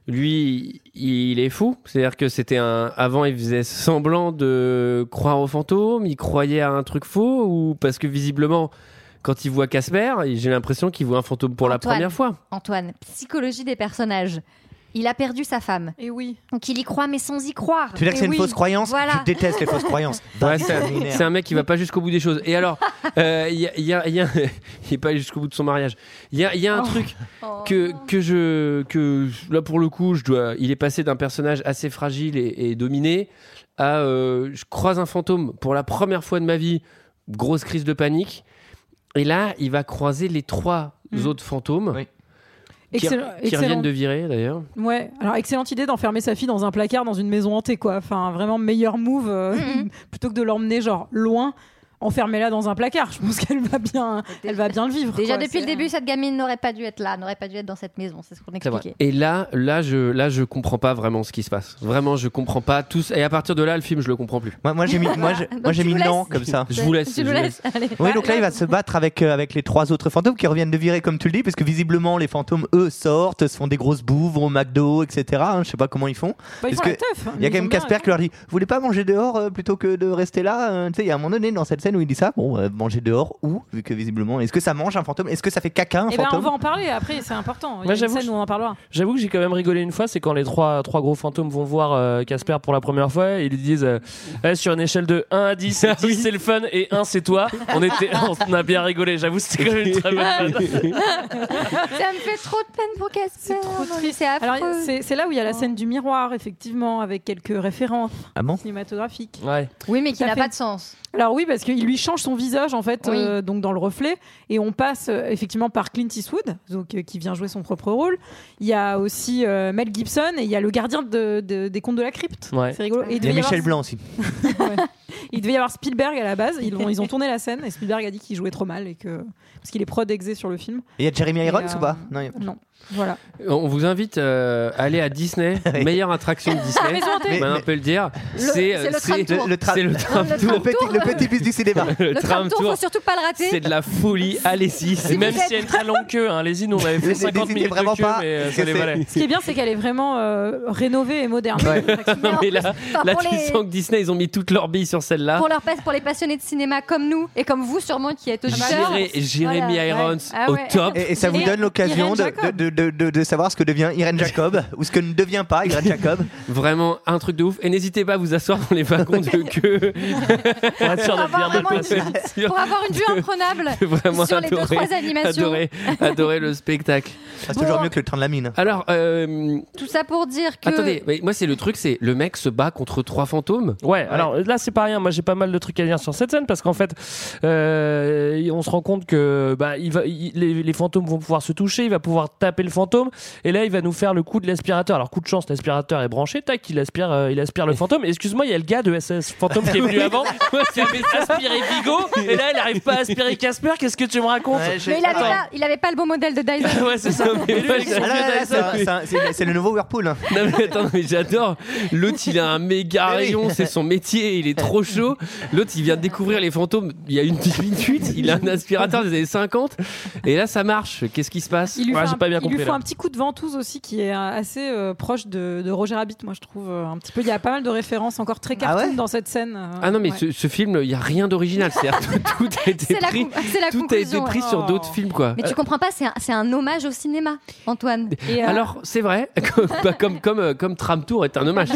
Speaker 1: lui, il est fou. C'est-à-dire que c'était un. Avant, il faisait semblant de croire aux fantômes. Il croyait à un truc faux ou parce que visiblement, quand il voit Casper, j'ai l'impression qu'il voit un fantôme pour la
Speaker 11: Antoine.
Speaker 1: première fois.
Speaker 11: Antoine, psychologie des personnages. Il a perdu sa femme.
Speaker 10: Et Eh oui.
Speaker 11: Donc il y croit, mais sans y croire.
Speaker 1: Tu veux dire que c'est
Speaker 11: Eh
Speaker 1: une
Speaker 11: oui.
Speaker 1: fausse croyance
Speaker 11: Voilà.
Speaker 1: Je déteste
Speaker 8: les fausses croyances.
Speaker 1: Ouais, c'est
Speaker 8: Ordinaire.
Speaker 1: c'est un mec qui va pas jusqu'au bout des choses. Et alors, euh, il y a- il y a- il y a- il est pas allé jusqu'au bout de son mariage. Il y a, il y a un
Speaker 12: Oh.
Speaker 1: truc que que je que là pour le coup, je dois. Il est passé d'un personnage assez fragile et, et dominé à euh, je croise un fantôme pour la première fois de ma vie. Grosse crise de panique. Et là, il va croiser les trois autres fantômes qui,
Speaker 10: Hmm. Excellent-
Speaker 1: qui
Speaker 10: excellent.
Speaker 1: reviennent de virer d'ailleurs.
Speaker 10: Ouais, alors excellente idée d'enfermer sa fille dans un placard dans une maison hantée, quoi. Enfin, vraiment meilleur move euh, plutôt que de l'emmener genre loin. Enfermez-la dans un placard. Je pense qu'elle va bien, elle va bien le vivre.
Speaker 11: Déjà
Speaker 10: quoi.
Speaker 11: depuis le
Speaker 10: C'est-
Speaker 11: début, cette gamine n'aurait pas dû être là, n'aurait pas dû être dans cette maison. C'est ce qu'on
Speaker 1: C'est vrai.
Speaker 11: expliquait.
Speaker 1: Et là, là, je, là, je comprends pas vraiment ce qui se passe. Vraiment, je comprends pas tous. Et à partir de là, le film, je le comprends plus.
Speaker 8: Moi, j'ai mis, moi, j'ai- moi, j'ai mis non comme ça.
Speaker 1: Je vous laisse. je vous laisse.
Speaker 8: Oui, donc là, il va se battre avec, euh, avec les trois autres fantômes qui reviennent de virer, comme tu le dis, parce que visiblement, les fantômes, eux, sortent, se font des grosses bouves, vont au McDo, etc. hein, je sais pas comment ils font.
Speaker 10: Bah, ils
Speaker 8: Parce
Speaker 10: font
Speaker 8: que
Speaker 10: la teuf, hein,
Speaker 8: Il y a
Speaker 10: ils
Speaker 8: quand
Speaker 10: ont
Speaker 8: même
Speaker 10: bien
Speaker 8: Casper
Speaker 10: raison.
Speaker 8: qui leur dit Vous voulez pas manger dehors euh, plutôt que de rester là Euh, Tu sais, il y a un moment donné dans cette scène où il dit ça Bon, euh, manger dehors, où Vu que visiblement, est-ce que ça mange un fantôme Est-ce que ça fait caca un
Speaker 10: Eh ben, on
Speaker 8: fantôme
Speaker 10: va en parler après. C'est important. Il y
Speaker 6: Moi,
Speaker 10: a une
Speaker 6: j'avoue
Speaker 10: scène où on en parlera.
Speaker 6: J'avoue que j'ai quand même rigolé une fois, c'est quand les trois, trois gros fantômes vont voir euh, Casper pour la première fois et ils lui disent euh, Eh, sur une échelle de 1 à 10, 10 c'est le fun et 1 c'est toi. On, était, on a bien rigolé, j'avoue, c'était quand même une très bonne vanne.
Speaker 11: Ça me fait trop de peine pour Casper. C'est
Speaker 10: Alors,
Speaker 11: affreux.
Speaker 10: c'est c'est là où il y a la scène du miroir, effectivement, avec quelques références
Speaker 8: Ah bon
Speaker 10: cinématographiques.
Speaker 11: Oui, mais qui
Speaker 10: Ça
Speaker 11: n'a
Speaker 10: fait-
Speaker 11: pas de sens.
Speaker 10: Alors oui, parce qu'il lui change son visage en fait,
Speaker 11: Oui.
Speaker 10: euh, donc dans le reflet, et on passe euh, effectivement par Clint Eastwood, donc euh, qui vient jouer son propre rôle. Il y a aussi euh, Mel Gibson et il y a le gardien de- de- des contes de la crypte.
Speaker 8: Ouais.
Speaker 10: C'est rigolo. Et
Speaker 8: Il y
Speaker 10: devait
Speaker 8: a Michel
Speaker 10: avoir-
Speaker 8: Blanc aussi.
Speaker 10: Il devait y avoir Spielberg à la base. Ils ont, ils ont tourné la scène et Spielberg a dit qu'il jouait trop mal et que parce qu'il est prod exé sur le film.
Speaker 8: Et il y a Jeremy
Speaker 10: Et,
Speaker 8: Irons
Speaker 10: euh,
Speaker 8: ou pas Non. il y a-
Speaker 10: Non. Voilà.
Speaker 1: On vous invite euh, à aller à Disney, meilleure attraction de Disney.
Speaker 10: Ah, mais montez.
Speaker 1: Maintenant,
Speaker 10: Mais-
Speaker 1: on peut le dire.
Speaker 10: Le-
Speaker 1: C'est
Speaker 10: c'est
Speaker 1: euh,
Speaker 10: le tram
Speaker 1: c'est-
Speaker 10: tour. Le- le tram-
Speaker 1: c'est le tram
Speaker 10: Le
Speaker 1: tour.
Speaker 10: tram Le petit- tour. le petit
Speaker 8: bis du cinéma.
Speaker 1: Le
Speaker 10: Le tram
Speaker 1: tram
Speaker 10: tour,
Speaker 1: tour.
Speaker 10: faut surtout pas le rater.
Speaker 1: C'est de la folie. Allez-y.
Speaker 6: Et même si y a une très longue queue, hein, allez-y, nous on avait fait
Speaker 1: N'hésitez
Speaker 6: 50 minutes
Speaker 1: vraiment
Speaker 6: de queue,
Speaker 1: pas,
Speaker 6: mais euh,
Speaker 1: parce
Speaker 6: ça
Speaker 1: que
Speaker 6: les
Speaker 1: c'est-
Speaker 6: valait.
Speaker 10: Ce qui est bien, c'est qu'elle est vraiment euh, rénovée et moderne.
Speaker 1: Non, mais là,
Speaker 11: enfin,
Speaker 1: là
Speaker 11: Ah, pour
Speaker 1: tu
Speaker 11: les-
Speaker 1: sens que Disney, ils ont mis toute leur bille sur celle-là.
Speaker 11: Pour, leur, passe- pour les passionnés de cinéma comme nous et comme vous sûrement qui êtes auditeurs.
Speaker 1: Jéré- Jérémy
Speaker 11: Voilà,
Speaker 1: Irons
Speaker 11: ouais. Ah
Speaker 1: au
Speaker 11: ouais.
Speaker 1: top.
Speaker 8: Et, et ça vous
Speaker 11: Irène-
Speaker 8: donne l'occasion
Speaker 11: Irène
Speaker 8: de,
Speaker 11: Jacob.
Speaker 8: de- de- de- de savoir ce que devient Irène Jacob ou ce que ne devient pas Irène Jacob. Ah,
Speaker 1: Vraiment un truc de ouf. Et n'hésitez pas à vous asseoir dans les wagons de queue.
Speaker 6: Pour être sûr d'être bien déplacé.
Speaker 1: Sûr
Speaker 7: Pour avoir une vue
Speaker 1: que-
Speaker 7: imprenable
Speaker 1: que vraiment
Speaker 7: sur les deux,
Speaker 1: adoré,
Speaker 7: trois animations.
Speaker 1: Adoré, adoré le spectacle.
Speaker 8: C'est toujours mieux que le train de la mine.
Speaker 1: Alors, euh,
Speaker 11: Tout ça pour dire que.
Speaker 1: attendez, mais moi c'est le truc, c'est le mec se bat contre trois fantômes.
Speaker 6: Ouais, alors là c'est pas rien. Moi j'ai pas mal de trucs à dire sur cette scène parce qu'en fait, euh, on se rend compte que bah, il va, il- les, les fantômes vont pouvoir se toucher, il va pouvoir taper le fantôme et là il va nous faire le coup de l'aspirateur. Alors coup de chance, l'aspirateur est branché, tac, il aspire, euh, il aspire le fantôme. Et Excuse-moi, il y a le gars de SS fantôme qui est venu avant, qui avait aspiré Vigo et là il arrive pas à aspirer Casper. Qu'est-ce que tu me racontes
Speaker 11: Mais il avait, pas, il avait pas le bon modèle de Dyson.
Speaker 6: Ouais, c'est ça. Et lui, avec son
Speaker 8: Ah là
Speaker 6: vieux
Speaker 8: là là,
Speaker 6: Dyson.
Speaker 8: c'est un- c'est un- c'est- C'est le nouveau Whirlpool. hein.
Speaker 1: Non mais attends, mais j'adore. L'autre il a un méga rayon, c'est son métier, il est trop chaud. L'autre il vient de découvrir les fantômes il y a une minute, il a un aspirateur des années 50 et là ça marche. Qu'est-ce qui se passe
Speaker 10: Il lui, faut, un, il lui faut un petit coup de ventouse aussi qui est euh, assez euh, proche de, de Roger Rabbit, moi je trouve euh, un petit peu. Il y a pas mal de références encore très cartoon dans cette scène. euh,
Speaker 1: Ah non mais
Speaker 10: ouais.
Speaker 1: ce, ce film il y a rien d'original, c'est tout, tout a été
Speaker 11: C'est la
Speaker 1: pris,
Speaker 11: con- c'est la
Speaker 1: tout a été
Speaker 11: conclusion,
Speaker 1: pris
Speaker 11: ouais.
Speaker 1: sur d'autres films quoi.
Speaker 11: Mais tu comprends pas, c'est un, c'est un hommage au cinéma, Antoine. Et, euh,
Speaker 1: Alors c'est vrai, comme, bah, comme comme euh, comme Tram Tour est un hommage.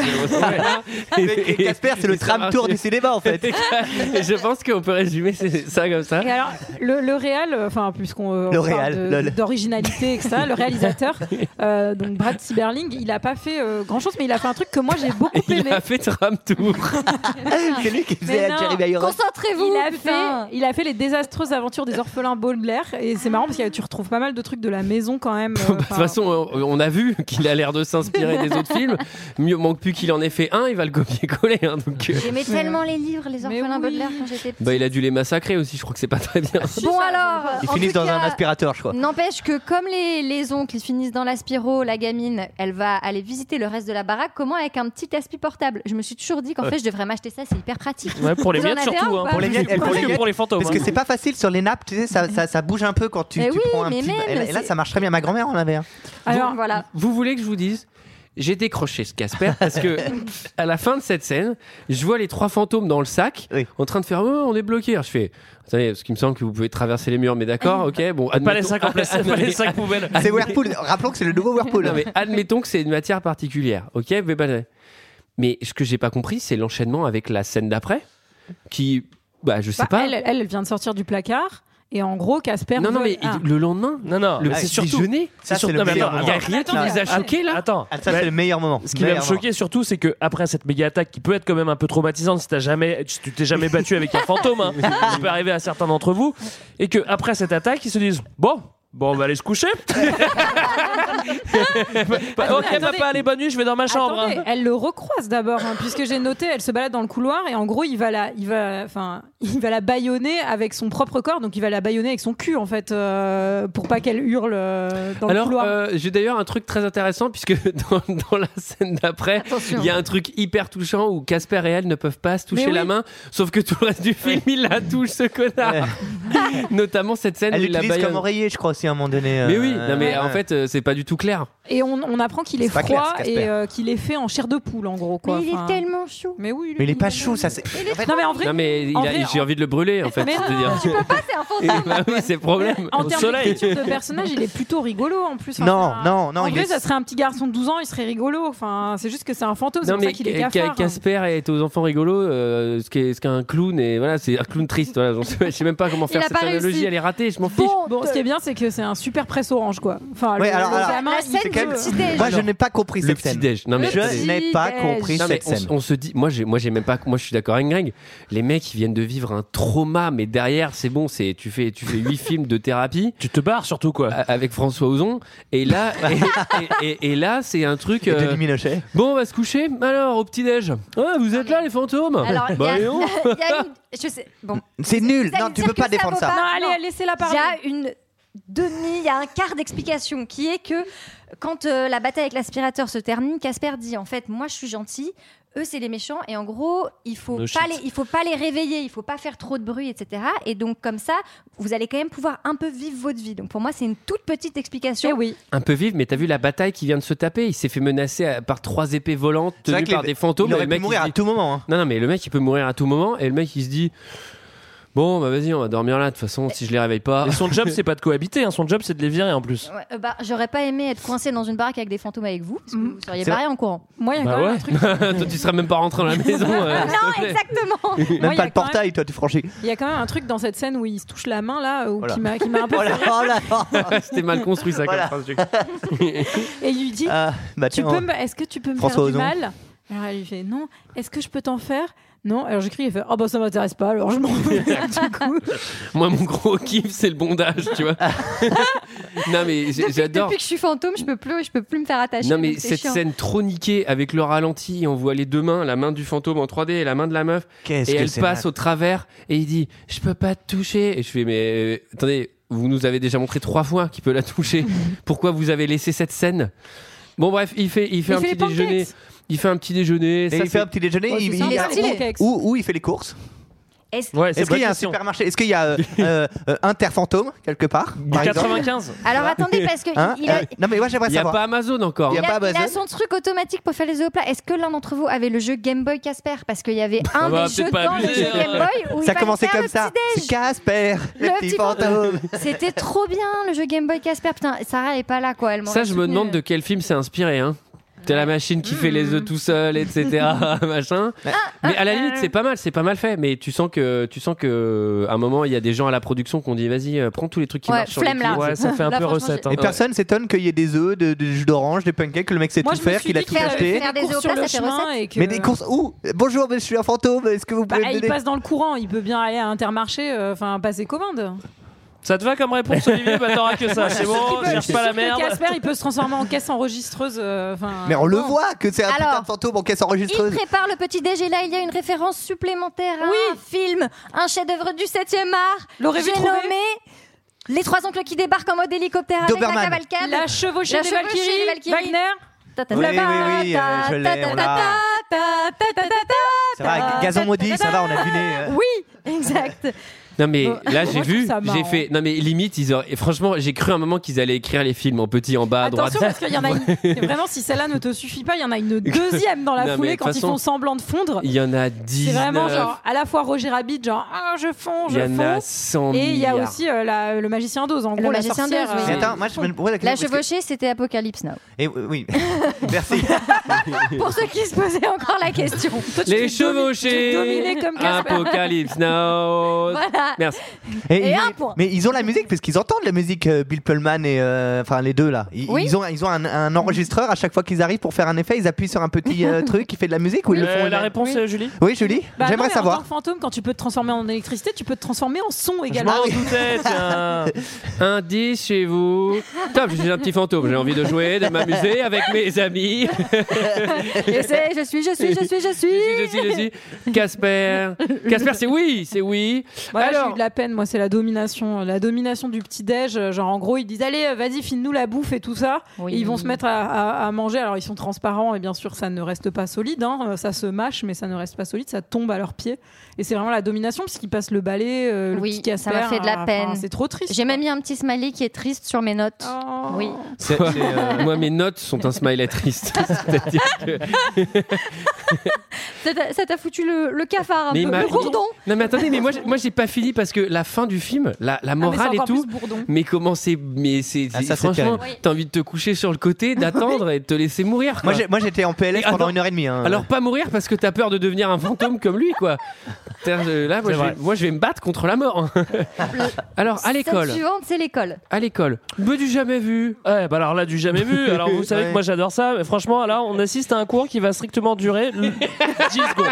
Speaker 8: Et Casper, c'est le tram tour du cinéma en fait.
Speaker 1: Et je pense qu'on peut résumer c'est- ça comme ça.
Speaker 10: Et alors, le, le réal, euh, enfin, puisqu'on euh,
Speaker 1: Le
Speaker 10: on parle
Speaker 1: réal,
Speaker 10: de-
Speaker 1: lol.
Speaker 10: d'originalité, etc., le réalisateur, euh, donc Brad Sieberling, il a pas fait euh, grand chose, mais il a fait un truc que moi j'ai beaucoup aimé.
Speaker 1: Il a fait Tram Tour.
Speaker 8: C'est lui qui
Speaker 10: Mais non,
Speaker 11: Concentrez-vous,
Speaker 10: Il a
Speaker 11: putain.
Speaker 10: fait, il a fait les désastreuses aventures des orphelins Baudelaire et c'est marrant parce que tu retrouves pas mal de trucs de la maison quand même.
Speaker 1: Bah,
Speaker 10: euh,
Speaker 1: De toute
Speaker 10: enfin,
Speaker 1: façon, on on a vu qu'il a l'air de s'inspirer des autres films. Mieux manque plus qu'il en ait fait un, il va le copier-coller. hein, donc, euh,
Speaker 11: J'aimais tellement les livres, les orphelins Baudelaire quand j'étais petite.
Speaker 1: bah, il a dû les massacrer aussi, je crois que c'est pas très bien.
Speaker 11: Bon alors,
Speaker 8: Ils
Speaker 11: en
Speaker 8: finissent
Speaker 11: tout
Speaker 8: dans un
Speaker 11: cas,
Speaker 8: aspirateur, je crois.
Speaker 11: N'empêche que comme les, les oncles ils finissent dans l'aspiro, la gamine, elle va aller visiter le reste de la baraque. Comment avec un petit aspi portable Je me suis toujours dit qu'en
Speaker 8: Ouais.
Speaker 11: fait je devrais m'acheter ça, c'est hyper pratique.
Speaker 6: Ouais, pour les
Speaker 11: Vous en
Speaker 6: miettes
Speaker 11: avez
Speaker 6: surtout,
Speaker 11: un ou
Speaker 6: hein,
Speaker 11: pas
Speaker 6: pour les miettes,
Speaker 8: Et
Speaker 6: Parce que
Speaker 8: les-
Speaker 6: pour les fantômes,
Speaker 8: Parce que
Speaker 6: hein.
Speaker 8: c'est pas facile sur les nappes, tu sais, ça, ça, ça bouge un peu quand tu,
Speaker 11: Mais
Speaker 8: tu
Speaker 11: oui,
Speaker 8: prends un
Speaker 11: mais
Speaker 8: petit.
Speaker 11: même,
Speaker 8: et là- et là,
Speaker 11: c'est-
Speaker 8: ça marche très bien. Ma grand-mère en avait un.
Speaker 1: Alors,
Speaker 11: voilà.
Speaker 1: Vous voulez que je vous dise j'ai décroché ce Casper parce que à la fin de cette scène, je vois les trois fantômes dans le sac en train de faire oh, on est bloqué. Alors, je fais attendez parce qu'il me semble que vous pouvez traverser les murs, mais d'accord, ok, bon.
Speaker 6: Ah, Pas les sacs en plastique, pas les sacs poubelles.
Speaker 8: C'est Whirlpool. Rappelons que c'est le nouveau Whirlpool.
Speaker 1: Non, mais admettons que c'est une matière particulière, ok mais, bah, mais ce que j'ai pas compris, c'est l'enchaînement avec la scène d'après, qui, bah, je sais
Speaker 10: bah,
Speaker 1: pas.
Speaker 10: Elle, elle, elle vient de sortir du placard et en gros, Casper.
Speaker 1: Non, non,
Speaker 10: veut-
Speaker 1: mais
Speaker 10: Ah.
Speaker 1: il- le lendemain,
Speaker 6: Non, non,
Speaker 1: le
Speaker 6: ah,
Speaker 1: petit
Speaker 6: c'est surtout-
Speaker 1: déjeuner, c'est
Speaker 6: ça, c'est
Speaker 1: surtout-
Speaker 6: le
Speaker 1: non, mais
Speaker 6: meillez-
Speaker 1: attends, il y a
Speaker 6: attends,
Speaker 1: rien qui
Speaker 6: attends.
Speaker 1: les a choqués là.
Speaker 6: Attends,
Speaker 8: Ah, ça, c'est le meilleur moment.
Speaker 6: Ce qui va me choquer surtout, c'est que après cette méga attaque qui peut être quand même un peu traumatisante si t'as jamais, si tu t'es jamais battu avec un fantôme, hein, ça peut arriver à certains d'entre vous, et que après cette attaque, ils se disent bon. Bon, on va aller se coucher. Bah, ok,
Speaker 10: Attendez.
Speaker 6: papa, allez, bonne nuit, je vais dans ma chambre.
Speaker 10: Attendez,
Speaker 6: hein.
Speaker 10: elle le recroise d'abord, hein, puisque j'ai noté, elle se balade dans le couloir et en gros, il va la, il va, enfin, il va la baïonner avec son propre corps, donc il va la baïonner avec son cul en fait, euh, pour pas qu'elle hurle euh, dans le
Speaker 1: Alors,
Speaker 10: couloir.
Speaker 1: euh, j'ai d'ailleurs un truc très intéressant, puisque dans, dans la scène d'après,
Speaker 10: Attention.
Speaker 1: il y a un truc hyper touchant où Casper et elle ne peuvent pas se toucher
Speaker 6: Mais oui.
Speaker 1: la main, sauf que tout le reste du film, il la touche, ce connard. Notamment cette scène
Speaker 8: Elle
Speaker 1: où il la
Speaker 8: l'utilise
Speaker 1: baïonne.
Speaker 8: comme oreiller, je crois, aussi à un moment donné. euh,
Speaker 1: Mais oui, non, mais
Speaker 8: ouais.
Speaker 1: en fait, euh, c'est pas du tout clair.
Speaker 10: Et on, on apprend qu'il est,
Speaker 8: C'est pas
Speaker 10: froid
Speaker 8: clair, ce Casper.
Speaker 10: et euh, qu'il est fait en chair de poule en gros. Quoi.
Speaker 11: Mais il est
Speaker 10: Enfin,
Speaker 11: tellement chou.
Speaker 10: Mais oui.
Speaker 8: Mais il est pas chou, ça c'est.
Speaker 10: Non mais en vrai.
Speaker 1: Non mais il
Speaker 10: en
Speaker 1: a-
Speaker 10: vrai,
Speaker 1: j'ai envie de le brûler en fait.
Speaker 10: Mais non,
Speaker 1: c'est-à-dire-
Speaker 10: tu peux pas, c'est un fantôme.
Speaker 1: Et bah oui, c'est le problème.
Speaker 10: En termes d'écriture de personnage, il est plutôt rigolo en plus.
Speaker 1: Non,
Speaker 10: Enfin, c'est un-
Speaker 1: non, non,
Speaker 10: En
Speaker 1: il
Speaker 10: vrai,
Speaker 1: est-
Speaker 10: ça serait un petit garçon de 12 ans, il serait rigolo. Enfin, c'est juste que c'est un fantôme, c'est
Speaker 1: Non
Speaker 10: pour ça
Speaker 1: mais
Speaker 10: qu'il est
Speaker 1: Ca- Ca-
Speaker 10: cafard.
Speaker 1: Casper est aux enfants rigolos, euh, ce qu'est- ce qu'un clown et voilà c'est un clown triste. voilà, j'en sais- je sais même pas comment
Speaker 10: Il
Speaker 1: faire
Speaker 10: a
Speaker 1: cette
Speaker 10: pas réussi.
Speaker 1: analogie, elle est ratée, je m'en fiche.
Speaker 10: Bon, ce qui est bien, c'est que c'est un super presse orange, quoi. Enfin,
Speaker 1: Ouais,
Speaker 10: le,
Speaker 1: alors-
Speaker 10: le
Speaker 1: alors,
Speaker 10: gamin,
Speaker 1: la
Speaker 10: il
Speaker 1: scène
Speaker 10: fait
Speaker 1: du-
Speaker 10: quand même-
Speaker 1: c'est
Speaker 8: Moi, je n'ai pas compris
Speaker 1: le
Speaker 8: cette
Speaker 1: petit
Speaker 8: scène.
Speaker 1: déj. Non mais
Speaker 8: je
Speaker 1: attendez.
Speaker 8: n'ai pas compris
Speaker 1: Non, mais
Speaker 8: cette
Speaker 1: on,
Speaker 8: scène.
Speaker 1: on se dit, moi j'ai, moi j'ai même pas, moi je suis d'accord avec Greg. Les mecs ils viennent de vivre un trauma, mais derrière c'est bon, c'est tu fais, tu fais huit films de thérapie.
Speaker 6: Tu te barres surtout quoi.
Speaker 1: Avec François Ozon. Et là, et, et- et- et là c'est un truc.
Speaker 8: Et Denis
Speaker 1: euh, bon, on va se coucher. Alors au petit déj. Ah, vous êtes là les fantômes.
Speaker 11: Alors, il y
Speaker 1: Bah,
Speaker 11: a-
Speaker 1: et on
Speaker 11: il y a une- je sais, bon,
Speaker 8: C'est nul.
Speaker 11: Vous allez
Speaker 8: Non,
Speaker 11: me
Speaker 8: tu
Speaker 11: dire
Speaker 8: peux pas
Speaker 11: que ça
Speaker 8: défendre
Speaker 11: vaut
Speaker 8: ça.
Speaker 11: pas.
Speaker 10: Non, allez, laissez-la parler.
Speaker 11: Il y a une demi, il y a un quart d'explication qui est que quand euh, la bataille avec l'aspirateur se termine, Casper dit en fait, moi je suis gentil, eux c'est les méchants, et en gros, il faut
Speaker 12: No
Speaker 11: pas
Speaker 12: shit.
Speaker 11: les, il faut pas les réveiller, il faut pas faire trop de bruit, etc. Et donc comme ça, vous allez quand même pouvoir un peu vivre votre vie. Donc pour moi, c'est une toute petite
Speaker 10: Eh
Speaker 11: explication. oui.
Speaker 1: Un peu vive, mais t'as vu la bataille qui vient de se taper. Il s'est fait menacer à- par trois épées volantes
Speaker 8: C'est vrai
Speaker 1: tenues
Speaker 8: que les-
Speaker 1: par des fantômes.
Speaker 8: il
Speaker 1: et
Speaker 8: aurait
Speaker 1: le
Speaker 8: pu
Speaker 1: mec,
Speaker 8: mourir
Speaker 1: se
Speaker 8: à
Speaker 1: dit-
Speaker 8: tout moment,
Speaker 1: Non, non, mais le mec, il peut mourir à tout moment. Et le mec, il se dit Bon, bah vas-y, on va dormir là. De toute façon, si je les réveille pas.
Speaker 6: Et son job, c'est pas de cohabiter, hein, son job, c'est de les virer en plus.
Speaker 11: Ouais, euh, bah, j'aurais pas aimé être coincé dans une baraque avec des fantômes avec vous, parce que vous seriez
Speaker 6: C'est
Speaker 11: barré
Speaker 6: vrai.
Speaker 11: en courant. Moi,
Speaker 1: Bah Toi, tu serais même pas rentré dans la maison. euh, s'il te plaît.
Speaker 11: exactement.
Speaker 8: Même
Speaker 10: Moi, il y
Speaker 8: pas
Speaker 10: a quand
Speaker 8: le portail, toi, tu franchis.
Speaker 10: Il y a quand même un truc dans cette scène où il se touche la main là, où-
Speaker 8: Oh là.
Speaker 10: qui m'a qui m'a un peu.
Speaker 8: Oh là, oh là, oh.
Speaker 1: C'était mal construit ça
Speaker 8: Voilà.
Speaker 1: comme phrase,
Speaker 10: Et il lui dit,
Speaker 8: Ah, bah
Speaker 10: tu
Speaker 8: tiens,
Speaker 10: peux me- est-ce que tu peux me
Speaker 8: François
Speaker 10: faire
Speaker 8: Ozon.
Speaker 10: du mal Alors elle lui fait, non. Est-ce que je peux t'en faire Non. Alors j'écris, il fait, oh bah ça m'intéresse pas. Alors je m'en vais. du coup.
Speaker 1: Moi, mon gros kiff, c'est le bondage, tu vois. non, mais j-
Speaker 11: Depuis,
Speaker 1: j'adore.
Speaker 11: depuis que je suis fantôme, je peux plus, je peux plus me faire attacher.
Speaker 1: Non, mais
Speaker 11: donc c'est
Speaker 1: cette
Speaker 11: chiant.
Speaker 1: scène trop niquée avec le ralenti, on voit les deux mains, la main du fantôme en 3D et la main de la meuf.
Speaker 6: Qu'est-ce
Speaker 1: et
Speaker 6: que
Speaker 1: elle
Speaker 6: c'est
Speaker 1: passe
Speaker 6: mal.
Speaker 1: au travers et il dit Je peux pas te toucher. Et je fais Mais euh, attendez, vous nous avez déjà montré trois fois qu'il peut la toucher. Pourquoi vous avez laissé cette scène Bon, bref, il fait, il fait
Speaker 8: Il
Speaker 1: un
Speaker 8: fait les
Speaker 1: petit
Speaker 8: pancakes.
Speaker 1: déjeuner. Il fait un petit déjeuner.
Speaker 8: Et il fait un petit déjeuner,
Speaker 10: Oh,
Speaker 8: Ouais, il- c'est il- sympa, les il- pancakes. où- il fait les courses
Speaker 11: Est-ce-
Speaker 8: Est-ce qu'il y a un supermarché Est-ce qu'il y a euh, euh, euh, Interfantôme quelque part par exemple
Speaker 1: 95.
Speaker 11: Alors attendez, parce que
Speaker 8: Hein
Speaker 11: il, il a,
Speaker 1: Ah
Speaker 8: Euh, Non mais moi j'aimerais
Speaker 1: Il n'y a
Speaker 8: savoir.
Speaker 1: pas Amazon encore.
Speaker 8: Il y a
Speaker 11: il a-
Speaker 8: pas
Speaker 11: il a
Speaker 8: Amazon
Speaker 11: son truc automatique pour faire les œufs au plat. Est-ce que l'un d'entre vous avait le jeu Game Boy Casper Parce qu'il y avait un
Speaker 1: Ah
Speaker 8: On va
Speaker 1: bah,
Speaker 11: des jeux
Speaker 8: peut-être pas
Speaker 11: dans le
Speaker 8: abuser,
Speaker 11: jeu
Speaker 8: hein.
Speaker 11: Game Boy où
Speaker 8: Ça
Speaker 11: il fallait
Speaker 8: commençait
Speaker 11: faire
Speaker 8: comme
Speaker 11: le
Speaker 8: ça.
Speaker 11: petit-déj.
Speaker 8: C'est Casper, le, petit fantôme.
Speaker 11: C'était trop bien le jeu Game Boy Casper. Putain, Sarah est pas là quoi. Elle m'aurait
Speaker 1: Ça, je me
Speaker 11: soutenue.
Speaker 1: demande de quel film c'est inspiré. Hein. T'as la machine qui fait
Speaker 11: Mm.
Speaker 1: les œufs tout seul, etc. machin. Mais à la
Speaker 11: euh.
Speaker 1: limite, c'est pas mal, c'est pas mal fait. Mais tu sens que, tu sens que, à un moment, il y a des gens à la production qui ont dit, vas-y, euh, prends tous les trucs qui
Speaker 11: Ouais,
Speaker 1: marchent
Speaker 11: flemme,
Speaker 1: sur les
Speaker 11: là.
Speaker 1: films.
Speaker 11: Ouais, ça fait un Là, peu franchement, recette, hein.
Speaker 8: Et personne s'étonne qu'il y ait des œufs, de- du jus d'orange, des pancakes, que le mec sait
Speaker 10: Moi,
Speaker 8: tout
Speaker 10: je me
Speaker 8: faire,
Speaker 10: suis
Speaker 8: qu'il a
Speaker 10: dit
Speaker 8: tout
Speaker 10: qu'il allait
Speaker 8: acheté.
Speaker 10: faire des œufs au plat, ça fait recette. et que-
Speaker 8: Mais des courses où Bonjour, mais je suis un fantôme. Est-ce que vous
Speaker 10: Bah,
Speaker 8: pouvez me
Speaker 10: il
Speaker 8: donner
Speaker 10: passe dans le courant. Il peut bien aller à Intermarché, euh, enfin passer commande.
Speaker 6: Ça te va comme réponse, Olivier Bah, t'auras que ça. C'est bon,
Speaker 10: Je suis
Speaker 6: cherche pas la
Speaker 10: sûre que
Speaker 6: merde.
Speaker 10: Casper, il peut se transformer en caisse enregistreuse. euh, enfin,
Speaker 8: Mais on le
Speaker 10: bon.
Speaker 8: voit que c'est un
Speaker 11: Alors,
Speaker 8: putain de fantôme en caisse
Speaker 11: Il
Speaker 8: enregistreuse.
Speaker 11: prépare le petit déj et là il y a une référence supplémentaire à un Ah, film, un chef-d'œuvre du 7e art.
Speaker 10: L'aurais-vu
Speaker 11: J'ai
Speaker 10: trouvé
Speaker 11: nommé les trois oncles qui débarquent en mode hélicoptère
Speaker 8: Doberman.
Speaker 11: avec la cavalcade,
Speaker 10: La chevauchée
Speaker 11: La
Speaker 10: des
Speaker 11: chevauchée
Speaker 10: Valkyries,
Speaker 11: des
Speaker 10: Wagner.
Speaker 11: Ta- ta-
Speaker 8: Oui,
Speaker 11: ta-
Speaker 8: oui, oui, euh,
Speaker 11: ta-
Speaker 8: je
Speaker 11: ta-
Speaker 8: l'ai,
Speaker 11: ta-
Speaker 8: on
Speaker 11: ta-
Speaker 8: l'a.
Speaker 11: ta- ta- ta- ta- ta-
Speaker 8: Ça va, avec Gazon maudit, ça va, on a deviné. euh.
Speaker 11: Oui, exact.
Speaker 1: Non mais
Speaker 10: Oh,
Speaker 11: Bon,
Speaker 1: là
Speaker 11: moi,
Speaker 1: j'ai
Speaker 11: je trouve
Speaker 1: vu,
Speaker 11: ça
Speaker 1: j'ai
Speaker 11: marrant.
Speaker 10: hein.
Speaker 1: fait. Non mais limite ils auraient. et Franchement j'ai cru un moment qu'ils allaient écrire les films en petit en bas à droite.
Speaker 10: Attention parce qu'il y en a une. Vraiment, si celle-là ne te suffit pas, il y en a une deuxième dans la
Speaker 1: Non, mais de
Speaker 10: foulée quand
Speaker 1: toute
Speaker 10: ils
Speaker 1: façon,
Speaker 10: font semblant de fondre.
Speaker 1: Il y en a
Speaker 10: C'est
Speaker 1: 19
Speaker 10: vraiment genre à la fois Roger Rabbit, genre ah je fonds, je
Speaker 1: Il y en a
Speaker 10: fonds.
Speaker 1: 100
Speaker 10: Et il y a
Speaker 1: milliards.
Speaker 10: aussi euh, la- le magicien d'Oz, en
Speaker 11: Le
Speaker 10: gros, la
Speaker 11: magicien
Speaker 10: sorcière. euh,
Speaker 11: d'Oz, oui.
Speaker 8: Mais attends, moi, je me pose la question,
Speaker 11: La
Speaker 8: parce que-
Speaker 11: chevauchée, c'était Apocalypse Now.
Speaker 8: Et oui, oui.
Speaker 11: Pour ceux qui se posaient encore la question.
Speaker 1: Les
Speaker 11: dominé
Speaker 1: chevauchés.
Speaker 11: comme Casper.
Speaker 1: Apocalypse Now.
Speaker 11: Voilà.
Speaker 1: Merci.
Speaker 8: Et
Speaker 11: Et
Speaker 8: ils-
Speaker 11: un point.
Speaker 8: Mais ils ont la musique parce qu'ils entendent la musique euh, Bill Pullman et euh, enfin les deux là. Ils,
Speaker 11: Oui.
Speaker 8: ils ont ils ont un, un enregistreur à chaque fois qu'ils arrivent pour faire un effet. Ils appuient sur un petit euh, truc qui fait de la musique ou ils le
Speaker 6: Euh,
Speaker 8: font.
Speaker 6: la réponse,
Speaker 8: oui.
Speaker 6: euh, Julie
Speaker 8: Oui Julie.
Speaker 10: Bah non,
Speaker 8: J'aimerais
Speaker 10: mais En
Speaker 8: savoir.
Speaker 10: tant que fantôme, quand tu peux te transformer en électricité, tu peux te transformer en son également.
Speaker 1: m'en
Speaker 6: doutais, tiens.
Speaker 1: Indice chez vous. Top, je suis un petit fantôme, j'ai envie de jouer, de m'amuser avec mes amis.
Speaker 11: Je sais, je suis, je suis, je suis, je suis.
Speaker 1: Je suis, je suis, je suis. Casper. Casper, c'est oui, c'est oui.
Speaker 10: Voilà, j'ai
Speaker 1: Alors,
Speaker 10: eu de la peine, moi, c'est la domination, la domination du petit déj. euh, Genre, en gros, ils disent allez, euh, vas-y, file-nous la bouffe et tout ça.
Speaker 11: Oui.
Speaker 10: Et ils vont se mettre à, à- à manger. Alors, ils sont transparents et bien sûr, ça ne reste pas solide. hein. Euh, Ça se mâche, mais ça ne reste pas solide. Ça tombe à leurs pieds. Et c'est vraiment la domination puisqu'ils passent le balai, euh, le
Speaker 11: Oui,
Speaker 10: petit Casper.
Speaker 11: ça m'a fait de la
Speaker 10: enfin,
Speaker 11: peine.
Speaker 10: C'est trop triste. Oh. Ah,
Speaker 11: J'ai même mis un petit smiley qui est triste sur mes notes. Oui.
Speaker 1: euh, moi, mes notes sont un smiley triste. C'est-à-dire que-
Speaker 11: Ça t'a- Ça t'a foutu le, le cafard un
Speaker 1: Mais il
Speaker 11: peu,
Speaker 1: m'a-
Speaker 11: le gourdon.
Speaker 1: Non mais attendez, mais moi j'ai- moi j'ai pas fini parce que la fin du film, la, la morale
Speaker 11: Ah, c'est
Speaker 1: et
Speaker 11: encore
Speaker 1: tout,
Speaker 11: plus Bourdon.
Speaker 1: mais comment c'est, mais c'est
Speaker 8: Ah, ça, c'est
Speaker 1: franchement,
Speaker 8: terrible.
Speaker 1: t'as envie de te coucher sur le côté, d'attendre et de te laisser mourir. Quoi.
Speaker 8: Moi j'ai- moi j'étais en PLS
Speaker 1: Et
Speaker 8: pendant
Speaker 1: attends-
Speaker 8: une heure et demie. hein.
Speaker 1: Alors pas mourir parce que t'as peur de devenir un fantôme comme lui quoi. C'est-à-dire, euh, Là moi
Speaker 6: C'est
Speaker 1: je, vais,
Speaker 6: vrai.
Speaker 1: moi, je vais me battre contre la mort. hein. Alors à l'école,
Speaker 11: Scène suivante, c'est l'école.
Speaker 1: à l'école, mais du jamais vu.
Speaker 6: Ouais, bah alors là, du jamais vu. Alors vous savez
Speaker 1: Ouais.
Speaker 6: que moi j'adore ça, mais franchement, là, on assiste à un cours qui va strictement durer l- 10 secondes.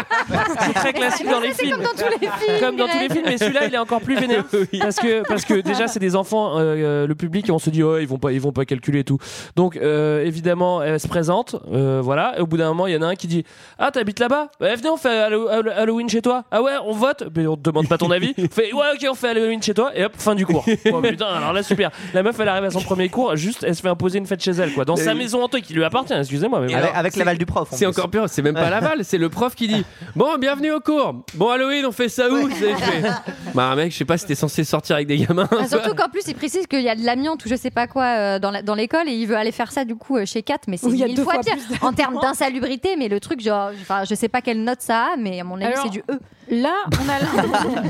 Speaker 6: C'est très classique dans les
Speaker 11: Ah, C'est
Speaker 6: films.
Speaker 11: comme dans tous les films,
Speaker 6: Comme dans tous les
Speaker 11: Greg.
Speaker 6: films, mais celui-là, il est encore plus vénère. Parce que, parce que déjà, c'est des enfants, euh, euh, le public, et on se dit, oh, ils vont pas, ils vont pas calculer et tout. Donc, euh, évidemment, elle se présente, euh, voilà. Et au bout d'un moment, il y en a un qui dit, ah, t'habites là-bas? Bah, venez, on fait Hallo- Hallo- Halloween chez toi. Ah ouais, on vote? Mais on te demande pas ton avis. On fait, ouais, ok, on fait Halloween chez toi. Et hop, fin du cours. Oh, putain, alors là, super. La meuf, elle arrive à son premier cours, juste, elle se fait imposer une fête chez elle, quoi. Dans sa maison hantée qui lui appartient, excusez-moi. mais voilà.
Speaker 1: du prof.
Speaker 8: Oh,
Speaker 1: C'est encore pire, c'est même pas l'aval, c'est le prof qui dit Bon, bienvenue au cours. Bon, Halloween, on fait ça où C'est- je- Bah, mec, je sais pas si t'es censé sortir avec des gamins.
Speaker 11: Ah, surtout qu'en plus, il précise qu'il y a de l'amiante ou je sais pas quoi euh, dans la- dans l'école et il veut aller faire ça du coup euh, chez Kat, mais c'est
Speaker 7: Oui, il y a
Speaker 11: mille
Speaker 7: deux
Speaker 11: fois
Speaker 7: fois
Speaker 11: pire
Speaker 7: plus
Speaker 11: en termes d'insalubrité. Mais le truc, genre, enfin, je sais pas quelle note ça a, mais à mon avis,
Speaker 7: Alors,
Speaker 11: c'est du E.
Speaker 10: Là, on a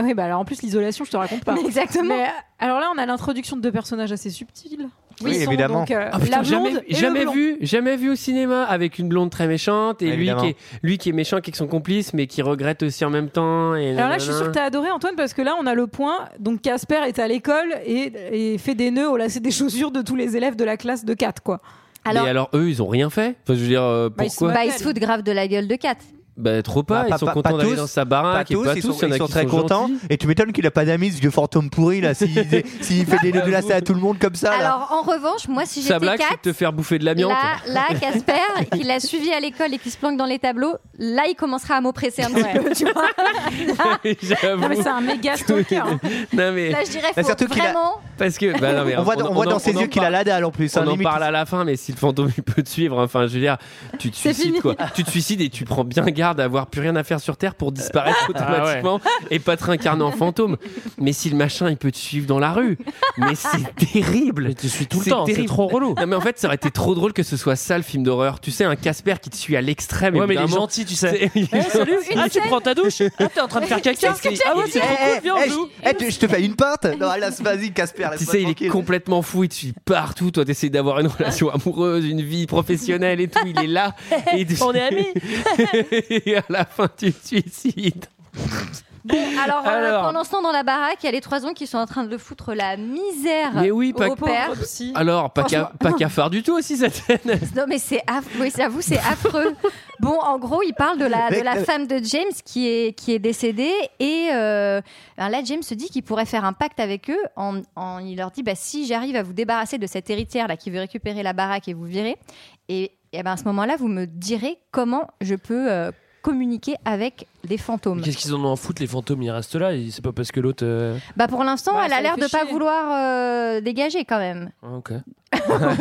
Speaker 10: Oui, bah alors en plus, l'isolation, je te raconte pas.
Speaker 11: Mais exactement.
Speaker 10: Mais, euh, alors là, on a l'introduction de deux personnages assez subtils.
Speaker 1: Oui,
Speaker 10: Ils sont
Speaker 1: évidemment.
Speaker 10: donc, euh,
Speaker 1: Ah, putain,
Speaker 10: la blonde
Speaker 1: jamais,
Speaker 10: et le
Speaker 1: jamais
Speaker 10: blond.
Speaker 1: vu, jamais vu au cinéma avec une blonde très méchante et lui
Speaker 8: Évidemment.
Speaker 1: qui, est, lui qui est méchant, qui est son complice, mais qui regrette aussi en même temps. Et
Speaker 10: Alors là, je suis sûre que t'as
Speaker 1: nanana.
Speaker 10: adoré Antoine parce que là, on a le point. Donc Casper est à l'école et, et fait des nœuds au lacet des chaussures de tous les élèves de la classe de 4 quoi.
Speaker 1: Mais alors, eux, ils ont rien fait. Enfin, je veux dire, euh,
Speaker 11: Bah, ils, se,
Speaker 1: pourquoi
Speaker 11: bah, ils se foutent grave de la gueule de Kat.
Speaker 1: Bah, trop pas,
Speaker 8: Bah,
Speaker 1: ils sont contents d'aller dans sa
Speaker 8: pas
Speaker 1: baraque et
Speaker 8: tous,
Speaker 1: pas
Speaker 8: ils
Speaker 1: tous,
Speaker 8: sont,
Speaker 1: il y en a
Speaker 8: ils sont
Speaker 1: qui
Speaker 8: très contents.
Speaker 1: gentils.
Speaker 8: Et tu m'étonnes qu'il a pas d'amis, ce vieux fantôme pourri là, s'il s'il fait des nœuds de lacets à tout le monde comme ça. là.
Speaker 11: Alors, en revanche, moi, si
Speaker 1: Sa
Speaker 11: j'étais
Speaker 1: blague, c'est
Speaker 11: Kat,
Speaker 1: de te faire bouffer de l'amiante.
Speaker 11: là, là, Casper, qui l'a suivi à l'école et qui se planque dans les tableaux, là, il commencera à m'oppresser un petit peu, tu vois.
Speaker 1: J'avoue.
Speaker 10: Non, mais c'est un méga stalker. hein.
Speaker 1: Non, mais...
Speaker 11: Là, je dirais, faut
Speaker 1: Bah, surtout qu'il a-
Speaker 11: vraiment.
Speaker 1: Parce que, bah, non, mais
Speaker 8: On voit- on voit
Speaker 1: en-
Speaker 8: dans ses
Speaker 1: en
Speaker 8: yeux qu'il a
Speaker 1: parle-
Speaker 8: la dalle, en plus, hein,
Speaker 1: On en
Speaker 8: limite.
Speaker 1: parle à la fin, mais si le fantôme il peut te suivre, enfin, je veux dire, tu te
Speaker 10: C'est
Speaker 1: suicides
Speaker 10: fini.
Speaker 1: quoi. Tu te suicides et tu prends bien garde à avoir plus rien à faire sur Terre pour disparaître
Speaker 6: Ah
Speaker 1: automatiquement et pas te réincarner en fantôme. Mais si le machin il peut te suivre dans la rue, mais c'est terrible.
Speaker 6: tu suis tout le temps, c'est trop relou.
Speaker 1: Non, mais en fait, ça aurait été trop drôle que ce soit ça le film d'horreur. Tu sais, un Casper qui te suit à l'extrême.
Speaker 6: Ouais, mais il est
Speaker 1: évidemment.
Speaker 6: gentil, tu sais.
Speaker 1: C'est- il est
Speaker 6: Eh, salut,
Speaker 1: gentil.
Speaker 6: ah, tu prends ta douche Ah, t'es en train de faire caca
Speaker 1: C'est ce que
Speaker 6: Ah ouais,
Speaker 1: j'allais
Speaker 6: c'est
Speaker 1: dire.
Speaker 6: trop cool, viens, on
Speaker 8: Eh, je-
Speaker 6: joue.
Speaker 8: eh, tu- je te fais une pinte Non, là, c'est- vas-y, Casper.
Speaker 1: Tu
Speaker 8: laisse-moi
Speaker 1: sais, il est
Speaker 8: tranquille.
Speaker 1: complètement fou, il te suit partout. Toi, t'essayes d'avoir une relation amoureuse, une vie professionnelle et tout. Il est là. Et tu-
Speaker 6: On est amis.
Speaker 1: et à la fin, tu te suicides.
Speaker 11: Alors, euh,
Speaker 1: Alors.
Speaker 11: pendant ce temps, dans la baraque, il y a les trois ans qui sont en train de foutre la misère
Speaker 1: Mais oui, pas
Speaker 10: oh,
Speaker 11: au
Speaker 1: que-
Speaker 11: père.
Speaker 1: Alors, pas, ca-
Speaker 11: Ah, Franchement.
Speaker 1: pas cafard du tout aussi, cette scène.
Speaker 11: Non, mais c'est affreux. Oui, j'avoue, c'est affreux. Bon, en gros, il parle de la, de
Speaker 1: Mais-
Speaker 11: la femme de James qui est, qui est décédée. Et euh, ben là, James se dit qu'il pourrait faire un pacte avec eux. En, en- il leur dit bah, si j'arrive à vous débarrasser de cette héritière-là qui veut récupérer la baraque et vous virer, et, et ben, à ce moment-là, vous me direz comment je peux euh, communiquer avec les fantômes.
Speaker 6: Qu'est-ce qu'ils en ont à foutre les fantômes Ils restent là, et c'est pas parce que l'autre. euh,
Speaker 11: Bah pour l'instant,
Speaker 10: Bah,
Speaker 11: elle
Speaker 10: ça
Speaker 11: a
Speaker 10: les
Speaker 11: l'air
Speaker 10: fait
Speaker 11: de pas
Speaker 10: chier.
Speaker 11: vouloir euh, dégager quand même.
Speaker 6: ah, Ok.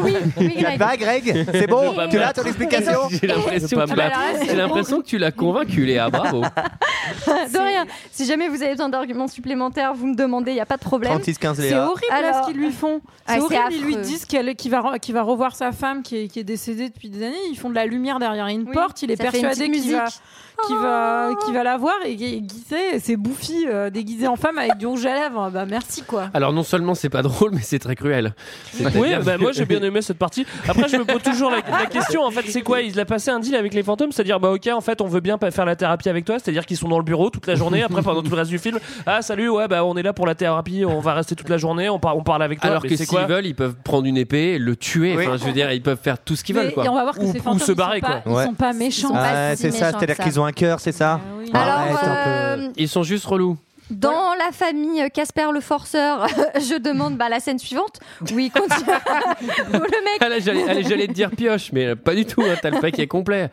Speaker 11: Oui,
Speaker 8: Ça te va, Greg C'est bon
Speaker 6: Pas
Speaker 8: Tu
Speaker 6: mal.
Speaker 8: l'as, ton explication
Speaker 1: J'ai l'impression
Speaker 6: Pas
Speaker 1: que tu
Speaker 6: mal.
Speaker 1: l'as- j'ai l'impression que tu l'as convaincu, Léa. Bravo.
Speaker 11: de rien. Si jamais vous avez besoin d'arguments supplémentaires, vous me demandez, il n'y a pas de problème.
Speaker 8: 36-15,
Speaker 10: C'est
Speaker 8: Léa.
Speaker 10: horrible
Speaker 11: Alors-
Speaker 10: là, ce qu'ils lui font. C'est
Speaker 11: Ah, c'est
Speaker 10: horrible, ils lui
Speaker 11: affreux.
Speaker 10: disent qu'elle- qu'il va, re- qu'il va revoir sa femme qui est, qui est décédée depuis des années. Ils font de la lumière derrière une
Speaker 11: Oui,
Speaker 10: porte. Il est
Speaker 11: ça fait une
Speaker 10: persuadé
Speaker 11: petite
Speaker 10: qu'il va,
Speaker 11: musique. Ah.
Speaker 10: qu'il va, qu'il va la voir. Et, et qui sait, c'est Bouffi euh, déguisé en femme avec du rouge à lèvres. Bah merci quoi.
Speaker 1: Alors, non seulement c'est pas drôle, mais c'est très cruel.
Speaker 6: Oui,
Speaker 1: C'est-à-dire
Speaker 6: bah,
Speaker 1: que-
Speaker 6: moi j'ai bien aimé cette partie. Après, je me pose toujours la, la question en fait, c'est quoi Il a passé un deal avec les fantômes, c'est-à-dire, bah ok, en fait, on veut bien pas faire la thérapie avec toi, c'est-à-dire qu'ils sont dans le bureau toute la journée, après pendant tout le reste du film, ah salut, ouais, bah on est là pour la thérapie, on va rester toute la journée, on, par- on parle avec toi,
Speaker 1: Alors
Speaker 6: mais
Speaker 1: que
Speaker 6: c'est
Speaker 1: s'ils
Speaker 6: quoi
Speaker 1: veulent, ils peuvent prendre une épée, le tuer.
Speaker 8: Oui.
Speaker 1: Enfin, je veux dire, ils peuvent faire tout ce qu'ils
Speaker 10: Mais-
Speaker 1: veulent, quoi.
Speaker 10: Et on va voir que
Speaker 6: Ou-
Speaker 10: ces
Speaker 6: ou
Speaker 10: fantômes
Speaker 6: se barrer,
Speaker 10: ils, sont pas,
Speaker 8: quoi. Ouais.
Speaker 10: ils sont pas méchants. Ah
Speaker 11: pas
Speaker 8: Ah,
Speaker 11: si
Speaker 8: c'est ça,
Speaker 11: méchants
Speaker 8: c'est-à-dire
Speaker 11: que ça.
Speaker 8: qu'ils ont un cœur, c'est
Speaker 1: Ah
Speaker 8: ça
Speaker 11: Alors,
Speaker 8: Arrête un peu.
Speaker 11: euh,
Speaker 1: Ils sont juste relous.
Speaker 11: dans la famille euh, Casper le forceur, je demande bah, la scène suivante où il continue. où le mec,
Speaker 1: Allez, j'allais allez, j'allais te dire pioche, mais euh, pas du tout. hein, T'as le paquet complet.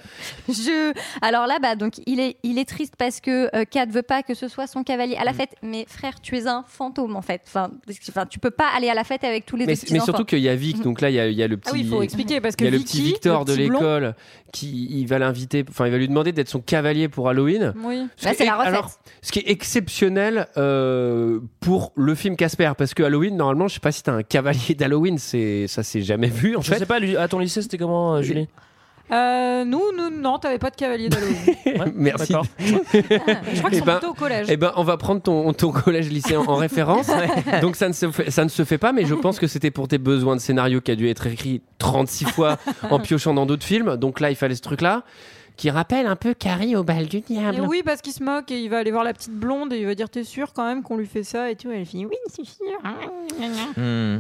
Speaker 11: je. Alors là, bah, donc, il, est, il est triste parce que euh, Kat veut pas que ce soit son cavalier à la fête. Mais frère, tu es un fantôme en fait. Enfin, parce que- enfin, tu peux pas aller à la fête avec tous les
Speaker 1: Mais,
Speaker 11: autres
Speaker 1: mais
Speaker 11: petits-enfants.
Speaker 1: surtout qu'il y a Vic, donc là, il y a, il y a le petit.
Speaker 10: Mm. Ah oui, il faut expliquer parce que
Speaker 1: Il y a le
Speaker 10: Vicky,
Speaker 1: petit Victor
Speaker 10: le
Speaker 1: de
Speaker 10: petit blond-
Speaker 1: l'école qui il va l'inviter, enfin il va lui demander d'être son cavalier pour Halloween.
Speaker 10: Oui.
Speaker 1: Ce
Speaker 11: Là,
Speaker 1: qui
Speaker 11: c'est
Speaker 1: est-
Speaker 11: la refaite.
Speaker 1: Alors, ce qui est exceptionnel euh, pour le film Casper, parce que Halloween, normalement, je sais pas si t'as un cavalier d'Halloween, c'est ça s'est jamais vu en
Speaker 6: Je
Speaker 1: fait.
Speaker 6: sais pas, lui- à ton lycée, c'était comment, euh, Julie
Speaker 10: Euh, nous, nous, non, t'avais pas de cavalier d'Halloween.
Speaker 6: Ouais,
Speaker 1: Merci.
Speaker 6: d'accord.
Speaker 10: Je crois
Speaker 1: Eh
Speaker 10: qu'ils sont
Speaker 1: ben-
Speaker 10: plutôt au collège.
Speaker 1: Eh ben, on va prendre ton, ton collège lycée en, en référence. Donc ça ne, se fait, ça ne se fait pas, mais je pense que c'était pour tes besoins de scénario qui a dû être écrit 36 fois en piochant dans d'autres films. Donc là, il fallait ce truc-là. qui rappelle un peu Carrie au bal du diable.
Speaker 10: Mais Eh oui, parce qu'il se moque et il va aller voir la petite blonde et il va dire T'es sûr quand même qu'on lui fait ça et tout. Et elle fait Oui, c'est sûr.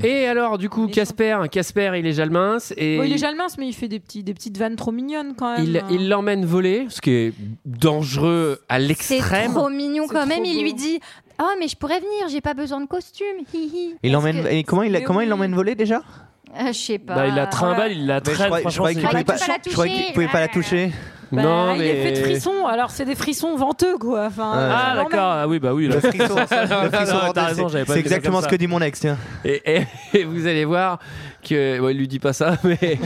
Speaker 1: Et alors, du coup, Casper, Casper, il est jalmin et
Speaker 10: Bon, Oh, il est jalmince, mais il fait des, petits, des petites vannes trop mignonnes quand même.
Speaker 1: il il l'emmène voler, ce qui est dangereux à
Speaker 11: C'est
Speaker 1: l'extrême.
Speaker 11: trop mignon quand même. Il lui dit Oh, mais je pourrais venir, j'ai pas besoin de costume. hi, hi.
Speaker 8: Il l'emmène.
Speaker 11: Parce que-
Speaker 8: Et comment il
Speaker 11: Mais
Speaker 8: comment il
Speaker 11: oui.
Speaker 8: l'emmène voler déjà
Speaker 11: Euh, Je sais pas.
Speaker 6: Bah, il la
Speaker 10: Oh
Speaker 6: trimballe, il la
Speaker 8: Mais je
Speaker 6: traîne.
Speaker 8: croyais- je
Speaker 6: franchement,
Speaker 8: croyais qu'il
Speaker 6: c'est-
Speaker 8: pouvait
Speaker 11: Ah,
Speaker 8: pas.
Speaker 11: tu peux la
Speaker 8: Je croyais qu'il
Speaker 11: toucher.
Speaker 8: pouvait pas la toucher.
Speaker 10: Bah,
Speaker 6: non,
Speaker 10: il est
Speaker 6: mais.
Speaker 10: fait de frissons. Alors, c'est des frissons venteux, quoi. Enfin,
Speaker 8: Ouais.
Speaker 10: c'est
Speaker 6: Ah,
Speaker 10: normal.
Speaker 6: d'accord, ah oui, bah oui. là.
Speaker 8: Le frisson, le
Speaker 6: Non,
Speaker 8: frisson
Speaker 6: non,
Speaker 8: bordel,
Speaker 6: T'as raison,
Speaker 8: c'est-
Speaker 6: j'avais pas
Speaker 8: C'est
Speaker 6: vu ça
Speaker 8: exactement
Speaker 6: comme
Speaker 8: ce
Speaker 6: ça.
Speaker 8: que dit mon ex, tiens.
Speaker 1: Et, et- et vous allez voir que. Bon, il lui dit pas ça, mais.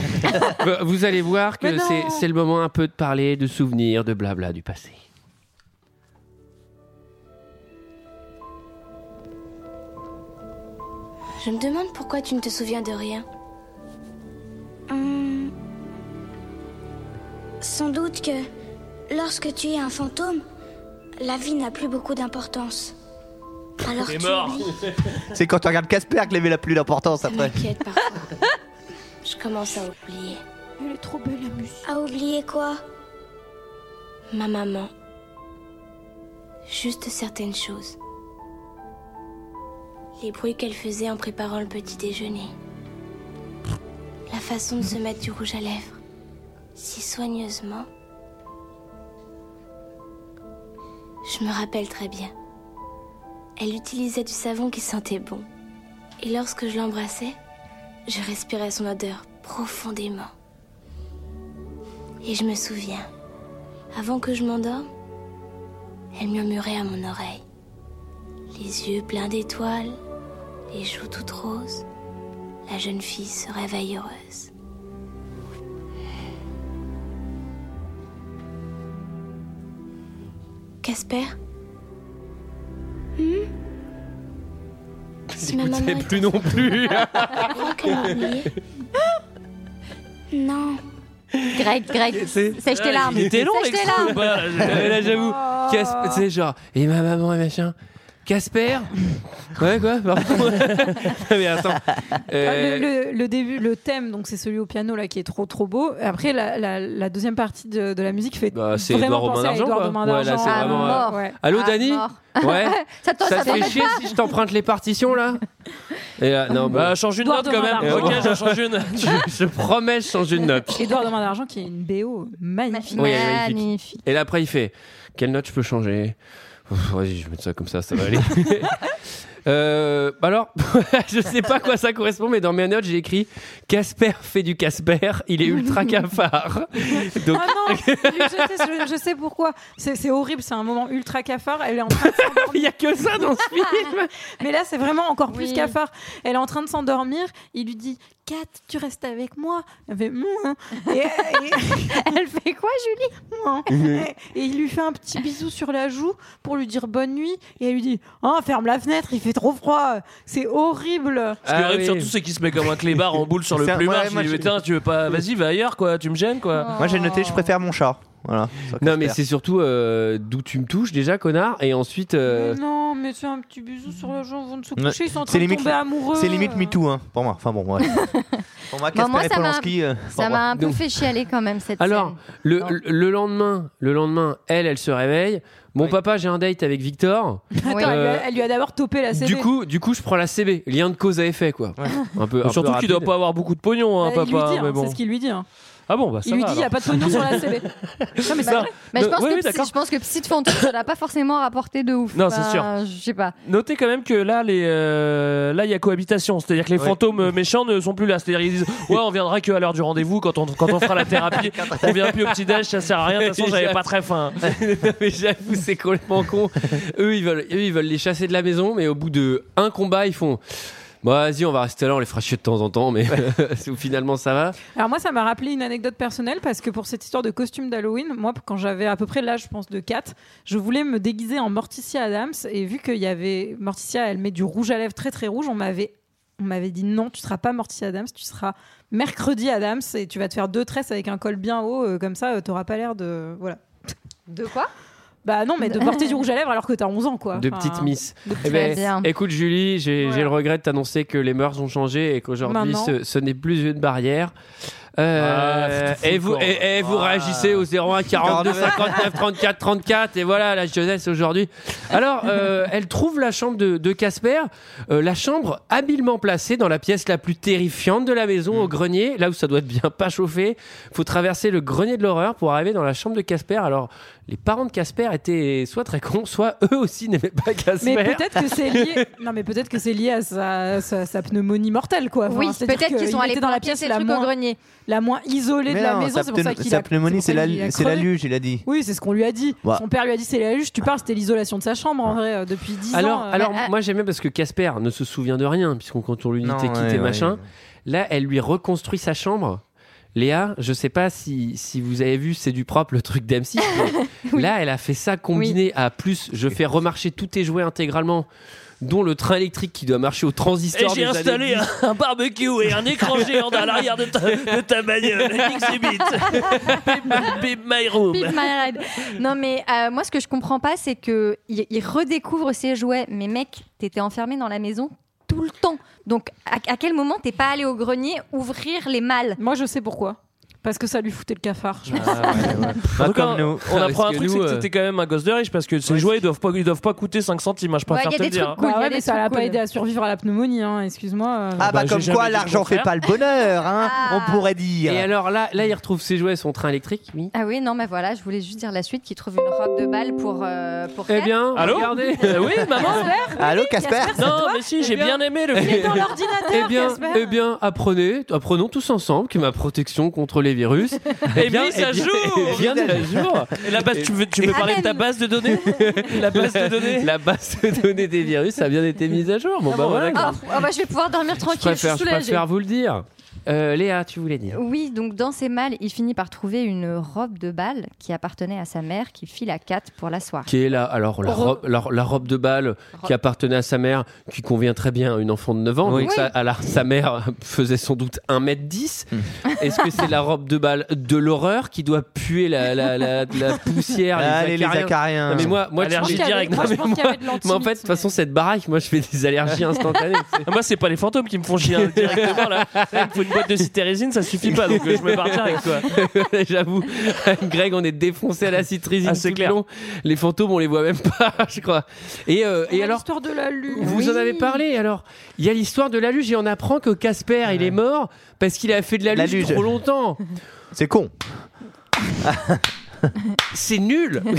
Speaker 1: vous allez voir que
Speaker 10: Mais non.
Speaker 1: c'est c'est le moment un peu de parler de souvenirs, de blabla du passé.
Speaker 9: Je me demande pourquoi tu ne te souviens de rien. Hum. Sans doute que lorsque tu es un fantôme, la vie n'a plus beaucoup d'importance. Alors
Speaker 6: T'es
Speaker 9: tu
Speaker 6: mort.
Speaker 9: oublies.
Speaker 8: C'est quand tu regardes Casper que les la plus d'importance
Speaker 9: Ça
Speaker 8: après.
Speaker 9: m'inquiète parfois. Je commence à oublier.
Speaker 10: Elle est trop belle, la musique.
Speaker 9: À oublier quoi Ma maman. Juste certaines choses. Les bruits qu'elle faisait en préparant le petit déjeuner. La façon de se mettre du rouge à lèvres. Si soigneusement. Je me rappelle très bien. Elle utilisait du savon qui sentait bon. Et lorsque je l'embrassais, je respirais son odeur profondément. Et je me souviens, avant que je m'endorme, elle murmurait à mon oreille. Les yeux pleins d'étoiles, les joues toutes roses, la jeune fille se réveille heureuse. Casper Hmm Si ma maman
Speaker 1: T'es
Speaker 9: était
Speaker 1: plus non plus.
Speaker 9: au courant qu'elle m'a oublié Non.
Speaker 11: Greg, Greg, sèche tes larmes.
Speaker 6: Il était long,
Speaker 11: Sèche tes larmes.
Speaker 6: l'extrait. Bah,
Speaker 1: Mais
Speaker 6: j'ai-
Speaker 1: là, j'avoue, Casper, c'est genre, et ma maman et machin. Casper Ouais, quoi Pardon. mais attends.
Speaker 10: Le,
Speaker 1: euh,
Speaker 10: Ah, le- le début, le thème, donc c'est celui au piano là qui est trop trop beau. Après, la, la- la deuxième partie de, de la musique fait
Speaker 1: Bah, c'est
Speaker 10: vraiment
Speaker 1: Édouard Romain
Speaker 10: penser à
Speaker 1: d'Argent,
Speaker 10: Édouard
Speaker 1: quoi.
Speaker 10: Romain
Speaker 1: Ouais, là,
Speaker 10: d'Argent.
Speaker 1: c'est
Speaker 11: Ah,
Speaker 1: vraiment, euh,
Speaker 11: mort.
Speaker 10: Ouais.
Speaker 1: Allô,
Speaker 11: Ah,
Speaker 1: Dani
Speaker 11: mort.
Speaker 1: Ouais
Speaker 11: Ça te
Speaker 1: Ça
Speaker 11: ça
Speaker 1: te fait
Speaker 11: t'embête
Speaker 1: chier
Speaker 11: pas
Speaker 1: si je t'emprunte les partitions, là Et là, non, bah,
Speaker 6: Bah, change une
Speaker 10: Boire
Speaker 6: note
Speaker 10: de
Speaker 6: quand
Speaker 10: vin
Speaker 6: même.
Speaker 10: d'argent.
Speaker 6: Ok, j'en change une.
Speaker 1: je, je promets, je change une note.
Speaker 10: Édouard Romain d'Argent qui est une BO magnifique.
Speaker 1: Oui, elle est magnifique.
Speaker 11: Magnifique.
Speaker 1: Et là, après, il fait Quelle note je peux changer Ouf, Vas-y, je vais mettre ça comme ça, ça va aller. Euh, alors, je sais pas à quoi ça correspond, mais dans mes notes, j'ai écrit Casper fait du Casper, il est ultra cafard. Donc,
Speaker 10: Ah non, je sais, je- je sais pourquoi. C'est c'est horrible, c'est un moment ultra cafard. Elle est en train de s'endormir.
Speaker 1: il y a que ça dans ce film.
Speaker 10: Mais là, c'est vraiment encore plus
Speaker 11: Oui.
Speaker 10: cafard. Elle est en train de s'endormir. Il lui dit Kat, tu restes avec moi. Elle fait Mouah. et,
Speaker 11: Elle fait quoi, Julie
Speaker 10: et- Mouah. Et- et il lui fait un petit bisou sur la joue pour lui dire bonne nuit. Et elle lui dit Ah, ferme la fenêtre, il fait trop froid. C'est horrible.
Speaker 6: Ce
Speaker 1: Ah
Speaker 6: qui est horrible surtout, c'est qu'il se met comme un clébard en boule sur le
Speaker 8: C'est un-
Speaker 6: plumard.
Speaker 8: ouais,
Speaker 6: Je
Speaker 8: moi,
Speaker 6: lui dis,
Speaker 8: j'ai-
Speaker 6: mais tiens, tu veux pas. Vas-y, va ailleurs, quoi. Tu me gênes, quoi.
Speaker 8: Euh, Moi j'ai noté, je préfère mon chat. Voilà.
Speaker 1: Non, mais c'est surtout euh, d'où tu me touches déjà, connard, et ensuite. euh,
Speaker 10: Mais non, mais c'est un petit bisou sur la joue avant de se
Speaker 8: Ouais.
Speaker 10: coucher. Ils sont en
Speaker 8: C'est
Speaker 10: train de
Speaker 8: limite-
Speaker 10: tomber amoureux.
Speaker 8: C'est limite MeToo, hein, pour moi. Enfin bon, ouais. pour moi, Casper
Speaker 11: Oh. moi,
Speaker 8: et
Speaker 11: ça m'a-
Speaker 8: Polanski. euh, pour
Speaker 11: Ça
Speaker 8: moi.
Speaker 11: m'a un peu
Speaker 1: Donc-
Speaker 11: fait chialer quand même cette
Speaker 1: Alors,
Speaker 11: scène.
Speaker 1: le,
Speaker 11: Non.
Speaker 1: le- le lendemain, le lendemain, elle, elle se réveille. Mon papa, j'ai un date avec Victor.
Speaker 10: Attends,
Speaker 11: Oui.
Speaker 10: elle, lui
Speaker 1: Euh,
Speaker 10: a, elle lui a d'abord topé la
Speaker 1: Du
Speaker 10: CV.
Speaker 1: coup, du coup, je prends la CB. Lien de cause à effet, quoi. Un peu. Bah, un peu
Speaker 6: Surtout qu'il doit
Speaker 1: rapide.
Speaker 6: pas avoir beaucoup de pognon, hein,
Speaker 10: Bah, il lui
Speaker 6: papa.
Speaker 10: dit, hein,
Speaker 6: mais bon.
Speaker 10: c'est ce qu'il lui dit. hein.
Speaker 6: Ah bon, bah ça
Speaker 10: Il lui
Speaker 6: va,
Speaker 10: dit, il n'y a
Speaker 6: alors. Bah,
Speaker 10: pas de pognon sur la CV.
Speaker 6: Non, mais ça.
Speaker 11: Mais je
Speaker 6: Non,
Speaker 11: pense,
Speaker 6: oui, oui,
Speaker 11: que psy,
Speaker 6: d'accord.
Speaker 11: je pense que Psy de Fantôme, ça l'a pas forcément rapporté de ouf.
Speaker 6: Non, c'est
Speaker 11: Enfin, Je sais pas.
Speaker 6: Notez quand même que là, les, euh, là, il y a cohabitation. C'est-à-dire que les
Speaker 8: Ouais.
Speaker 6: fantômes euh, méchants ne sont plus là. C'est-à-dire qu'ils disent, ouais, on viendra que à l'heure du rendez-vous quand on, quand on fera la thérapie. on vient plus au petit déj, ça sert à rien. De toute façon, j'avais pas très faim.
Speaker 1: Non, mais j'avoue, c'est complètement con. eux, ils veulent, eux, ils veulent les chasser de la maison, mais au bout de un combat, ils font. Bah, vas-y, on va rester là, on les fera chier de temps en temps, mais finalement ça va.
Speaker 10: Alors moi, ça m'a rappelé une anecdote personnelle parce que pour cette histoire de costume d'Halloween, moi, quand j'avais à peu près l'âge, je pense, de 4, je voulais me déguiser en Morticia Adams et vu qu'il y avait Morticia, elle met du rouge à lèvres très très rouge, on m'avait on m'avait dit non, tu seras pas Morticia Adams, tu seras mercredi Adams et tu vas te faire deux tresses avec un col bien haut, euh, comme ça, tu t'auras pas l'air de voilà.
Speaker 11: De quoi
Speaker 10: Bah non, mais de porter du rouge à lèvres alors que t'as 11 ans quoi.
Speaker 1: De
Speaker 10: Enfin,
Speaker 1: petites miss.
Speaker 10: de
Speaker 1: Eh
Speaker 10: petites-
Speaker 1: ben,
Speaker 11: Très bien.
Speaker 1: écoute, Julie, j'ai
Speaker 10: Voilà.
Speaker 1: j'ai le regret de t'annoncer que les mœurs ont changé et qu'aujourd'hui,
Speaker 10: Maintenant.
Speaker 1: ce, ce n'est plus une barrière. Euh,
Speaker 6: Ah,
Speaker 1: et vous, et, et vous réagissez au 01 42 59 34 34. Et voilà la jeunesse aujourd'hui. Alors, euh, elle trouve la chambre de de Casper, euh, la chambre habilement placée dans la pièce la plus terrifiante de la maison, au grenier, là où ça doit être bien pas chauffé. Faut traverser le grenier de l'horreur pour arriver dans la chambre de Casper. Alors, les parents de Casper étaient soit très cons, soit eux aussi n'aimaient pas Casper.
Speaker 10: Mais peut-être que c'est lié. Non, mais peut-être que c'est lié à sa, sa- sa pneumonie mortelle, quoi.
Speaker 11: Oui,
Speaker 10: c'est-à-dire
Speaker 11: peut-être
Speaker 10: que
Speaker 11: qu'ils sont
Speaker 10: il
Speaker 11: allés
Speaker 10: était dans la
Speaker 11: planquer
Speaker 10: pièce
Speaker 11: ces
Speaker 10: la
Speaker 11: trucs au
Speaker 10: moins,
Speaker 11: grenier.
Speaker 10: la moins isolée de la
Speaker 8: non,
Speaker 10: maison.
Speaker 8: sa
Speaker 10: C'est pour ça
Speaker 8: pneu-
Speaker 10: qu'il
Speaker 8: sa
Speaker 10: a-
Speaker 8: pneumonie, c'est
Speaker 10: c'est pour
Speaker 8: la,
Speaker 10: ça qu'il a
Speaker 8: c'est la
Speaker 10: crevé.
Speaker 8: luge, il a dit.
Speaker 10: Oui, c'est ce qu'on lui a dit.
Speaker 8: Ouais.
Speaker 10: Son père lui a dit c'est la luge. Tu parles, c'était l'isolation de sa chambre en vrai euh, depuis 10
Speaker 1: Alors,
Speaker 10: ans. euh.
Speaker 1: alors moi j'aimais parce que Casper ne se souvient de rien, puisqu'on quand on lui dit
Speaker 8: Non,
Speaker 1: t'es qui,
Speaker 8: ouais,
Speaker 1: t'es
Speaker 8: ouais,
Speaker 1: machin. Là, elle lui reconstruit sa chambre. Léa, je sais pas si, si vous avez vu, c'est du propre le truc d'M6. mais Là, elle a fait ça combiné à plus, je fais remarcher tous tes jouets intégralement, dont le train électrique qui doit marcher au
Speaker 6: Et
Speaker 1: transistor.
Speaker 6: j'ai
Speaker 1: des années
Speaker 6: installé
Speaker 1: 10.
Speaker 6: un, un barbecue et un écran géant à l'arrière de ta, de ta bagnole. Exhibit. Bib my room.
Speaker 11: Pimp my ride. Non, mais euh, moi, ce que je comprends pas, c'est que il il redécouvre ses jouets. Mais mec, t'étais enfermé dans la maison tout le temps. Donc, à, à quel moment t'es pas allé au grenier ouvrir les malles
Speaker 10: Moi, je sais pourquoi. Parce que ça lui foutait le
Speaker 8: Ah.
Speaker 10: cafard. je pense.
Speaker 6: En tout cas,
Speaker 8: comme nous.
Speaker 6: on apprend
Speaker 1: Parce
Speaker 6: un
Speaker 1: que
Speaker 6: truc, c'est
Speaker 1: nous,
Speaker 6: que
Speaker 1: euh,
Speaker 6: c'était quand même un gosse de riche parce que ces jouets, ils doivent pas, ils doivent pas coûter 5 centimes, hein, je préfère
Speaker 11: Ouais, y a
Speaker 6: te le
Speaker 11: des
Speaker 6: dire.
Speaker 11: trucs
Speaker 6: hein.
Speaker 10: Bah
Speaker 11: cool, il y a
Speaker 10: ouais,
Speaker 11: des
Speaker 10: mais ça
Speaker 11: trucs
Speaker 10: l'a pas
Speaker 11: cool.
Speaker 10: aidé à survivre à la pneumonie, hein, excuse-moi. euh.
Speaker 8: Ah bah,
Speaker 6: j'ai
Speaker 8: comme
Speaker 6: jamais
Speaker 8: quoi
Speaker 6: dit le
Speaker 8: l'argent fait
Speaker 6: contraire.
Speaker 8: pas le bonheur, hein,
Speaker 11: Ah.
Speaker 8: on pourrait dire.
Speaker 1: Et alors là, là, il retrouve ses jouets, son train électrique. Oui.
Speaker 11: Ah oui, non, mais voilà, je voulais juste dire la suite qui trouve une robe de balle pour. euh, pour
Speaker 1: Eh
Speaker 11: Kat.
Speaker 1: bien,
Speaker 6: Allô
Speaker 1: regardez.
Speaker 6: Euh, Oui, maman
Speaker 8: Allô Casper
Speaker 6: Non, mais si, j'ai bien aimé le film.
Speaker 10: Dans l'ordinateur,
Speaker 6: Ah,
Speaker 1: Eh bien,
Speaker 10: Casper.
Speaker 1: eh bien, apprenez, apprenons tous ensemble que ma protection contre les virus.
Speaker 6: Eh bien, ça joue
Speaker 1: eh bien, elle joue.
Speaker 6: Et la base, tu veux, tu veux parler de ta base de données La base de données
Speaker 1: La base de données des virus a bien été mise à jour. Bon, bah
Speaker 6: bon,
Speaker 1: voilà.
Speaker 11: Ah, ah bah, je vais pouvoir dormir
Speaker 1: Je
Speaker 11: tranquille, je,
Speaker 1: préfère, je
Speaker 11: suis soulagée.
Speaker 1: préfère vous le dire. Euh, Léa, tu voulais dire.
Speaker 11: Oui, donc dans ses malles, il finit par trouver une robe de balle qui appartenait à sa mère, qu'il file à Kat pour la soirée.
Speaker 1: Qui est là Alors, la robe, la, la robe de balle qui appartenait à sa mère, qui convient très bien à une enfant de 9 ans.
Speaker 8: Oui.
Speaker 1: Donc, ça, à la- sa mère faisait sans doute 1m10. Est-ce que c'est la robe de balle de l'horreur qui doit puer la, la, la, la poussière
Speaker 8: Allez Ah, les
Speaker 1: acariens
Speaker 8: acariens.
Speaker 1: Non, mais moi, moi,
Speaker 10: Je pense
Speaker 6: Allergie
Speaker 10: qu'il y avait-
Speaker 6: directe.
Speaker 10: moi, je
Speaker 1: mais
Speaker 10: pense qu'il y
Speaker 1: moi-
Speaker 10: avait de
Speaker 1: Mais en fait, de toute
Speaker 10: l'antimisme,
Speaker 1: façon, cette baraque, moi, je fais des allergies instantanées.
Speaker 6: Ah, Moi, c'est pas les fantômes qui me font chier hein, directement là. Là, il me faut une boîte de citérésine, ça suffit pas, donc euh, je me partir avec toi.
Speaker 1: J'avoue, avec Greg, on est défoncé à la citrésine
Speaker 6: Ah,
Speaker 1: tout
Speaker 6: c'est
Speaker 1: le
Speaker 6: clair.
Speaker 1: long. Les fantômes, on les voit même pas, je crois. Et, euh,
Speaker 10: mais-
Speaker 1: et alors,
Speaker 10: L'histoire de la lune.
Speaker 1: vous en avez parlé. Alors, il y a l'histoire de la luge et on apprend que Casper, il est mort parce qu'il a fait de la
Speaker 8: La
Speaker 1: luge,
Speaker 8: luge.
Speaker 1: trop longtemps.
Speaker 8: C'est con.
Speaker 1: C'est nul. Non,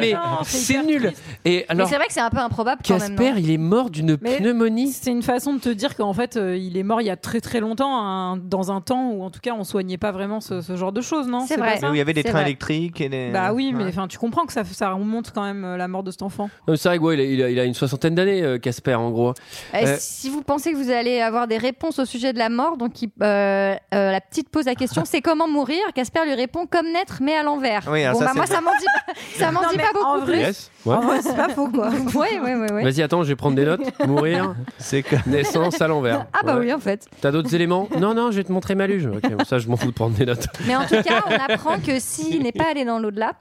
Speaker 1: mais
Speaker 10: Non, c'est
Speaker 1: c'est
Speaker 10: hyper
Speaker 1: nul.
Speaker 10: triste.
Speaker 1: Et
Speaker 11: mais
Speaker 1: alors,
Speaker 11: c'est vrai que c'est un peu improbable quand même.
Speaker 1: Casper,
Speaker 11: non
Speaker 1: il est mort d'une
Speaker 10: Mais-
Speaker 1: pneumonie.
Speaker 10: C'est une façon de te dire qu'en fait, euh, il est mort il y a très très longtemps, hein, dans un temps où en tout cas on soignait pas vraiment ce, ce genre de choses, non
Speaker 11: C'est
Speaker 10: pas
Speaker 11: vrai.
Speaker 10: ça
Speaker 8: Où il y avait des
Speaker 11: C'est
Speaker 8: trains
Speaker 11: vrai.
Speaker 8: électriques et des...
Speaker 10: Bah oui, mais
Speaker 8: Ouais.
Speaker 10: enfin, tu comprends que ça, ça remonte quand même euh, la mort de cet enfant.
Speaker 1: Non, C'est vrai que, ouais, il, a, il a- il a une soixantaine d'années, euh, Casper, en gros.
Speaker 11: Eh,
Speaker 1: Euh,
Speaker 11: Si vous pensez que vous allez avoir des réponses au sujet de la mort, donc il- euh, euh, la petite pose la question, c'est comment mourir Casper lui répond comme naître mais à l'envers.
Speaker 8: Oui, alors ça,
Speaker 11: bon bah
Speaker 8: c'est
Speaker 11: moi
Speaker 8: vrai.
Speaker 11: ça m'en dit, ça m'en
Speaker 10: Non,
Speaker 11: dit
Speaker 10: mais
Speaker 11: pas beaucoup.
Speaker 10: en vrai-
Speaker 1: Yes. Ah Ouais.
Speaker 10: c'est pas faux quoi.
Speaker 11: Ouais, ouais, ouais, ouais.
Speaker 1: Vas-y, attends, je vais prendre des notes. Mourir,
Speaker 8: C'est que-
Speaker 1: naissance à l'envers.
Speaker 11: Ah bah
Speaker 1: Ouais.
Speaker 11: oui en fait.
Speaker 1: T'as d'autres éléments Non, non, je vais te montrer ma luge. Ok, bon, ça, je m'en fous de prendre des notes.
Speaker 11: Mais en tout cas, on apprend que s'il n'est pas allé dans l'au-delà,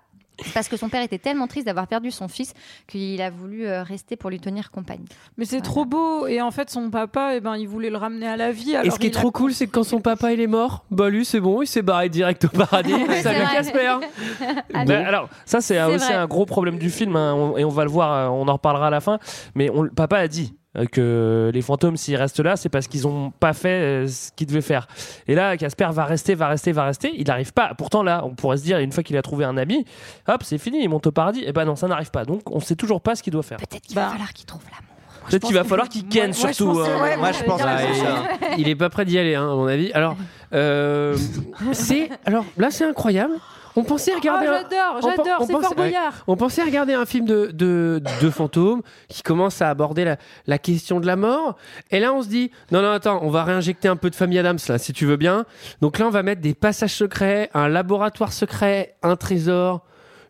Speaker 11: c'est parce que son père était tellement triste d'avoir perdu son fils qu'il a voulu euh, rester pour lui tenir compagnie.
Speaker 10: Mais c'est trop beau. Et en fait, son papa, eh ben, il voulait le ramener à la vie.
Speaker 1: Et
Speaker 10: Alors
Speaker 1: ce qui est
Speaker 10: il a-
Speaker 1: trop cool, c'est que quand son papa il est mort, bah lui c'est bon, il s'est barré direct au paradis. Salut
Speaker 11: vrai.
Speaker 1: Casper.
Speaker 11: Allez.
Speaker 6: Bah, alors, ça, c'est euh,
Speaker 11: C'est
Speaker 6: aussi
Speaker 11: vrai.
Speaker 6: un gros problème du film, hein, on- et on va le voir, euh, on en reparlera à la fin. Mais on- papa a dit euh, que les fantômes, s'ils restent là, c'est parce qu'ils n'ont pas fait euh, ce qu'ils devaient faire. Et là, Casper va rester, va rester, va rester. Il n'arrive pas. Pourtant, là, on pourrait se dire, une fois qu'il a trouvé un ami, hop, c'est fini, il monte au paradis. Et ben non, ça n'arrive pas. Donc, on sait toujours pas ce qu'il doit faire.
Speaker 11: Peut-être qu'il
Speaker 10: Bah.
Speaker 11: va falloir qu'il trouve l'amour.
Speaker 6: Peut-être qu'il va falloir qu'il ken
Speaker 10: Moi, je
Speaker 6: surtout.
Speaker 10: pense que-
Speaker 6: hein.
Speaker 10: ouais,
Speaker 8: Moi je pense que
Speaker 1: Ouais,
Speaker 8: c'est ça.
Speaker 1: il, il est pas prêt d'y aller, hein, à mon avis. Alors, euh, c'est alors là c'est incroyable. On pensait
Speaker 10: Ah,
Speaker 1: regarder. un-
Speaker 10: j'adore,
Speaker 1: on pen-
Speaker 10: j'adore,
Speaker 1: on
Speaker 10: c'est
Speaker 1: pense-
Speaker 10: Fort Boyard.
Speaker 1: On pensait regarder un film de, de, de fantômes qui commence à aborder la, la question de la mort. Et là, on se dit, non, non, attends, on va réinjecter un peu de Famille Adams, là, si tu veux bien. Donc là, on va mettre des passages secrets, un laboratoire secret, un trésor,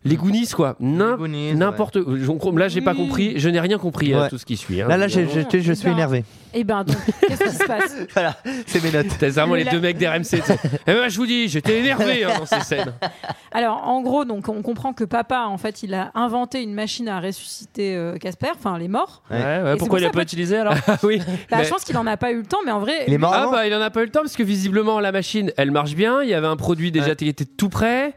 Speaker 1: Les Goonies, quoi. N'im- N'importe. je- Là, j'ai pas
Speaker 10: Oui.
Speaker 1: compris. Je n'ai rien compris à
Speaker 8: Ouais.
Speaker 1: tout ce qui suit. hein.
Speaker 8: Là, là, j'ai- j'ai- j'ai- je suis
Speaker 10: Ben,
Speaker 8: énervé.
Speaker 10: Et ben, donc, qu'est-ce qui se passe
Speaker 8: Voilà, c'est mes notes.
Speaker 1: T'as vraiment les
Speaker 10: Le-
Speaker 1: deux mecs d'RMC. tu sais. Eh ben, je vous dis, j'étais énervé hein, dans ces scènes.
Speaker 10: Alors, en gros, donc, on comprend que papa, en fait, il a inventé une machine à ressusciter euh, Casper, enfin les morts.
Speaker 6: Ouais, ouais,
Speaker 10: Et c'est pour
Speaker 6: pourquoi il
Speaker 10: ça,
Speaker 6: l'a pas utilisé alors
Speaker 1: Oui.
Speaker 10: Bah,
Speaker 1: Mais-
Speaker 10: Je pense qu'il en a pas eu le temps, mais en vrai. lui-
Speaker 1: Ah bah il en a pas eu le temps parce que visiblement la machine elle marche bien, il y avait un produit déjà qui était tout prêt.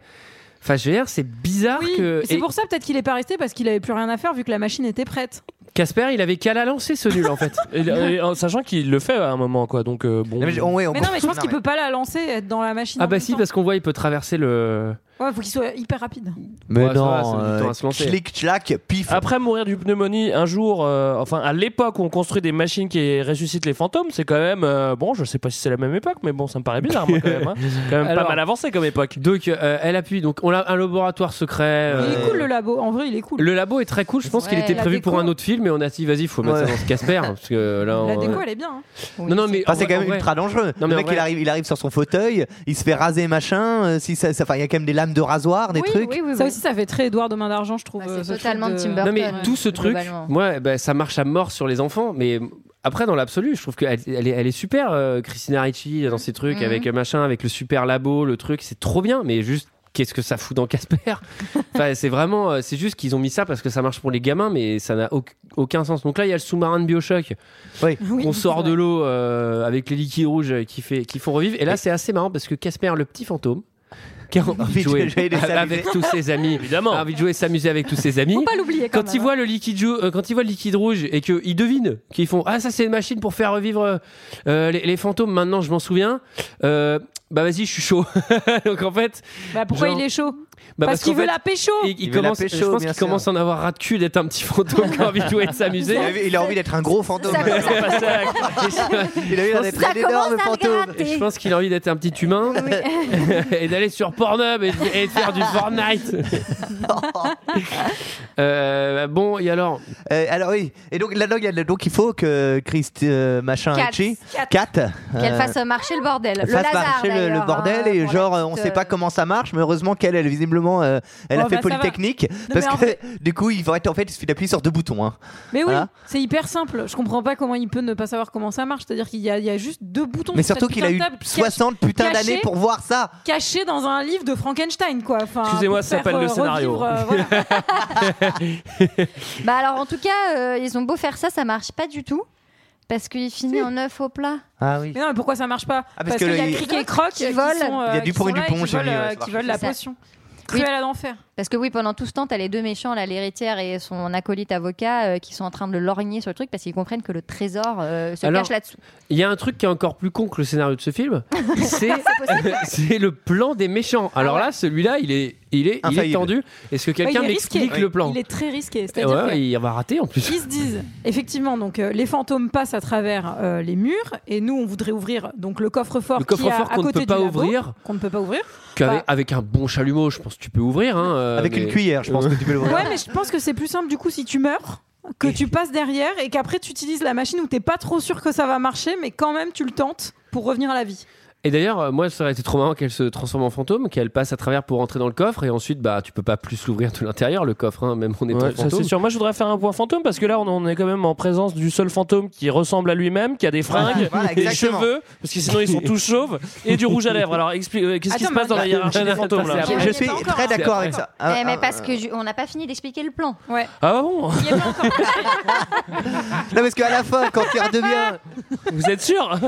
Speaker 1: Enfin je veux dire c'est bizarre
Speaker 10: Oui,
Speaker 1: que...
Speaker 10: mais c'est
Speaker 1: et
Speaker 10: pour ça peut-être qu'il est pas resté parce qu'il avait plus rien à faire vu que la machine était prête.
Speaker 1: Casper il avait qu'à la lancer ce nul en fait.
Speaker 6: Et- euh, et en sachant qu'il le fait à un moment quoi donc euh, bon
Speaker 10: mais non, mais je pense qu'il peut pas la lancer et être dans la machine.
Speaker 1: Ah
Speaker 10: en
Speaker 1: bah
Speaker 10: même
Speaker 1: si
Speaker 10: temps.
Speaker 1: parce qu'on voit il peut traverser le...
Speaker 10: Ouais, faut qu'il soit hyper rapide.
Speaker 8: Mais
Speaker 1: Ouais, ça va, ça
Speaker 8: non,
Speaker 1: met du temps à se lancer.
Speaker 8: clic, clac, pif.
Speaker 6: Après mourir du pneumonie, un jour, euh, enfin à l'époque où on construit des machines qui ressuscitent les fantômes, c'est quand même euh, bon. Je sais pas si c'est la même époque, mais bon, ça me paraît bizarre moi, quand même. hein. C'est quand même
Speaker 1: Alors-
Speaker 6: pas mal avancé comme époque.
Speaker 1: Donc euh, elle appuie, donc on a un laboratoire secret.
Speaker 10: Il
Speaker 1: euh,
Speaker 10: est cool le labo, en vrai il est cool.
Speaker 1: Le labo est très cool, je pense qu'il
Speaker 10: Ouais,
Speaker 1: était
Speaker 10: la
Speaker 1: prévu
Speaker 10: déco.
Speaker 1: pour un autre film et on a dit vas-y faut mettre
Speaker 8: Ouais.
Speaker 1: ça dans ce Casper hein, parce que là...
Speaker 10: La
Speaker 1: on-
Speaker 10: déco elle est bien. hein.
Speaker 1: Non non mais...
Speaker 8: Enfin, c'est
Speaker 1: en
Speaker 8: quand
Speaker 1: vrai-
Speaker 8: même ultra dangereux.
Speaker 1: Non, mais
Speaker 8: le
Speaker 1: en
Speaker 8: mec,
Speaker 1: vrai-
Speaker 8: il arrive, il arrive sur son fauteuil, il se fait raser machin. euh, si ça, ça- enfin, il y a quand même des lames de rasoir, des trucs.
Speaker 10: Ça aussi ça fait très Edouard de main d'argent je trouve. euh, ce
Speaker 11: totalement
Speaker 10: truc de-
Speaker 11: Tim Burton.
Speaker 1: Non mais
Speaker 11: Ouais.
Speaker 1: tout ce truc,
Speaker 11: Globalement.
Speaker 1: moi, ben, ça marche à mort sur les enfants, mais après dans l'absolu, je trouve qu'elle elle est, elle est super, euh, Christina Ricci dans ses trucs
Speaker 11: Mhm.
Speaker 1: avec euh, machin, avec le super labo, le truc, c'est trop bien, mais juste. Qu'est-ce que ça fout dans Casper Enfin, c'est vraiment, euh, c'est juste qu'ils ont mis ça parce que ça marche pour les gamins, mais ça n'a au- aucun sens. Donc là, il y a le sous-marin de Bioshock.
Speaker 8: Oui.
Speaker 1: On sort de l'eau euh, avec les liquides rouges euh, qui, fait, qui font revivre. Et là, c'est assez marrant parce que Casper, le petit fantôme, qui a envie de
Speaker 8: Envie de
Speaker 1: jouer
Speaker 8: jouer, de
Speaker 1: avec
Speaker 8: s'amuser.
Speaker 1: tous ses amis,
Speaker 6: Évidemment.
Speaker 1: a envie de jouer, s'amuser avec tous ses amis
Speaker 10: Faut pas l'oublier quand, hein.
Speaker 1: quand ils voient le liquide jou- euh, quand ils voient le liquide rouge et qu'ils devinent qu'ils font ah ça c'est une machine pour faire revivre euh, euh, les, les fantômes maintenant je m'en souviens euh, bah vas-y je suis chaud donc en fait
Speaker 10: Bah pourquoi
Speaker 1: Genre-
Speaker 10: il est chaud
Speaker 1: bah,
Speaker 10: Parce qu'il
Speaker 1: qu'en
Speaker 10: veut
Speaker 1: fait,
Speaker 10: la pécho.
Speaker 1: il, il
Speaker 8: Il veut la
Speaker 1: commence
Speaker 8: pécho,
Speaker 1: je pense
Speaker 8: bien
Speaker 1: qu'il
Speaker 8: sûr.
Speaker 1: commence à en avoir ras de cul d'être un petit fantôme qui a envie de jouer et de s'amuser
Speaker 8: Il a, il a envie d'être un gros fantôme. il a envie d'être un énorme fantôme.
Speaker 1: je pense qu'il a envie d'être un petit humain et d'aller sur Pornhub et, et de faire du Fortnite. Euh, bon, et alors
Speaker 8: Euh, alors oui. Et donc là, donc, il y a- donc, il faut que Christ euh, machin
Speaker 11: Kat.
Speaker 8: Chi-
Speaker 11: Kat.
Speaker 8: Kat,
Speaker 11: Qu'elle
Speaker 8: euh,
Speaker 11: fasse marcher le bordel.
Speaker 8: Elle
Speaker 11: le
Speaker 8: fasse
Speaker 11: lazare,
Speaker 8: marcher le, le
Speaker 11: d'ailleurs,
Speaker 8: bordel
Speaker 11: hein,
Speaker 8: et
Speaker 11: pour
Speaker 8: genre
Speaker 11: la
Speaker 8: euh, on
Speaker 11: petite,
Speaker 8: sait pas
Speaker 11: euh,
Speaker 8: comment ça marche mais heureusement qu'elle elle visiblement euh, elle
Speaker 10: Oh,
Speaker 8: a fait
Speaker 10: bah, ça va.
Speaker 8: polytechnique
Speaker 10: mais
Speaker 8: parce
Speaker 10: en
Speaker 8: que
Speaker 10: fait-
Speaker 8: du coup il faut être en fait il suffit d'appuyer sur deux boutons hein.
Speaker 10: Mais oui,
Speaker 8: Voilà.
Speaker 10: c'est hyper simple. Je comprends pas comment il peut ne pas savoir comment ça marche. C'est-à-dire qu'il y, a- il y a juste deux boutons.
Speaker 8: mais
Speaker 10: sur cette
Speaker 8: surtout qu'il
Speaker 10: putain
Speaker 8: a
Speaker 10: de
Speaker 8: eu
Speaker 10: table cach-
Speaker 8: 60 putains
Speaker 10: cachée-
Speaker 8: d'années pour voir ça
Speaker 10: Caché dans un livre de Frankenstein, quoi. Enfin,
Speaker 6: Excusez-moi,
Speaker 10: pour
Speaker 6: ça s'appelle
Speaker 10: faire,
Speaker 6: le
Speaker 10: euh,
Speaker 6: scénario.
Speaker 10: revivre, euh, voilà.
Speaker 11: Bah alors en tout cas, euh, ils ont beau faire ça, ça marche pas du tout. Parce qu'il finit en œuf au plat.
Speaker 8: ah oui
Speaker 10: Mais non, mais pourquoi ça marche pas
Speaker 8: Ah, parce
Speaker 10: Parce
Speaker 8: que
Speaker 10: qu'il y a
Speaker 8: le-
Speaker 10: Cric et Croc
Speaker 11: Qui
Speaker 10: qui
Speaker 11: volent.
Speaker 10: sont, euh,
Speaker 8: Il y a du
Speaker 10: qui
Speaker 8: pour et
Speaker 10: sont
Speaker 8: du
Speaker 10: là
Speaker 8: contre
Speaker 10: qui
Speaker 8: chez
Speaker 10: veulent,
Speaker 8: lui, ouais,
Speaker 10: euh,
Speaker 8: ça
Speaker 10: qui
Speaker 8: marche.
Speaker 10: veulent la
Speaker 11: C'est ça.
Speaker 10: potion. Cruel à l'enfer.
Speaker 11: Parce que oui, pendant tout ce temps, t'as les deux méchants, là, l'héritière et son acolyte avocat, euh, qui sont en train de le lorgner sur le truc parce qu'ils comprennent que le trésor euh, se
Speaker 1: Alors-
Speaker 11: cache là-dessous.
Speaker 1: Il y a un truc qui est encore plus con que le scénario de ce film, c'est
Speaker 11: possible.
Speaker 1: c'est le plan des
Speaker 10: Ah
Speaker 1: méchants. Alors là, celui-là, il est, il est, il est
Speaker 8: Infaillible.
Speaker 1: tendu. Est-ce que quelqu'un
Speaker 10: Bah, il est risqué.
Speaker 1: m'explique le plan
Speaker 10: Il est très risqué.
Speaker 1: Eh
Speaker 10: C'est-à-dire que-
Speaker 1: ouais, Il va rater en plus.
Speaker 10: Ils se disent, effectivement, donc euh, les fantômes passent à travers euh, les murs et nous, on voudrait ouvrir donc le coffre-fort
Speaker 1: Le
Speaker 10: qui est
Speaker 1: coffre-fort
Speaker 10: à
Speaker 1: qu'on ne
Speaker 10: côté
Speaker 1: peut pas
Speaker 10: du labo,
Speaker 1: ouvrir.
Speaker 10: qu'on ne peut pas ouvrir.
Speaker 1: Qu'avec-
Speaker 10: Bah.
Speaker 1: Avec un bon chalumeau, je pense que tu peux ouvrir. hein, euh,
Speaker 8: avec une
Speaker 1: mais-
Speaker 8: cuillère je pense que tu peux le voir
Speaker 10: Ouais, mais je pense que c'est plus simple du coup si tu meurs que tu passes derrière et qu'après tu utilises la machine où t'es pas trop sûr que ça va marcher, mais quand même tu le tentes pour revenir à la vie.
Speaker 1: Et d'ailleurs, euh, moi, ça aurait été trop marrant qu'elle se transforme en fantôme, qu'elle passe à travers pour entrer dans le coffre, et ensuite, bah, tu peux pas plus l'ouvrir de l'intérieur, le coffre, hein, même en étant
Speaker 6: Ouais, ça
Speaker 1: fantôme.
Speaker 6: c'est sûr. Moi je voudrais faire un point fantôme parce que là on- on est quand même en présence du seul fantôme qui ressemble à lui-même, qui a des fringues,
Speaker 8: voilà,
Speaker 6: des
Speaker 8: exactement.
Speaker 6: cheveux, parce que sinon ils sont tous chauves et du rouge à lèvres. Alors explique, euh, qu'est-ce qui
Speaker 10: Attends,
Speaker 6: se passe
Speaker 10: mais
Speaker 6: dans la hiérarchie des fantômes là
Speaker 1: c'est
Speaker 8: Ah, je
Speaker 10: Il y
Speaker 8: suis
Speaker 10: a pas encore,
Speaker 8: très
Speaker 10: hein.
Speaker 8: d'accord
Speaker 1: C'est
Speaker 8: avec
Speaker 1: après.
Speaker 8: ça Ah,
Speaker 11: Eh, mais
Speaker 8: ah,
Speaker 11: parce
Speaker 8: ah.
Speaker 11: que ju- on n'a pas fini d'expliquer le plan.
Speaker 10: Ouais.
Speaker 6: Ah bon
Speaker 10: Il y a pas encore.
Speaker 8: non parce qu'à la fin quand il redevient
Speaker 6: Vous êtes sûr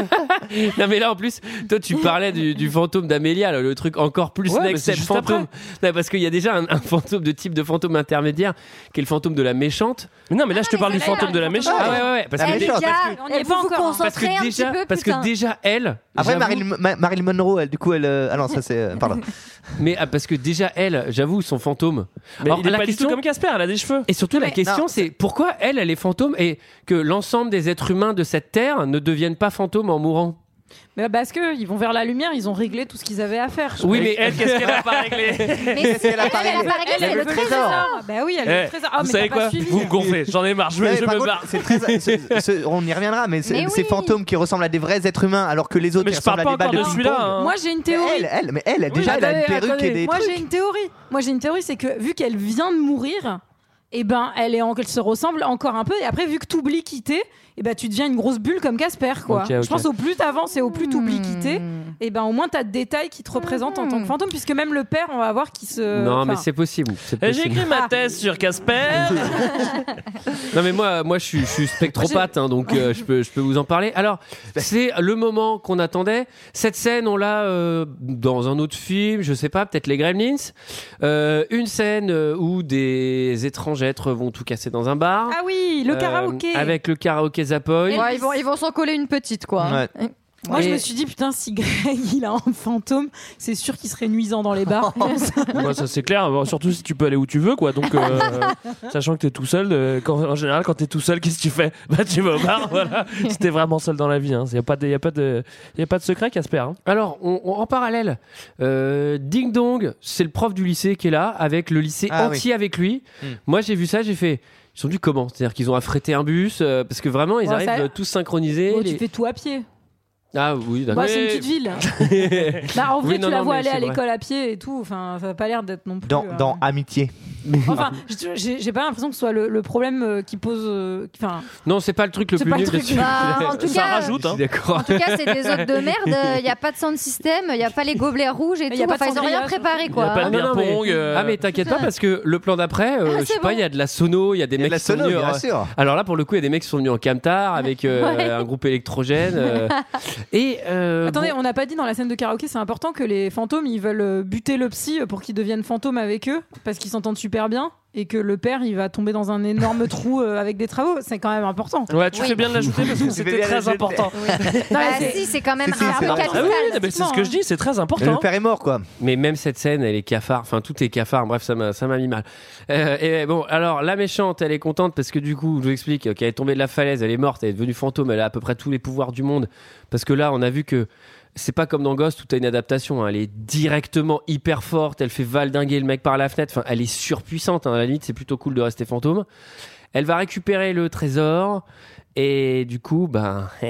Speaker 1: Non mais là en plus, toi tu parlais du, du fantôme d'Amélia, là, le truc encore plus
Speaker 6: Ouais, mais
Speaker 1: next
Speaker 6: c'est
Speaker 1: step
Speaker 6: juste
Speaker 1: fantôme. Non, parce qu'il y a déjà un, un fantôme de type de fantôme intermédiaire qui est le fantôme de la méchante.
Speaker 6: Mais Non mais là je te parle du fantôme de la méchante.
Speaker 1: Ah ouais ouais ouais. Parce
Speaker 8: La
Speaker 1: que,
Speaker 11: Eh,
Speaker 8: méchante.
Speaker 11: les
Speaker 8: parce
Speaker 11: gars,
Speaker 10: que- on n'y est
Speaker 11: vous
Speaker 10: pas
Speaker 11: vous
Speaker 10: encore, hein.
Speaker 1: parce que
Speaker 11: concentrez un
Speaker 1: déjà,
Speaker 11: petit peu,
Speaker 1: parce que
Speaker 11: putain.
Speaker 1: déjà elle.
Speaker 8: après
Speaker 1: j'avoue-
Speaker 8: Marilyn, Ma- Marilyn Monroe elle, du coup elle euh, ah non ça c'est euh, pardon
Speaker 1: Mais ah, parce que déjà elle, j'avoue son fantôme.
Speaker 6: Mais
Speaker 1: Alors,
Speaker 6: il est
Speaker 1: la
Speaker 6: pas du
Speaker 1: question.
Speaker 6: tout comme Casper, elle a des cheveux.
Speaker 1: Et surtout, la question,
Speaker 8: non,
Speaker 1: c'est pourquoi elle, elle est fantôme et que l'ensemble des êtres humains de cette terre ne deviennent pas fantômes en mourant
Speaker 10: Mais parce que ils vont vers la lumière, ils ont réglé tout ce qu'ils avaient à faire.
Speaker 6: Oui, mais elle, qu'est-ce qu'elle a pas réglé
Speaker 10: Qu'est-ce qu'elle a pas réglé Elle,
Speaker 6: Elle
Speaker 10: elle veut
Speaker 6: veut
Speaker 10: le
Speaker 6: le trésor.
Speaker 10: trésor. Bah oui, elle veut
Speaker 6: Eh,
Speaker 10: le trésor. Ah,
Speaker 6: vous
Speaker 10: mais
Speaker 6: savez
Speaker 10: t'as
Speaker 6: quoi
Speaker 10: pas suivi.
Speaker 6: Vous me gonflez, j'en ai marre, je, vais-
Speaker 8: Ouais,
Speaker 6: je
Speaker 8: par
Speaker 6: me
Speaker 8: contre,
Speaker 6: barre.
Speaker 8: c'est très- ce- ce- on y reviendra, mais, ce-
Speaker 10: Mais
Speaker 8: ces
Speaker 10: oui.
Speaker 8: fantômes qui ressemblent à des vrais êtres humains alors que les autres
Speaker 6: Mais
Speaker 8: ils
Speaker 6: je parle
Speaker 8: ressemblent à
Speaker 6: pas
Speaker 8: des balles de
Speaker 6: encore de
Speaker 8: ping-pong.
Speaker 6: celui-là, hein.
Speaker 10: Moi, j'ai une théorie.
Speaker 8: Elle, elle, mais elle, déjà, elle a une perruque et des
Speaker 10: Moi,
Speaker 8: trucs.
Speaker 10: j'ai une théorie. Moi, j'ai une théorie, c'est que vu qu'elle vient de mourir, et ben, elle est en qu'elle se ressemble encore un peu. Et après, vu que t'oublies quitter, et ben, tu deviens une grosse bulle comme Casper, quoi.
Speaker 6: Ok, ok.
Speaker 10: Je pense au plus t'avances et au plus t'oublies quitter,
Speaker 11: Hmm.
Speaker 10: et ben, au moins t'as de détails qui te représentent en tant que fantôme, puisque même le père, on va voir qui se.
Speaker 1: non,
Speaker 10: enfin,
Speaker 1: mais c'est possible. c'est
Speaker 6: Eh,
Speaker 1: possible.
Speaker 6: J'ai écrit ma thèse sur Casper.
Speaker 1: Non mais moi, moi je suis, je suis spectropathe, hein, donc euh, je, peux, je peux vous en parler. Alors, c'est le moment qu'on attendait. Cette scène, on l'a euh, dans un autre film, je sais pas, peut-être les Gremlins. Euh, une scène euh, où des étrangêtres vont tout casser dans un bar.
Speaker 10: Ah oui, le
Speaker 1: Euh,
Speaker 10: karaoké.
Speaker 1: Avec le karaoké Zapoy.
Speaker 7: Ouais, ils vont ils vont s'en coller une petite, quoi. hein.
Speaker 8: Ouais.
Speaker 10: Moi, je
Speaker 1: Et-
Speaker 10: me suis dit, putain, si Greg il a un fantôme, c'est sûr qu'il serait nuisant dans les bars.
Speaker 6: Moi, ça c'est clair, Bon, surtout si tu peux aller où tu veux, quoi. Donc, euh, sachant que t'es tout seul, euh, quand- en général, quand t'es tout seul, qu'est-ce que tu fais Bah, tu vas au bar, voilà. Si t'es vraiment seul dans la vie, hein. y a pas de, y a pas de, y a pas de secret, Casper. hein.
Speaker 1: Alors, on- on- en parallèle, euh, Ding Dong, c'est le prof du lycée qui est là, avec le lycée
Speaker 8: Ah
Speaker 1: entier avec lui.
Speaker 8: Hmm.
Speaker 1: Moi, j'ai vu ça, j'ai fait. Ils sont du comment C'est-à-dire qu'ils ont affrété un bus, euh, parce que vraiment, ils
Speaker 10: Ouais,
Speaker 1: arrivent
Speaker 10: ça-
Speaker 1: euh, tous synchronisés.
Speaker 10: Bon,
Speaker 1: les-
Speaker 10: Tu fais tout à pied.
Speaker 1: Ah oui, d'accord.
Speaker 10: Bah, c'est une petite ville. Bah, en vrai,
Speaker 1: Oui, non,
Speaker 10: tu la
Speaker 1: non,
Speaker 10: vois
Speaker 1: mais
Speaker 10: aller
Speaker 1: c'est
Speaker 10: à
Speaker 1: vrai.
Speaker 10: l'école à pied et tout. Enfin, ça n'a pas l'air d'être non plus.
Speaker 8: Dans,
Speaker 10: euh,
Speaker 8: dans Amitié.
Speaker 10: Enfin, j'ai- j'ai j'ai pas l'impression que ce soit le, le problème euh, qui pose. euh, qui- Enfin,
Speaker 1: Non, c'est pas le truc le
Speaker 10: C'est
Speaker 1: plus
Speaker 10: pas le
Speaker 1: nul
Speaker 10: truc.
Speaker 1: là-dessus.
Speaker 11: Bah, en tout
Speaker 6: Ça
Speaker 11: cas,
Speaker 6: rajoute,
Speaker 1: Je
Speaker 6: hein.
Speaker 1: suis d'accord.
Speaker 11: En tout cas, c'est des hôtes de merde. Il n'y a pas de sound system, il n'y a pas les gobelets rouges et
Speaker 10: Y a pas
Speaker 11: tout.
Speaker 10: de
Speaker 11: Enfin, ils n'ont
Speaker 10: cendrillon,
Speaker 11: rien
Speaker 7: hein.
Speaker 11: préparé,
Speaker 6: Y a
Speaker 11: quoi. hein.
Speaker 6: pas
Speaker 1: Ah,
Speaker 6: de
Speaker 1: non, non, mais-
Speaker 6: ping-pong, euh,
Speaker 1: Ah mais t'inquiète pas parce que le plan d'après, euh,
Speaker 11: Ah,
Speaker 1: je sais
Speaker 11: c'est
Speaker 1: pas,
Speaker 11: bon.
Speaker 1: il y a de la sono, il y a des
Speaker 8: Il y a
Speaker 1: mecs
Speaker 8: de la hein.
Speaker 1: qui sont
Speaker 8: sono,
Speaker 1: venus.
Speaker 8: bien
Speaker 1: euh,
Speaker 8: sûr.
Speaker 1: Alors là pour le coup, il y a des mecs qui sont venus en camtar avec euh,
Speaker 11: Ouais.
Speaker 1: un groupe électrogène euh, et euh,
Speaker 10: attendez,
Speaker 1: bon,
Speaker 10: on n'a pas dit dans la scène de karaoké, c'est important que les fantômes ils veulent euh, buter le psy pour qu'il devienne fantôme avec eux parce qu'ils s'entendent super bien et que le père il va tomber dans un énorme trou euh, avec des travaux. C'est quand même important.
Speaker 6: Ouais, tu
Speaker 11: Oui.
Speaker 6: fais bien de l'ajouter parce que
Speaker 8: Tu fais
Speaker 6: c'était
Speaker 8: bien
Speaker 6: très
Speaker 8: l'ajouter.
Speaker 6: important.
Speaker 10: Non,
Speaker 11: Bah,
Speaker 10: mais c'est-
Speaker 11: si, c'est quand même
Speaker 8: Si, si,
Speaker 11: un
Speaker 8: c'est
Speaker 11: peu
Speaker 8: vrai.
Speaker 6: Ah oui,
Speaker 11: capital.
Speaker 6: non, mais c'est ce que je dis, c'est très
Speaker 8: Et
Speaker 6: important. hein.
Speaker 8: le père est mort, quoi.
Speaker 1: mais même cette scène, elle est cafard, enfin tout est cafard. Bref, ça m'a ça m'a mis mal. Euh, et bon, alors la méchante, elle est contente parce que du coup, je vous explique, ok, elle est tombée de la falaise, elle est morte, elle est devenue fantôme, elle a à peu près tous les pouvoirs du monde parce que là, on a vu que c'est pas comme dans Ghost où t'as une adaptation, hein, elle est directement hyper forte, elle fait valdinguer le mec par la fenêtre, enfin elle est surpuissante, hein, à la limite c'est plutôt cool de rester fantôme. Elle va récupérer le trésor et du coup, ben...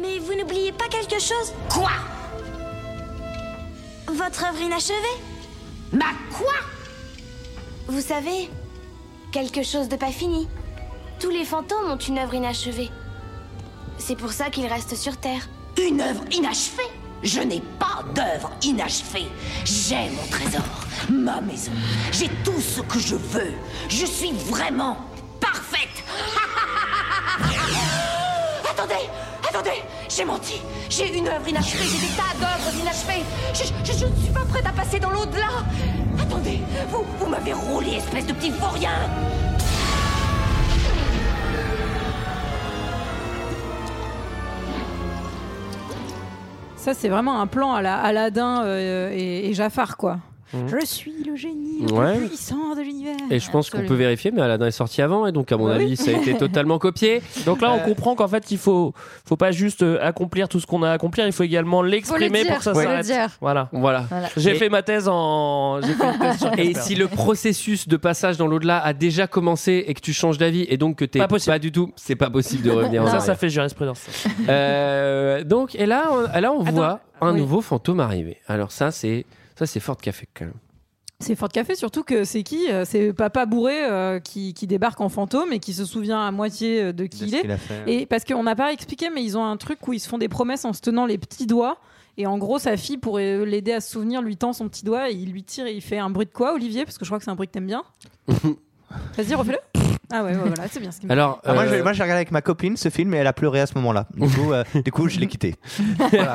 Speaker 9: Mais vous n'oubliez pas quelque chose
Speaker 2: Quoi
Speaker 9: Votre œuvre inachevée
Speaker 2: Ma quoi
Speaker 9: Vous savez, quelque chose de pas fini. Tous les fantômes ont une œuvre inachevée. C'est pour ça qu'ils restent sur Terre.
Speaker 2: Une œuvre inachevée Je n'ai pas d'œuvre inachevée. J'ai mon trésor, ma maison. J'ai tout ce que je veux. Je suis vraiment parfaite. attendez, attendez, j'ai menti. J'ai une œuvre inachevée, j'ai des tas d'œuvres inachevées. Je, je- je ne suis pas prête à passer dans l'au-delà. Attendez, vous, vous m'avez roulé, espèce de petit vaurien.
Speaker 10: Ça, c'est vraiment un plan à la Aladdin euh, et, et Jafar, quoi. Je suis le génie le plus
Speaker 1: Mmh. Ouais.
Speaker 10: puissant de l'univers.
Speaker 1: Et je pense qu'on
Speaker 11: Absolument.
Speaker 1: peut vérifier, mais Aladdin est sorti avant, et donc à mon
Speaker 10: Bah oui.
Speaker 1: avis, ça a été totalement copié. Euh,
Speaker 6: Donc là, on comprend qu'en fait, il faut, faut pas juste euh, accomplir tout ce qu'on a à accomplir, il faut également
Speaker 11: Faut le
Speaker 6: l'exprimer
Speaker 11: dire,
Speaker 6: pour que ça
Speaker 11: faut le
Speaker 6: s'arrête.
Speaker 11: dire.
Speaker 6: Voilà.
Speaker 1: Voilà.
Speaker 11: Voilà.
Speaker 6: J'ai
Speaker 1: Et-
Speaker 6: fait ma thèse en. J'ai fait une thèse sur
Speaker 1: Et
Speaker 6: Casper.
Speaker 1: si le processus de passage dans l'au-delà a déjà commencé et que tu changes d'avis et donc que t'es
Speaker 6: Pas
Speaker 1: pas,
Speaker 6: possible.
Speaker 1: du tout, c'est pas possible de revenir en
Speaker 6: Ça, ça
Speaker 1: arrière.
Speaker 6: fait jurisprudence.
Speaker 1: Euh, donc, et là, on, là, on
Speaker 10: Attends.
Speaker 1: voit un
Speaker 10: Oui.
Speaker 1: nouveau fantôme arriver. Alors ça, c'est ça, c'est fort de café quand
Speaker 10: Mm.
Speaker 1: même.
Speaker 10: C'est Fort Café, surtout que c'est qui Euh, C'est Papa Bourré euh, qui, qui débarque en fantôme et qui se souvient à moitié euh, de qui il est. Et parce qu'on n'a pas expliqué, mais ils ont un truc où ils se font des promesses en se tenant les petits doigts. Et en gros, sa fille, pour euh, l'aider à se souvenir, lui tend son petit doigt et il lui tire et il fait un bruit de quoi, Olivier Parce que je crois que c'est un bruit que t'aimes bien. Vas-y, refais-le. Ah ouais, ouais, voilà, c'est bien ce qu'il me
Speaker 1: Alors,
Speaker 8: Ah, moi,
Speaker 1: euh,
Speaker 8: je- moi, j'ai regardé avec ma copine ce film et elle a pleuré à ce moment-là. Du coup, euh, du coup je l'ai quitté.
Speaker 10: Ah.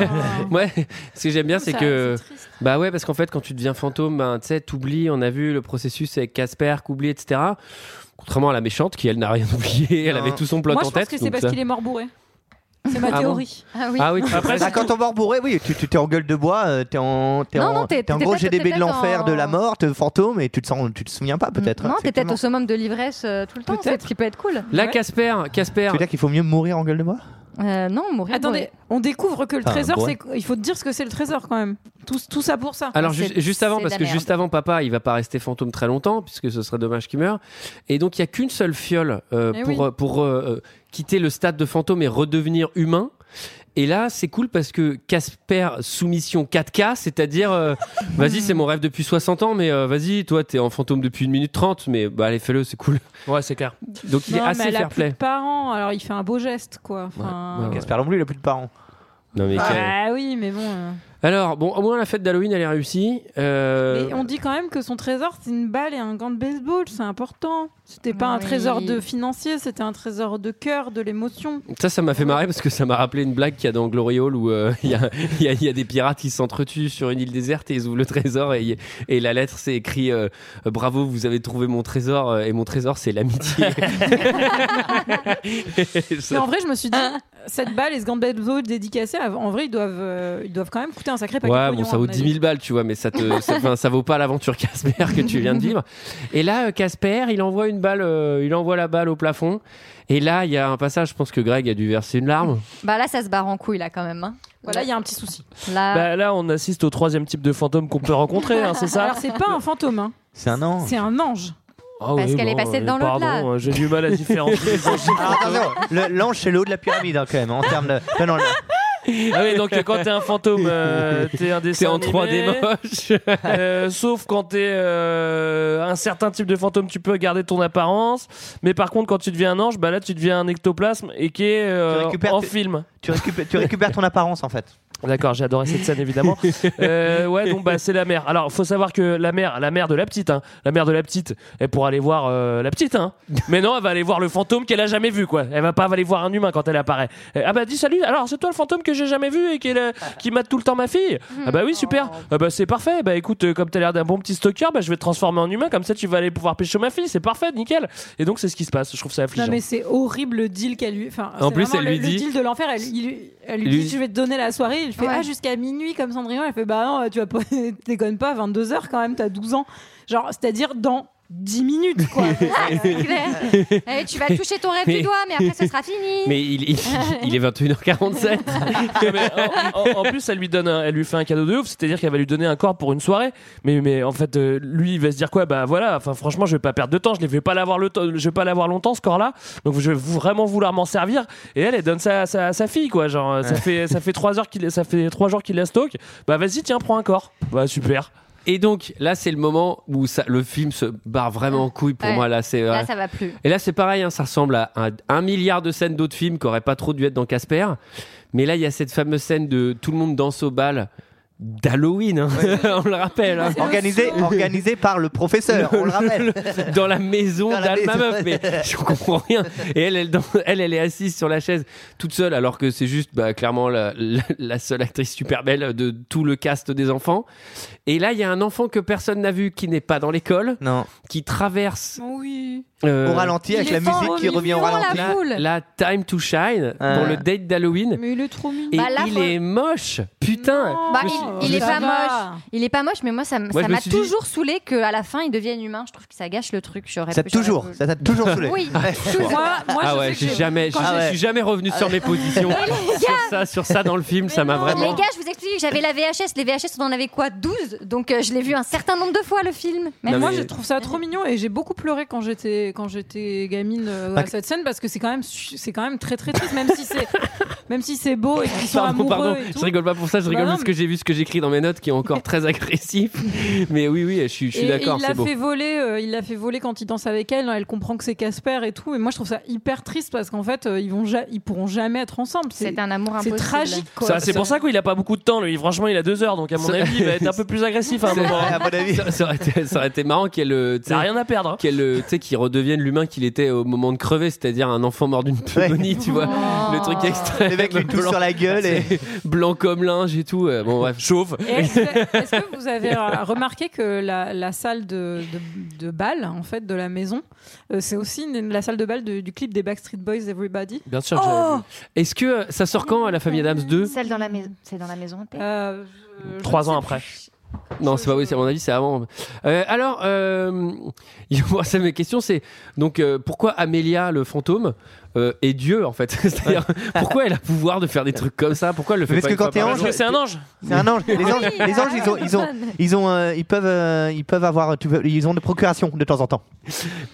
Speaker 1: ouais, ce que j'aime bien, c'est
Speaker 10: Ça,
Speaker 1: que
Speaker 10: c'est triste.
Speaker 1: Bah ouais, parce qu'en fait, quand tu deviens fantôme, ben, tu sais, t'oublies, on a vu le processus avec Casper, qu'oublie, etc. Contrairement à la méchante qui, elle, n'a rien oublié, elle
Speaker 8: Non.
Speaker 1: avait tout son plot
Speaker 10: Moi,
Speaker 1: en
Speaker 10: je pense
Speaker 1: tête.
Speaker 10: que c'est
Speaker 1: donc
Speaker 10: parce
Speaker 1: ça-
Speaker 10: qu'il est mort bourré. C'est
Speaker 1: Ah
Speaker 10: ma
Speaker 1: bon
Speaker 10: théorie.
Speaker 11: Ah oui.
Speaker 1: Ah oui,
Speaker 6: Après,
Speaker 8: Ah, quand on va bourré, oui, tu tu- t'es en gueule de bois, euh, t'es en, t'es
Speaker 11: Non,
Speaker 8: en,
Speaker 11: non, t'es-
Speaker 8: t'es en
Speaker 11: t'es
Speaker 8: gros
Speaker 11: peut-être-
Speaker 8: GDB
Speaker 11: t'es
Speaker 8: de l'enfer,
Speaker 11: peut-être
Speaker 8: de
Speaker 11: en-
Speaker 8: la mort, te- fantôme, et tu te, sens, tu te souviens pas peut-être. hein,
Speaker 11: Non, t'es peut-être
Speaker 8: effectivement.
Speaker 11: au summum de l'ivresse euh, tout le temps,
Speaker 10: Peut-être.
Speaker 11: c'est ce qui peut être cool.
Speaker 1: là,
Speaker 10: Ouais.
Speaker 1: Casper, Casper,
Speaker 8: Tu veux dire qu'il faut mieux mourir en gueule de bois
Speaker 11: Euh, non, mourir.
Speaker 10: Attendez,
Speaker 11: mourir.
Speaker 10: on découvre que le
Speaker 1: Enfin,
Speaker 10: trésor,
Speaker 1: bon.
Speaker 10: c'est. Il faut dire ce que c'est le trésor quand même. Tout, tout ça pour ça.
Speaker 1: Alors ju- juste avant, parce que juste avant, papa, il va pas rester fantôme très longtemps, puisque ce serait dommage qu'il meure. Et donc il y a qu'une seule fiole euh,
Speaker 10: Eh
Speaker 1: pour
Speaker 10: oui.
Speaker 1: euh, pour euh, euh, quitter le stade de fantôme et redevenir humain. Et là, c'est cool parce que Casper soumission 4K, c'est-à-dire, euh, vas-y, c'est mon rêve depuis 60 ans, mais euh, vas-y, toi, t'es en fantôme depuis une minute 30, mais bah, allez, fais-le, c'est cool.
Speaker 6: Ouais, c'est clair.
Speaker 1: Donc il
Speaker 10: Non,
Speaker 1: est
Speaker 10: mais
Speaker 1: assez
Speaker 10: elle a
Speaker 1: fair
Speaker 10: plus de
Speaker 1: play.
Speaker 10: parents, alors il fait un beau geste quoi. Enfin, euh,
Speaker 1: Ouais, ouais.
Speaker 8: Casper non plus, il a plus de parents.
Speaker 1: Non, mais quel-
Speaker 10: Ah oui, mais bon. euh.
Speaker 1: Alors, bon, au moins la fête d'Halloween, elle est réussie. Euh,
Speaker 10: Mais on dit quand même que son trésor, c'est une balle et un gant de baseball, c'est important. C'était pas un
Speaker 11: Oui.
Speaker 10: trésor de financier, c'était un trésor de cœur, de l'émotion.
Speaker 1: Ça, ça m'a fait marrer parce que ça m'a rappelé une blague qu'il y a dans Glory Hall où euh, il y, a, il y a- il y a des pirates qui s'entretuent sur une île déserte et ils ouvrent le trésor et, et la lettre c'est écrit euh, Bravo, vous avez trouvé mon trésor euh, et mon trésor c'est l'amitié.
Speaker 10: Mais en vrai, je me suis dit, cette balle et ce gant de baseball dédicacé, en vrai, ils doivent, euh, ils doivent quand même coûter un sacré paquet
Speaker 1: Ouais,
Speaker 10: de
Speaker 1: bon,
Speaker 10: pognon,
Speaker 1: ça
Speaker 10: à
Speaker 1: vaut
Speaker 10: mon
Speaker 1: 10
Speaker 10: avis.
Speaker 1: 000 balles, tu vois, mais ça, te, ça, enfin, ça vaut pas l'aventure Casper que tu viens de vivre. Et là, euh, Casper, il envoie une balle, euh, il envoie la balle au plafond. Et là, il y a un passage, je pense que Greg a dû verser une larme.
Speaker 11: Bah là, ça se barre en couille, là, quand même. hein.
Speaker 10: Voilà, il y a un petit souci.
Speaker 11: Là,
Speaker 6: Bah, là, on assiste au troisième type de fantôme qu'on peut rencontrer, hein, c'est ça
Speaker 10: Alors, c'est pas un fantôme, hein.
Speaker 8: C'est un an.
Speaker 10: c'est un ange.
Speaker 6: Ah
Speaker 11: Parce qu'elle est
Speaker 6: bon,
Speaker 11: passée
Speaker 6: euh,
Speaker 11: dans l'autre,
Speaker 6: Pardon,
Speaker 11: là.
Speaker 6: euh, j'ai du mal à différencier.
Speaker 8: Ah, attention, le- l'ange c'est le haut de la pyramide hein, quand même en termes de. Non, non, le-
Speaker 6: ah oui, donc euh, quand t'es un fantôme, euh, t'es un dessin
Speaker 1: C'est en
Speaker 6: animé.
Speaker 1: 3D moche.
Speaker 6: Euh, sauf quand t'es euh, un certain type de fantôme, tu peux garder ton apparence. Mais par contre, quand tu deviens un ange, bah là, tu deviens un ectoplasme et qui est euh,
Speaker 8: Tu récupères
Speaker 6: en
Speaker 8: tes-
Speaker 6: film.
Speaker 8: tu, récupères, tu récupères ton apparence en fait.
Speaker 6: D'accord, j'ai adoré cette scène évidemment. Euh, ouais, donc bah c'est la mère. Alors faut savoir que la mère, la mère de la petite, hein, la mère de la petite, elle pourra aller voir euh, la petite, hein. Mais non, elle va aller voir le fantôme qu'elle a jamais vu, quoi. Elle va pas aller voir un humain quand elle apparaît. Euh, ah bah dis salut. Alors c'est toi le fantôme que j'ai jamais vu et qui, est le- qui mate tout le temps ma fille. Ah bah oui super. Ah bah c'est parfait. Bah écoute, euh, comme t'as l'air d'un bon petit stalker, bah je vais te transformer en humain. Comme ça tu vas aller pouvoir pêcher ma fille. C'est parfait, nickel. Et donc c'est ce qui se passe. Je trouve ça
Speaker 10: Non
Speaker 6: affligeant.
Speaker 10: mais c'est horrible le deal qu'elle lui. Enfin,
Speaker 1: En
Speaker 10: c'est
Speaker 1: plus,
Speaker 10: vraiment
Speaker 1: elle
Speaker 10: le-
Speaker 1: lui
Speaker 10: le
Speaker 1: dit-
Speaker 10: deal de l'enfer. Elle, il- elle lui
Speaker 1: Lui-
Speaker 10: dit je vais te donner la soirée. Il fait
Speaker 11: Ouais.
Speaker 10: ah jusqu'à minuit comme Cendrillon. Elle fait bah non tu vas pas déconne pas 22 h quand même t'as 12 ans. Genre c'est-à-dire dans 10 minutes quoi.
Speaker 11: c'est clair. Eh, tu vas toucher ton rêve du doigt, mais après, ce sera fini.
Speaker 1: Mais il, il- il est 21h47.
Speaker 6: Non, mais en, en- en plus, elle lui donne, un- elle lui fait un cadeau de ouf, c'est-à-dire qu'elle va lui donner un corps pour une soirée. Mais, mais en fait, euh, lui, il va se dire quoi Bah voilà. Enfin, franchement, je vais pas perdre de temps. Je ne vais pas l'avoir le temps. Je vais pas l'avoir longtemps ce corps-là. Donc, je vais vou- vraiment vouloir m'en servir. Et elle, elle donne ça à sa, à sa fille, quoi. Genre, euh, ça fait ça fait trois heures qu'il, ça fait trois jours qu'il la stocke. Bah vas-y, tiens, prends un corps. Bah super.
Speaker 1: Et donc là, c'est le moment où ça, le film se barre vraiment en couille pour
Speaker 11: Ouais.
Speaker 1: moi. Là, c'est euh,
Speaker 11: Là, ça va plus.
Speaker 1: et là, c'est pareil. hein, ça ressemble à un, un milliard de scènes d'autres films qui auraient pas trop dû être dans Casper. Mais là, il y a cette fameuse scène de tout le monde danse au bal d'Halloween. hein. on le rappelle. hein.
Speaker 8: Organisé, organisé par le professeur, on le rappelle.
Speaker 1: Dans la maison
Speaker 8: Dans la
Speaker 1: d'Alma
Speaker 8: maison.
Speaker 1: Meuf, mais je comprends rien. Et elle elle, danse- elle, elle est assise sur la chaise toute seule, alors que c'est juste bah, clairement la, la- la seule actrice super belle de tout le cast des enfants. Et là, il y a un enfant que personne n'a vu, qui n'est pas dans l'école,
Speaker 8: Non,
Speaker 1: qui traverse
Speaker 10: oui.
Speaker 1: euh,
Speaker 8: au ralenti avec
Speaker 11: il
Speaker 8: la
Speaker 11: est fort,
Speaker 8: musique qui
Speaker 11: il est
Speaker 8: revient au
Speaker 11: violent,
Speaker 8: ralenti.
Speaker 11: là.
Speaker 1: la,
Speaker 11: Cool.
Speaker 1: la Time to Shine
Speaker 8: Ah.
Speaker 1: pour le date d'Halloween.
Speaker 10: Mais il est trop mignon.
Speaker 1: Et
Speaker 11: Bah là,
Speaker 1: il
Speaker 11: faut-
Speaker 1: est moche, putain.
Speaker 10: Non.
Speaker 11: Bah,
Speaker 1: Je me suis-
Speaker 11: il, il
Speaker 1: je
Speaker 11: est
Speaker 1: me
Speaker 11: pas
Speaker 1: suis-
Speaker 11: moche. Il est pas moche, mais moi, ça m-
Speaker 1: Moi, je
Speaker 11: ça
Speaker 1: me
Speaker 11: m'a
Speaker 1: suis dit-
Speaker 11: toujours saoulé qu'à la fin, il devienne humain. Je trouve que ça gâche le truc. J'aurais
Speaker 8: Ça
Speaker 11: pu-
Speaker 8: t'a toujours,
Speaker 11: j'aurais
Speaker 8: ça t'a toujours saoulé.
Speaker 11: voulu. Oui,
Speaker 10: Moi,
Speaker 11: toujours.
Speaker 10: moi,
Speaker 1: ah
Speaker 10: je
Speaker 1: ouais,
Speaker 10: sais que
Speaker 1: j'ai jamais,
Speaker 10: quand
Speaker 1: j'ai-
Speaker 8: Ah ouais.
Speaker 1: je suis jamais revenu sur mes positions. sur ça, sur ça dans le film, ça m'a
Speaker 11: Les
Speaker 1: vraiment.
Speaker 11: gars, je vous explique, j'avais la VHS. Les VHS, on en avait quoi 12 Donc euh, je l'ai vu un certain nombre de fois le film.
Speaker 10: Mais
Speaker 1: Non,
Speaker 10: moi,
Speaker 1: mais-
Speaker 10: je trouve ça trop mignon et j'ai beaucoup pleuré quand j'étais quand j'étais gamine euh,
Speaker 8: Pas
Speaker 1: Bah,
Speaker 10: à
Speaker 8: que-
Speaker 10: cette scène parce que c'est quand même su- c'est quand même très très triste même si c'est même si c'est beau et qu'ils sont
Speaker 1: Pardon,
Speaker 10: amoureux
Speaker 1: pardon,
Speaker 10: et tout.
Speaker 1: je rigole pas pour ça, je
Speaker 10: Bah
Speaker 1: rigole
Speaker 10: non,
Speaker 1: parce que j'ai vu ce que j'écris dans mes notes qui est encore très agressif. Mais oui, oui, je suis, je suis
Speaker 10: Et- et
Speaker 1: d'accord,
Speaker 10: il
Speaker 1: c'est
Speaker 10: l'a
Speaker 1: beau.
Speaker 10: fait voler, euh, il l'a fait voler quand il danse avec elle. Elle comprend que c'est Casper et tout. Et moi, je trouve ça hyper triste parce qu'en fait, euh, ils vont, ja- ils pourront jamais être ensemble. C'est
Speaker 11: C'est un amour
Speaker 10: c'est
Speaker 11: impossible.
Speaker 10: tragique. Quoi.
Speaker 6: Ça, c'est pour ça qu'il a pas beaucoup de temps. Lui, franchement, il a deux heures, donc à mon
Speaker 1: Ça-
Speaker 6: avis, il va être un peu plus agressif à un
Speaker 1: C'est-
Speaker 6: moment.
Speaker 8: Ouais, à mon avis.
Speaker 1: Ça, ça aurait été, ça aurait été marrant qu'elle euh, tu sais,
Speaker 6: Ça a rien à perdre. hein.
Speaker 1: qu'elle euh, tu sais, qu'il redevienne l'humain qu'il était au moment de crever, c'est-à-dire un enfant mort d'une pneumonie, tu vois.
Speaker 11: Oh.
Speaker 1: Le truc extrême.
Speaker 8: Les mecs lui touchent
Speaker 1: blanc,
Speaker 8: sur la gueule et.
Speaker 1: blanc comme linge et tout. euh, bon, bref. Chauve.
Speaker 10: Et Est-ce que, est-ce que vous avez euh, remarqué que la, la salle de, de, de bal, en fait, de la maison, euh, c'est aussi une- la salle de bal de- du clip des Backstreet Boys Everybody
Speaker 6: Bien sûr. que
Speaker 10: Oh.
Speaker 6: j'avais vu.
Speaker 1: Est-ce que euh, ça sort quand à la famille Adams 2
Speaker 11: Celle dans la maison, c'est dans la maison hantée.
Speaker 10: Euh, je- je
Speaker 6: Trois
Speaker 10: ne
Speaker 6: ans
Speaker 10: sais
Speaker 6: après.
Speaker 10: plus.
Speaker 1: Non, c'est pas oui, c'est à mon avis, c'est avant. Euh, alors, euh, moi, ça, mes questions, c'est donc euh, pourquoi Amélia, le fantôme, euh, est Dieu en fait C'est-à-dire, pourquoi elle a pouvoir de faire des trucs comme ça Pourquoi elle le fait
Speaker 8: Mais
Speaker 1: pas
Speaker 8: parce
Speaker 1: une
Speaker 8: que
Speaker 1: fois
Speaker 8: quand t'es
Speaker 1: par
Speaker 8: ange,
Speaker 1: jour
Speaker 8: c'est un ange. C'est un ange. Les anges, les anges, ils ont, ils ont,
Speaker 10: Ah,
Speaker 8: ils ont, euh, ils peuvent, euh, ils peuvent avoir, tu peux- ils ont des procurations de temps en temps.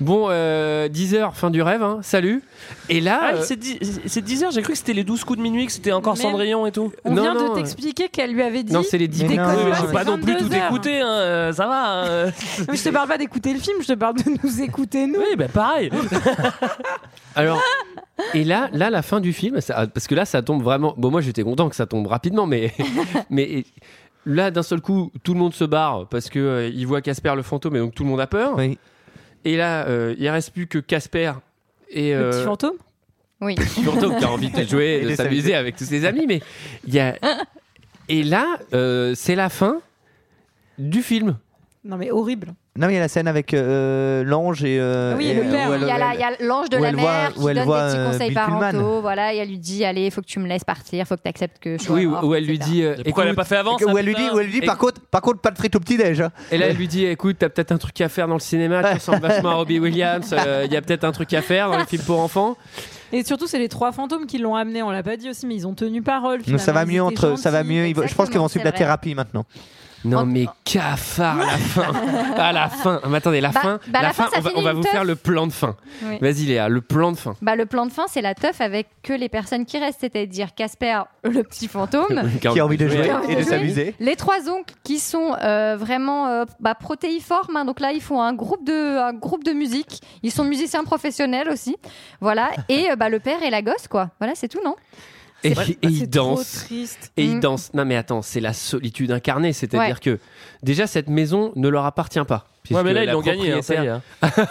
Speaker 1: Bon, 10h, fin du rêve, hein. salut. Et là.
Speaker 6: Ah,
Speaker 1: euh,
Speaker 6: c'est 10h, j'ai cru que c'était les 12 coups de minuit, que c'était encore
Speaker 1: Mais-
Speaker 6: Cendrillon et tout.
Speaker 1: On Non, vient de non, euh,
Speaker 10: t'expliquer qu'elle lui avait dit.
Speaker 1: Non, c'est les dix coups de
Speaker 10: Déconne
Speaker 1: minuit.
Speaker 10: pas,
Speaker 1: J'ai
Speaker 10: c'est
Speaker 1: pas non plus
Speaker 10: 22
Speaker 1: tout
Speaker 10: heures.
Speaker 6: Écoutez, hein, euh, ça va. hein, euh.
Speaker 10: Mais je te parle pas d'écouter le film, je te parle de nous écouter nous.
Speaker 6: Oui, bah pareil.
Speaker 1: Alors, et là, là, la fin du film, ça- parce que là, ça tombe vraiment. Bon, moi, j'étais content que ça tombe rapidement, mais, mais là, d'un seul coup, tout le monde se barre parce que euh, il voit Casper le fantôme, et donc tout le monde a peur. Et là, euh, il reste plus que Casper et
Speaker 10: Le petit
Speaker 1: euh,
Speaker 10: fantôme.
Speaker 11: Oui.
Speaker 1: petit fantôme qui a envie de jouer,
Speaker 6: Et
Speaker 1: de
Speaker 6: de
Speaker 1: s'amuser
Speaker 6: s'amuser.
Speaker 1: avec tous ses amis, mais il y a. Et là, euh, c'est la fin du film.
Speaker 10: Non mais horrible.
Speaker 8: Non, mais il y a la scène avec euh, l'ange et. euh,
Speaker 11: Oui,
Speaker 8: et-
Speaker 11: le
Speaker 8: où
Speaker 11: père.
Speaker 8: elle-
Speaker 11: Il y a la- il y a l'ange de
Speaker 8: où
Speaker 11: la
Speaker 8: elle
Speaker 11: mère
Speaker 8: voit-
Speaker 11: qui
Speaker 8: où elle
Speaker 11: donne
Speaker 8: voit,
Speaker 11: des petits
Speaker 8: euh,
Speaker 11: conseils
Speaker 8: Bill Pullman.
Speaker 11: parentaux. Voilà, et elle lui dit allez, faut que tu me laisses partir, faut que tu acceptes que je sois
Speaker 1: Oui, où,
Speaker 11: mort.
Speaker 1: où elle lui dit. euh,
Speaker 6: Pourquoi elle a
Speaker 1: écoute-
Speaker 6: pas hein. fait avant ça,
Speaker 8: Où elle lui dit, où elle lui dit, par contre, par contre, pas de frites au hein. petit déj.
Speaker 1: Et là, elle lui dit écoute, t'as peut-être un truc à faire dans le cinéma, tu ressembles vachement à Robbie Williams, euh, il y a peut-être un truc à faire dans les films pour enfants.
Speaker 10: Et surtout, c'est les trois fantômes qui l'ont amené. On l'a pas dit aussi, mais ils ont tenu parole.
Speaker 8: Non, ça
Speaker 10: finalement,
Speaker 8: va
Speaker 10: ils
Speaker 8: mieux
Speaker 10: étaient
Speaker 8: entre, ça va
Speaker 10: gentils.
Speaker 8: mieux. ils vont- Je pense qu'ils
Speaker 10: Exactement,
Speaker 8: vont suivre la
Speaker 10: c'est vrai.
Speaker 8: thérapie maintenant.
Speaker 1: Non, mais cafard à la fin. À la fin. Mais attendez, la
Speaker 11: Bah-
Speaker 1: fin, la
Speaker 11: bah, la fin,
Speaker 1: fin,
Speaker 11: ça
Speaker 1: on va,
Speaker 11: finit
Speaker 1: on va
Speaker 11: une
Speaker 1: vous
Speaker 11: teuf.
Speaker 1: faire le plan de fin.
Speaker 11: Oui.
Speaker 1: Vas-y Léa, le plan de fin.
Speaker 11: Bah, le plan de fin, c'est la teuf avec que les personnes qui restent, c'est-à-dire Casper, le petit fantôme,
Speaker 1: Qui a Qui a envie de envie de jouer
Speaker 8: jouer Bah, et de s'amuser.
Speaker 11: Les trois oncles qui sont euh, vraiment euh, bah, protéiformes. hein. Donc là, ils font un groupe de un groupe de musique. Ils sont musiciens professionnels aussi. Voilà. Et euh, bah, le père et la gosse, quoi. Voilà, c'est tout, non
Speaker 1: Et,
Speaker 11: C'est-
Speaker 1: et il
Speaker 11: c'est
Speaker 1: danse.
Speaker 11: trop triste.
Speaker 1: Et il
Speaker 11: Mm.
Speaker 1: danse. Non, mais attends, c'est la solitude incarnée. C'est-à-dire
Speaker 11: Ouais.
Speaker 1: que déjà, cette maison ne leur appartient pas. puisque
Speaker 6: mais là, ils
Speaker 1: la
Speaker 6: l'ont gagné, hein, ça y est,
Speaker 1: propriétaire-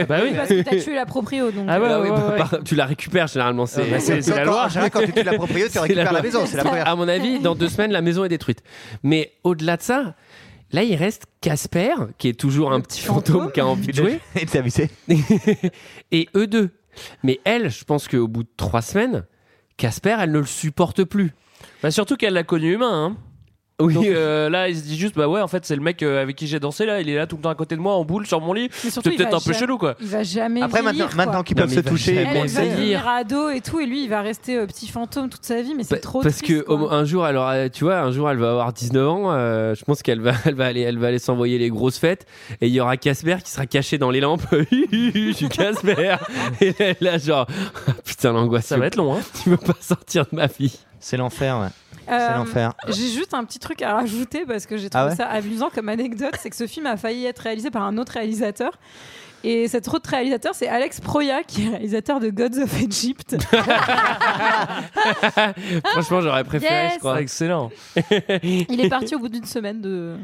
Speaker 6: hein.
Speaker 1: Ah oui, bah
Speaker 10: Oui, parce que t'as tué la proprio, donc.
Speaker 1: Ah ouais,
Speaker 10: euh,
Speaker 1: ouais, ouais, par- Tu la récupères généralement, c'est
Speaker 8: bah,
Speaker 1: c'est-
Speaker 8: c'est-
Speaker 1: c'est la
Speaker 8: quand-
Speaker 1: loi.
Speaker 8: en général, quand tu tues la proprio, tu
Speaker 1: C'est
Speaker 8: récupères la
Speaker 1: loi.
Speaker 8: maison, c'est la première.
Speaker 1: À mon avis, dans deux semaines, la maison est détruite. Mais au-delà de ça, là, il reste Casper, qui est toujours un petit fantôme qui a envie de jouer.
Speaker 8: Et de s'amuser.
Speaker 1: Et eux deux. Mais elle, je pense qu'au bout de trois semaines, Casper, elle ne le supporte plus.
Speaker 6: Bah, surtout qu'elle l'a connu humain. hein.
Speaker 1: Oui.
Speaker 6: Donc euh, là, il se dit juste, bah ouais, en fait, c'est le mec euh, avec qui j'ai dansé là, il est là tout le temps à côté de moi en boule sur mon lit.
Speaker 10: mais
Speaker 6: C'est
Speaker 10: surtout, il
Speaker 6: peut-être
Speaker 10: va
Speaker 6: un peu
Speaker 10: ja-
Speaker 6: chelou quoi.
Speaker 10: Il va jamais.
Speaker 8: Après,
Speaker 10: vieillir,
Speaker 8: maintenant- maintenant
Speaker 10: quoi.
Speaker 8: qu'ils peuvent Non, mais se il va toucher, jamais
Speaker 10: Elle va
Speaker 1: vieillir.
Speaker 10: devenir ado et tout, et lui, il va rester euh, petit fantôme toute sa vie, mais c'est
Speaker 1: Pa-
Speaker 10: trop
Speaker 1: Bah, parce
Speaker 10: triste,
Speaker 1: que au- un jour alors euh, tu vois un jour elle va avoir 19 ans euh, je pense qu'elle va elle va aller elle va aller s'envoyer les grosses fêtes et il y aura Casper qui sera caché dans les lampes je suis Casper et là, là, genre putain l'angoisse ça va être hein.
Speaker 6: long
Speaker 1: tu veux pas sortir de ma vie
Speaker 8: c'est l'enfer ouais.
Speaker 10: Euh,
Speaker 8: c'est l'enfer
Speaker 10: J'ai juste un petit truc à rajouter parce que j'ai trouvé
Speaker 8: Ah ouais
Speaker 10: ça amusant comme anecdote, c'est que ce film a failli être réalisé par un autre réalisateur. Et cet autre réalisateur, c'est Alex Proya, qui est réalisateur de Gods of Egypt.
Speaker 1: franchement j'aurais préféré
Speaker 10: Yes.
Speaker 1: je crois
Speaker 6: excellent
Speaker 10: Il est parti au bout d'une semaine de.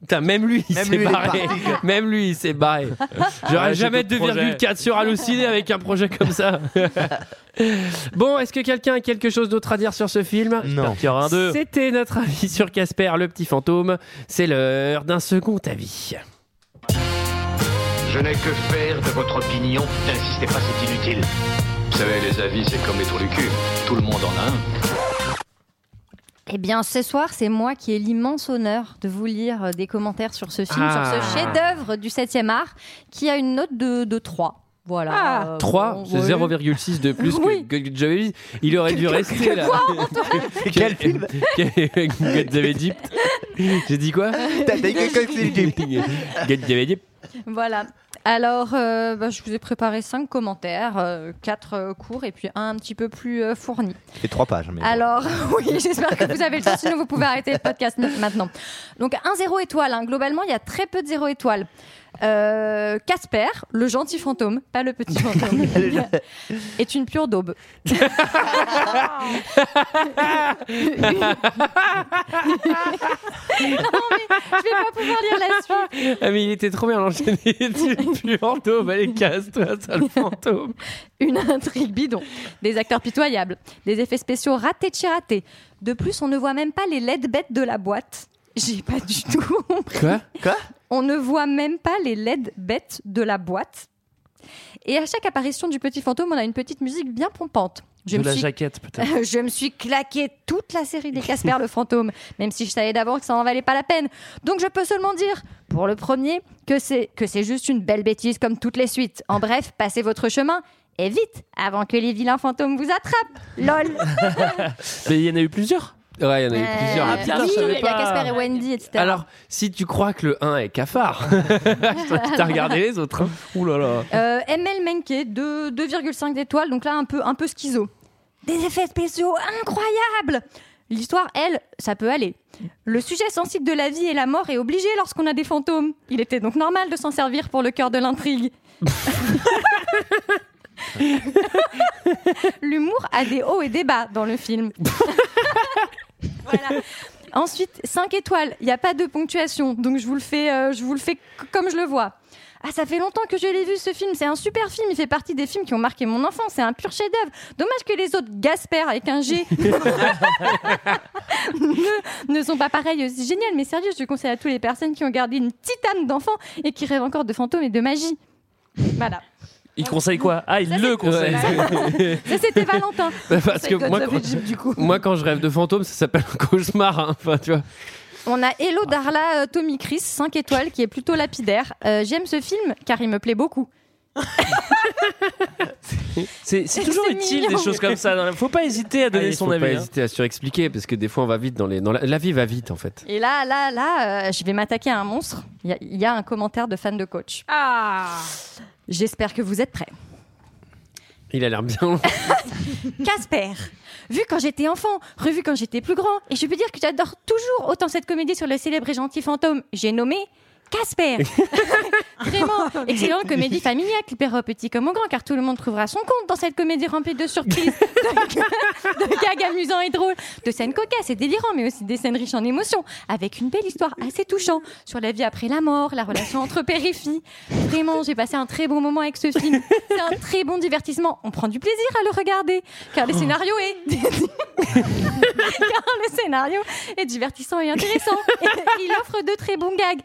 Speaker 1: Putain, même lui, il
Speaker 10: Même
Speaker 1: s'est
Speaker 10: lui, il est
Speaker 1: barré.
Speaker 10: parti, quoi.
Speaker 1: Même lui, il s'est barré. J'aurais
Speaker 6: Ouais, j'ai
Speaker 1: jamais
Speaker 6: d'autres projets.
Speaker 1: 2,4 sur Halluciné avec un projet comme ça. bon, est-ce que quelqu'un a quelque chose d'autre à dire sur ce film
Speaker 6: Non. qu'il y aura un deux.
Speaker 1: C'était notre avis sur Casper, le petit fantôme. C'est l'heure d'un second avis.
Speaker 12: Je n'ai que faire de votre opinion. N'insistez pas, c'est inutile. Vous savez, les avis, c'est comme les trous du cul. Tout le monde en a un.
Speaker 11: Eh bien, ce soir, c'est moi qui ai l'immense honneur de vous lire euh, des commentaires sur ce film,
Speaker 1: Ah.
Speaker 11: sur ce chef-d'œuvre du 7e art, qui a une note de, de 3. Voilà. Euh,
Speaker 1: 3,
Speaker 11: bon,
Speaker 1: c'est
Speaker 11: oui.
Speaker 1: 0,6 de plus que- que Godzilla. Il aurait dû rester là.
Speaker 11: quoi, Antoine
Speaker 1: Quel film Godzilla Egypt. J'ai dit quoi
Speaker 8: T'as dit que Godzilla Egypt.
Speaker 1: Godzilla Egypt.
Speaker 11: Voilà. Alors, euh, bah, je vous ai préparé 5 commentaires, 4 courts et puis un un petit peu plus euh, fourni.
Speaker 8: c'est trois pages mais bon.
Speaker 11: Alors, oui, j'espère que vous avez le temps, sinon vous pouvez arrêter le podcast maintenant. Donc, un zéro étoile. hein. Globalement, il y a très peu de zéro étoile. Euh, Casper, le gentil fantôme, pas le petit fantôme, est une pure daube. Je vais pas pouvoir lire la suite.
Speaker 1: Ah mais il était trop bien enchaîné. tu fantôme, allez casse-toi, sale fantôme.
Speaker 11: Une intrigue bidon, des acteurs pitoyables, des effets spéciaux ratés de chez ratés. De plus, on ne voit même pas les LED bêtes de la boîte. J'ai pas du tout compris.
Speaker 1: Quoi
Speaker 8: Quoi
Speaker 11: On ne voit même pas les LED bêtes de la boîte. Et à chaque apparition du petit fantôme, on a une petite musique bien pompante. Je
Speaker 6: de
Speaker 11: me
Speaker 6: la
Speaker 11: suis-
Speaker 6: jaquette peut-être.
Speaker 11: je me suis claqué toute la série des Casper le fantôme, même si je savais d'abord que ça n'en valait pas la peine. Donc je peux seulement dire, pour le premier, que c'est que c'est juste une belle bêtise comme toutes les suites. En bref, passez votre chemin et vite avant que les vilains fantômes vous attrapent. Lol.
Speaker 6: Mais il y en a eu plusieurs. Ah,
Speaker 1: Ouais, il y en a eu
Speaker 11: Euh,
Speaker 1: plusieurs.
Speaker 11: oui, il y a Casper et Wendy, etc.
Speaker 1: Alors, si tu crois que le 1 est cafard, toi qui t'as regardé les autres. hein. Ouh là là.
Speaker 11: Euh, ML Menke, de 2,5 d'étoiles, donc là un peu, un peu schizo. Des effets spéciaux incroyables L'histoire, elle, ça peut aller. Le sujet sensible de la vie et la mort est obligé lorsqu'on a des fantômes. Il était donc normal de s'en servir pour le cœur de l'intrigue. L'humour a des hauts et des bas dans le film. Voilà. Ensuite, 5 étoiles, il n'y a pas de ponctuation, donc je vous le fais, euh, je vous le fais c- comme je le vois. Ah, ça fait longtemps que je l'ai vu ce film, c'est un super film, il fait partie des films qui ont marqué mon enfance, c'est un pur chef-d'œuvre. Dommage que les autres, Gasper avec un G, ne, ne sont pas pareils aussi génial, mais sérieux, je conseille à toutes les personnes qui ont gardé une petite âme d'enfant et qui rêvent encore de fantômes et de magie. Voilà.
Speaker 6: Il conseille quoi Ah, il le conseille.
Speaker 11: Ça, c'était Valentin.
Speaker 1: Parce que moi, quand, moi, quand je rêve de fantôme, ça s'appelle un cauchemar. hein. Enfin, tu vois.
Speaker 11: On a Hello Darla euh, Tommy Chris, 5 étoiles, qui est plutôt lapidaire. Euh, J'aime ce film car il me plaît beaucoup.
Speaker 6: C'est c'est toujours
Speaker 11: C'est
Speaker 6: utile
Speaker 11: mignon.
Speaker 6: des choses comme ça. dans la- Faut pas hésiter à donner
Speaker 1: Ah, Il
Speaker 6: son
Speaker 1: faut
Speaker 6: avis.
Speaker 1: pas
Speaker 6: hein.
Speaker 1: hésiter à surexpliquer parce que des fois on va vite dans les. dans la... la vie va vite en fait.
Speaker 11: Et là, là, là, euh, je vais m'attaquer à un monstre. Il y a- il y, a un commentaire de fan de coach. Ah J'espère que vous êtes prêts.
Speaker 1: Il a l'air bien. long.
Speaker 11: Casper, vu quand j'étais enfant, revu quand j'étais plus grand, et je peux dire que j'adore toujours autant cette comédie sur le célèbre et gentil fantôme. J'ai nommé Casper. Vraiment, excellente comédie familiale qui plaira aux petits comme aux grands, car tout le monde trouvera son compte dans cette comédie remplie de surprises, de, de gags amusants et drôles, de scènes cocasses et délirantes, mais aussi des scènes riches en émotions, avec une belle histoire assez touchante sur la vie après la mort, la relation entre père et fille. Vraiment, j'ai passé un très bon moment avec ce film. C'est un très bon divertissement. On prend du plaisir à le regarder, car le scénario est car le scénario est divertissant et intéressant. Et il offre de très bons gags.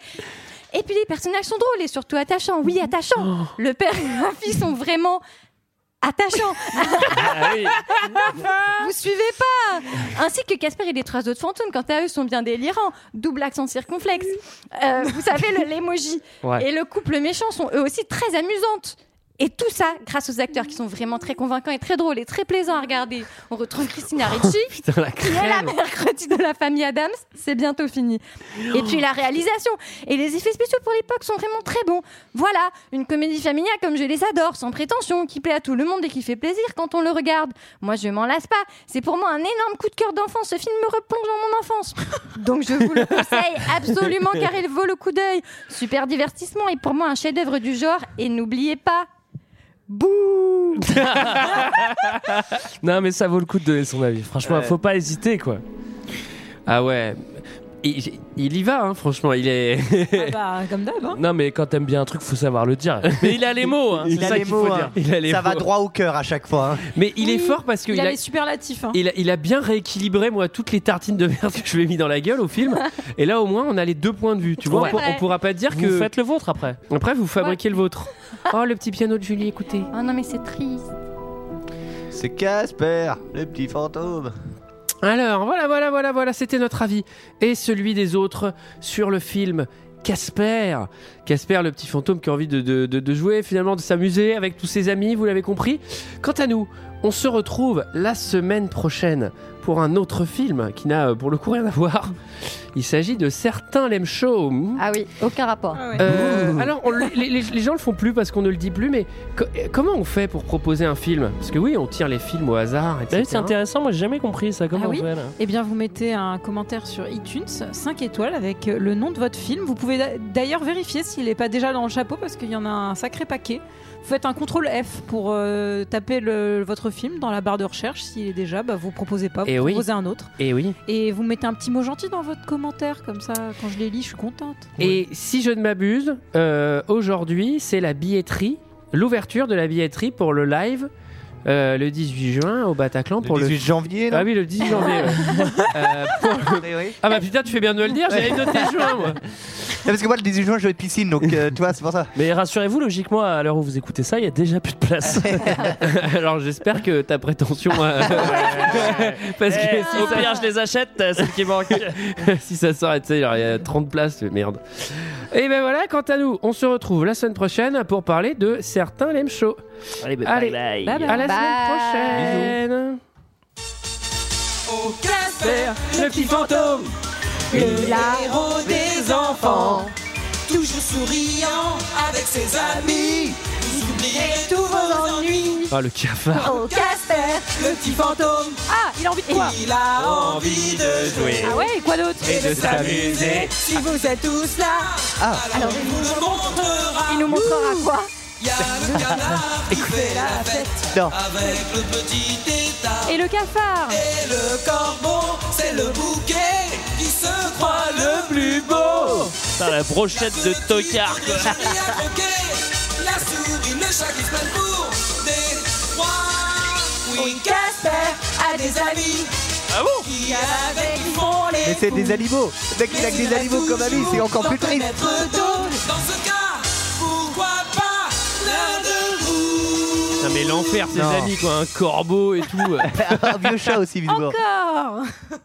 Speaker 11: Et puis les personnages sont drôles et surtout attachants. Oui, attachants. Le père et la fille sont vraiment attachants.
Speaker 6: Ah
Speaker 11: Vous suivez pas Ainsi que Casper et les trois autres fantômes, quant à eux, sont bien délirants. Double accent circonflexe. Euh, vous savez, le- l'emoji.
Speaker 6: Ouais.
Speaker 11: Et le couple méchant sont eux aussi très amusantes. Et tout ça grâce aux acteurs qui sont vraiment très convaincants et très drôles et très plaisants à regarder. On retrouve Christina Ricci,
Speaker 1: Oh, Putain, la
Speaker 11: qui est la mercredi de la famille Adams, c'est bientôt fini. Et puis la réalisation et les effets spéciaux pour l'époque sont vraiment très bons. Voilà, une comédie familiale comme je les adore, sans prétention, qui plaît à tout le monde et qui fait plaisir quand on le regarde. Moi, je m'en lasse pas. C'est pour moi un énorme coup de cœur d'enfant. Ce film me replonge dans mon enfance. Donc je vous le conseille absolument car il vaut le coup d'œil. Super divertissement et pour moi un chef-d'œuvre du genre. Et n'oubliez pas, bouh
Speaker 6: Non, mais ça vaut le coup de donner son avis. Franchement,
Speaker 1: Ouais.
Speaker 6: faut pas hésiter quoi.
Speaker 1: Ah ouais. Il, il y va, hein, franchement. Il est.
Speaker 10: bah, comme d'hab. hein.
Speaker 6: Non, mais quand t'aimes bien un truc, faut savoir le dire. Mais il a les mots. hein,
Speaker 8: Il
Speaker 6: c'est
Speaker 8: a
Speaker 6: ça
Speaker 8: les
Speaker 6: qu'il
Speaker 8: mots,
Speaker 6: faut
Speaker 8: hein.
Speaker 6: dire.
Speaker 8: Il a les Ça va mots. droit au cœur à chaque fois. hein.
Speaker 1: Mais il est fort parce qu'il
Speaker 10: Il a
Speaker 1: a,
Speaker 10: les superlatifs. hein.
Speaker 1: il a, il a bien rééquilibré, moi, toutes les tartines de merde que je lui ai mis dans la gueule au film. Et là, au moins, on a les deux points de vue. Tu vois,
Speaker 6: Ouais.
Speaker 1: on, pour- on pourra pas dire
Speaker 6: Vous
Speaker 1: que.
Speaker 6: faites le vôtre après.
Speaker 1: Après, vous fabriquez le vôtre. Oh, le petit piano de Julie, écoutez.
Speaker 11: Oh non mais c'est triste.
Speaker 8: C'est Casper, le petit fantôme.
Speaker 1: Alors, voilà, voilà, voilà, voilà, c'était notre avis et celui des autres sur le film Casper. Casper, le petit fantôme qui a envie de, de- de- de jouer, finalement, de s'amuser avec tous ses amis, vous l'avez compris. Quant à nous, on se retrouve la semaine prochaine pour un autre film qui n'a euh, pour le coup rien à voir. Il s'agit de Certains l'aiment chaud.
Speaker 11: Ah oui, aucun rapport.
Speaker 1: Euh, alors, on le- les, les- les gens le font plus parce qu'on ne le dit plus, mais co- euh, comment on fait pour proposer un film Parce que oui, on tire les films au hasard,
Speaker 6: T'as
Speaker 1: etc.
Speaker 6: vu, Bah c'est intéressant. Moi, j'ai jamais compris ça. Comment
Speaker 10: Ah oui
Speaker 6: on fait là
Speaker 10: Eh bien, vous mettez un commentaire sur iTunes, 5 étoiles, avec euh, le nom de votre film. Vous pouvez d'a- d'ailleurs vérifier s'il n'est pas déjà dans le chapeau, parce qu'il y en a un sacré paquet. Vous faites un contrôle F pour euh, taper le- votre film dans la barre de recherche. S'il est déjà, bah, vous proposez pas, vous
Speaker 1: Eh oui.
Speaker 10: proposez un autre.
Speaker 1: Et oui.
Speaker 10: Et vous mettez un petit mot gentil dans votre commentaire, comme ça, quand je les lis, je suis contente.
Speaker 1: Et si je ne m'abuse, euh, aujourd'hui, c'est la billetterie, l'ouverture de la billetterie pour le live. euh, le 18 juin au Bataclan pour le
Speaker 8: 18 janvier, non
Speaker 1: Ah oui, le 18 Ah janvier. ouais. Euh, pour le- Ah bah putain, tu fais bien de me le dire, j'avais noté juin moi.
Speaker 8: parce que moi, le 18 juin, je vais piscine, donc euh, tu vois, c'est pour ça.
Speaker 6: Mais rassurez-vous, logiquement, à l'heure où vous écoutez ça, il y a déjà plus de place.
Speaker 1: Alors j'espère que ta prétention. euh, parce que
Speaker 6: Eh,
Speaker 1: si
Speaker 6: au
Speaker 1: ça-
Speaker 6: pire, je les achète, euh, celles qui manquent.
Speaker 1: si ça sort, tu sais, genre, il y a 30 places, mais merde. Et ben voilà, quant à nous, on se retrouve la semaine prochaine pour parler de certains Lem Show. Allez,
Speaker 6: bye bye.
Speaker 1: à la
Speaker 6: Bye
Speaker 1: semaine prochaine.
Speaker 6: bye.
Speaker 11: Au Casper, le petit fantôme, le héros des enfants, toujours souriant avec ses amis, vous oubliez tous vos ennuis.
Speaker 1: Ah, le cafard.
Speaker 11: Au Casper, le petit fantôme,
Speaker 13: Ah, il a envie de quoi
Speaker 11: il a envie Oh, de jouer.
Speaker 13: Ah ouais, et quoi d'autre
Speaker 11: Et de s'amuser. Si vous êtes tous là,
Speaker 6: Ah.
Speaker 11: alors il nous le montrera. Il nous montrera quoi Il y a le canard qui fait la fête
Speaker 8: Non.
Speaker 11: avec le petit état.
Speaker 13: Et le cafard
Speaker 11: Et le corbeau, c'est le bouquet qui se croit le plus beau.
Speaker 6: Putain, la brochette de tocard.
Speaker 11: Le chéri a croqué, la souris, le chat qui se prennent pour des rois. Oui, Casper a des amis. Ah bon Qui avec lui font les
Speaker 8: Mais c'est des alibots. Dès qu'il a que des alibots comme amis, c'est encore plus triste.
Speaker 11: Dans ce cas, pourquoi pas l'un de vous
Speaker 1: Putain, mais l'enfer, ses
Speaker 8: Non.
Speaker 1: amis, quoi, un corbeau et tout.
Speaker 8: Un vieux chat aussi, visiblement.
Speaker 13: Encore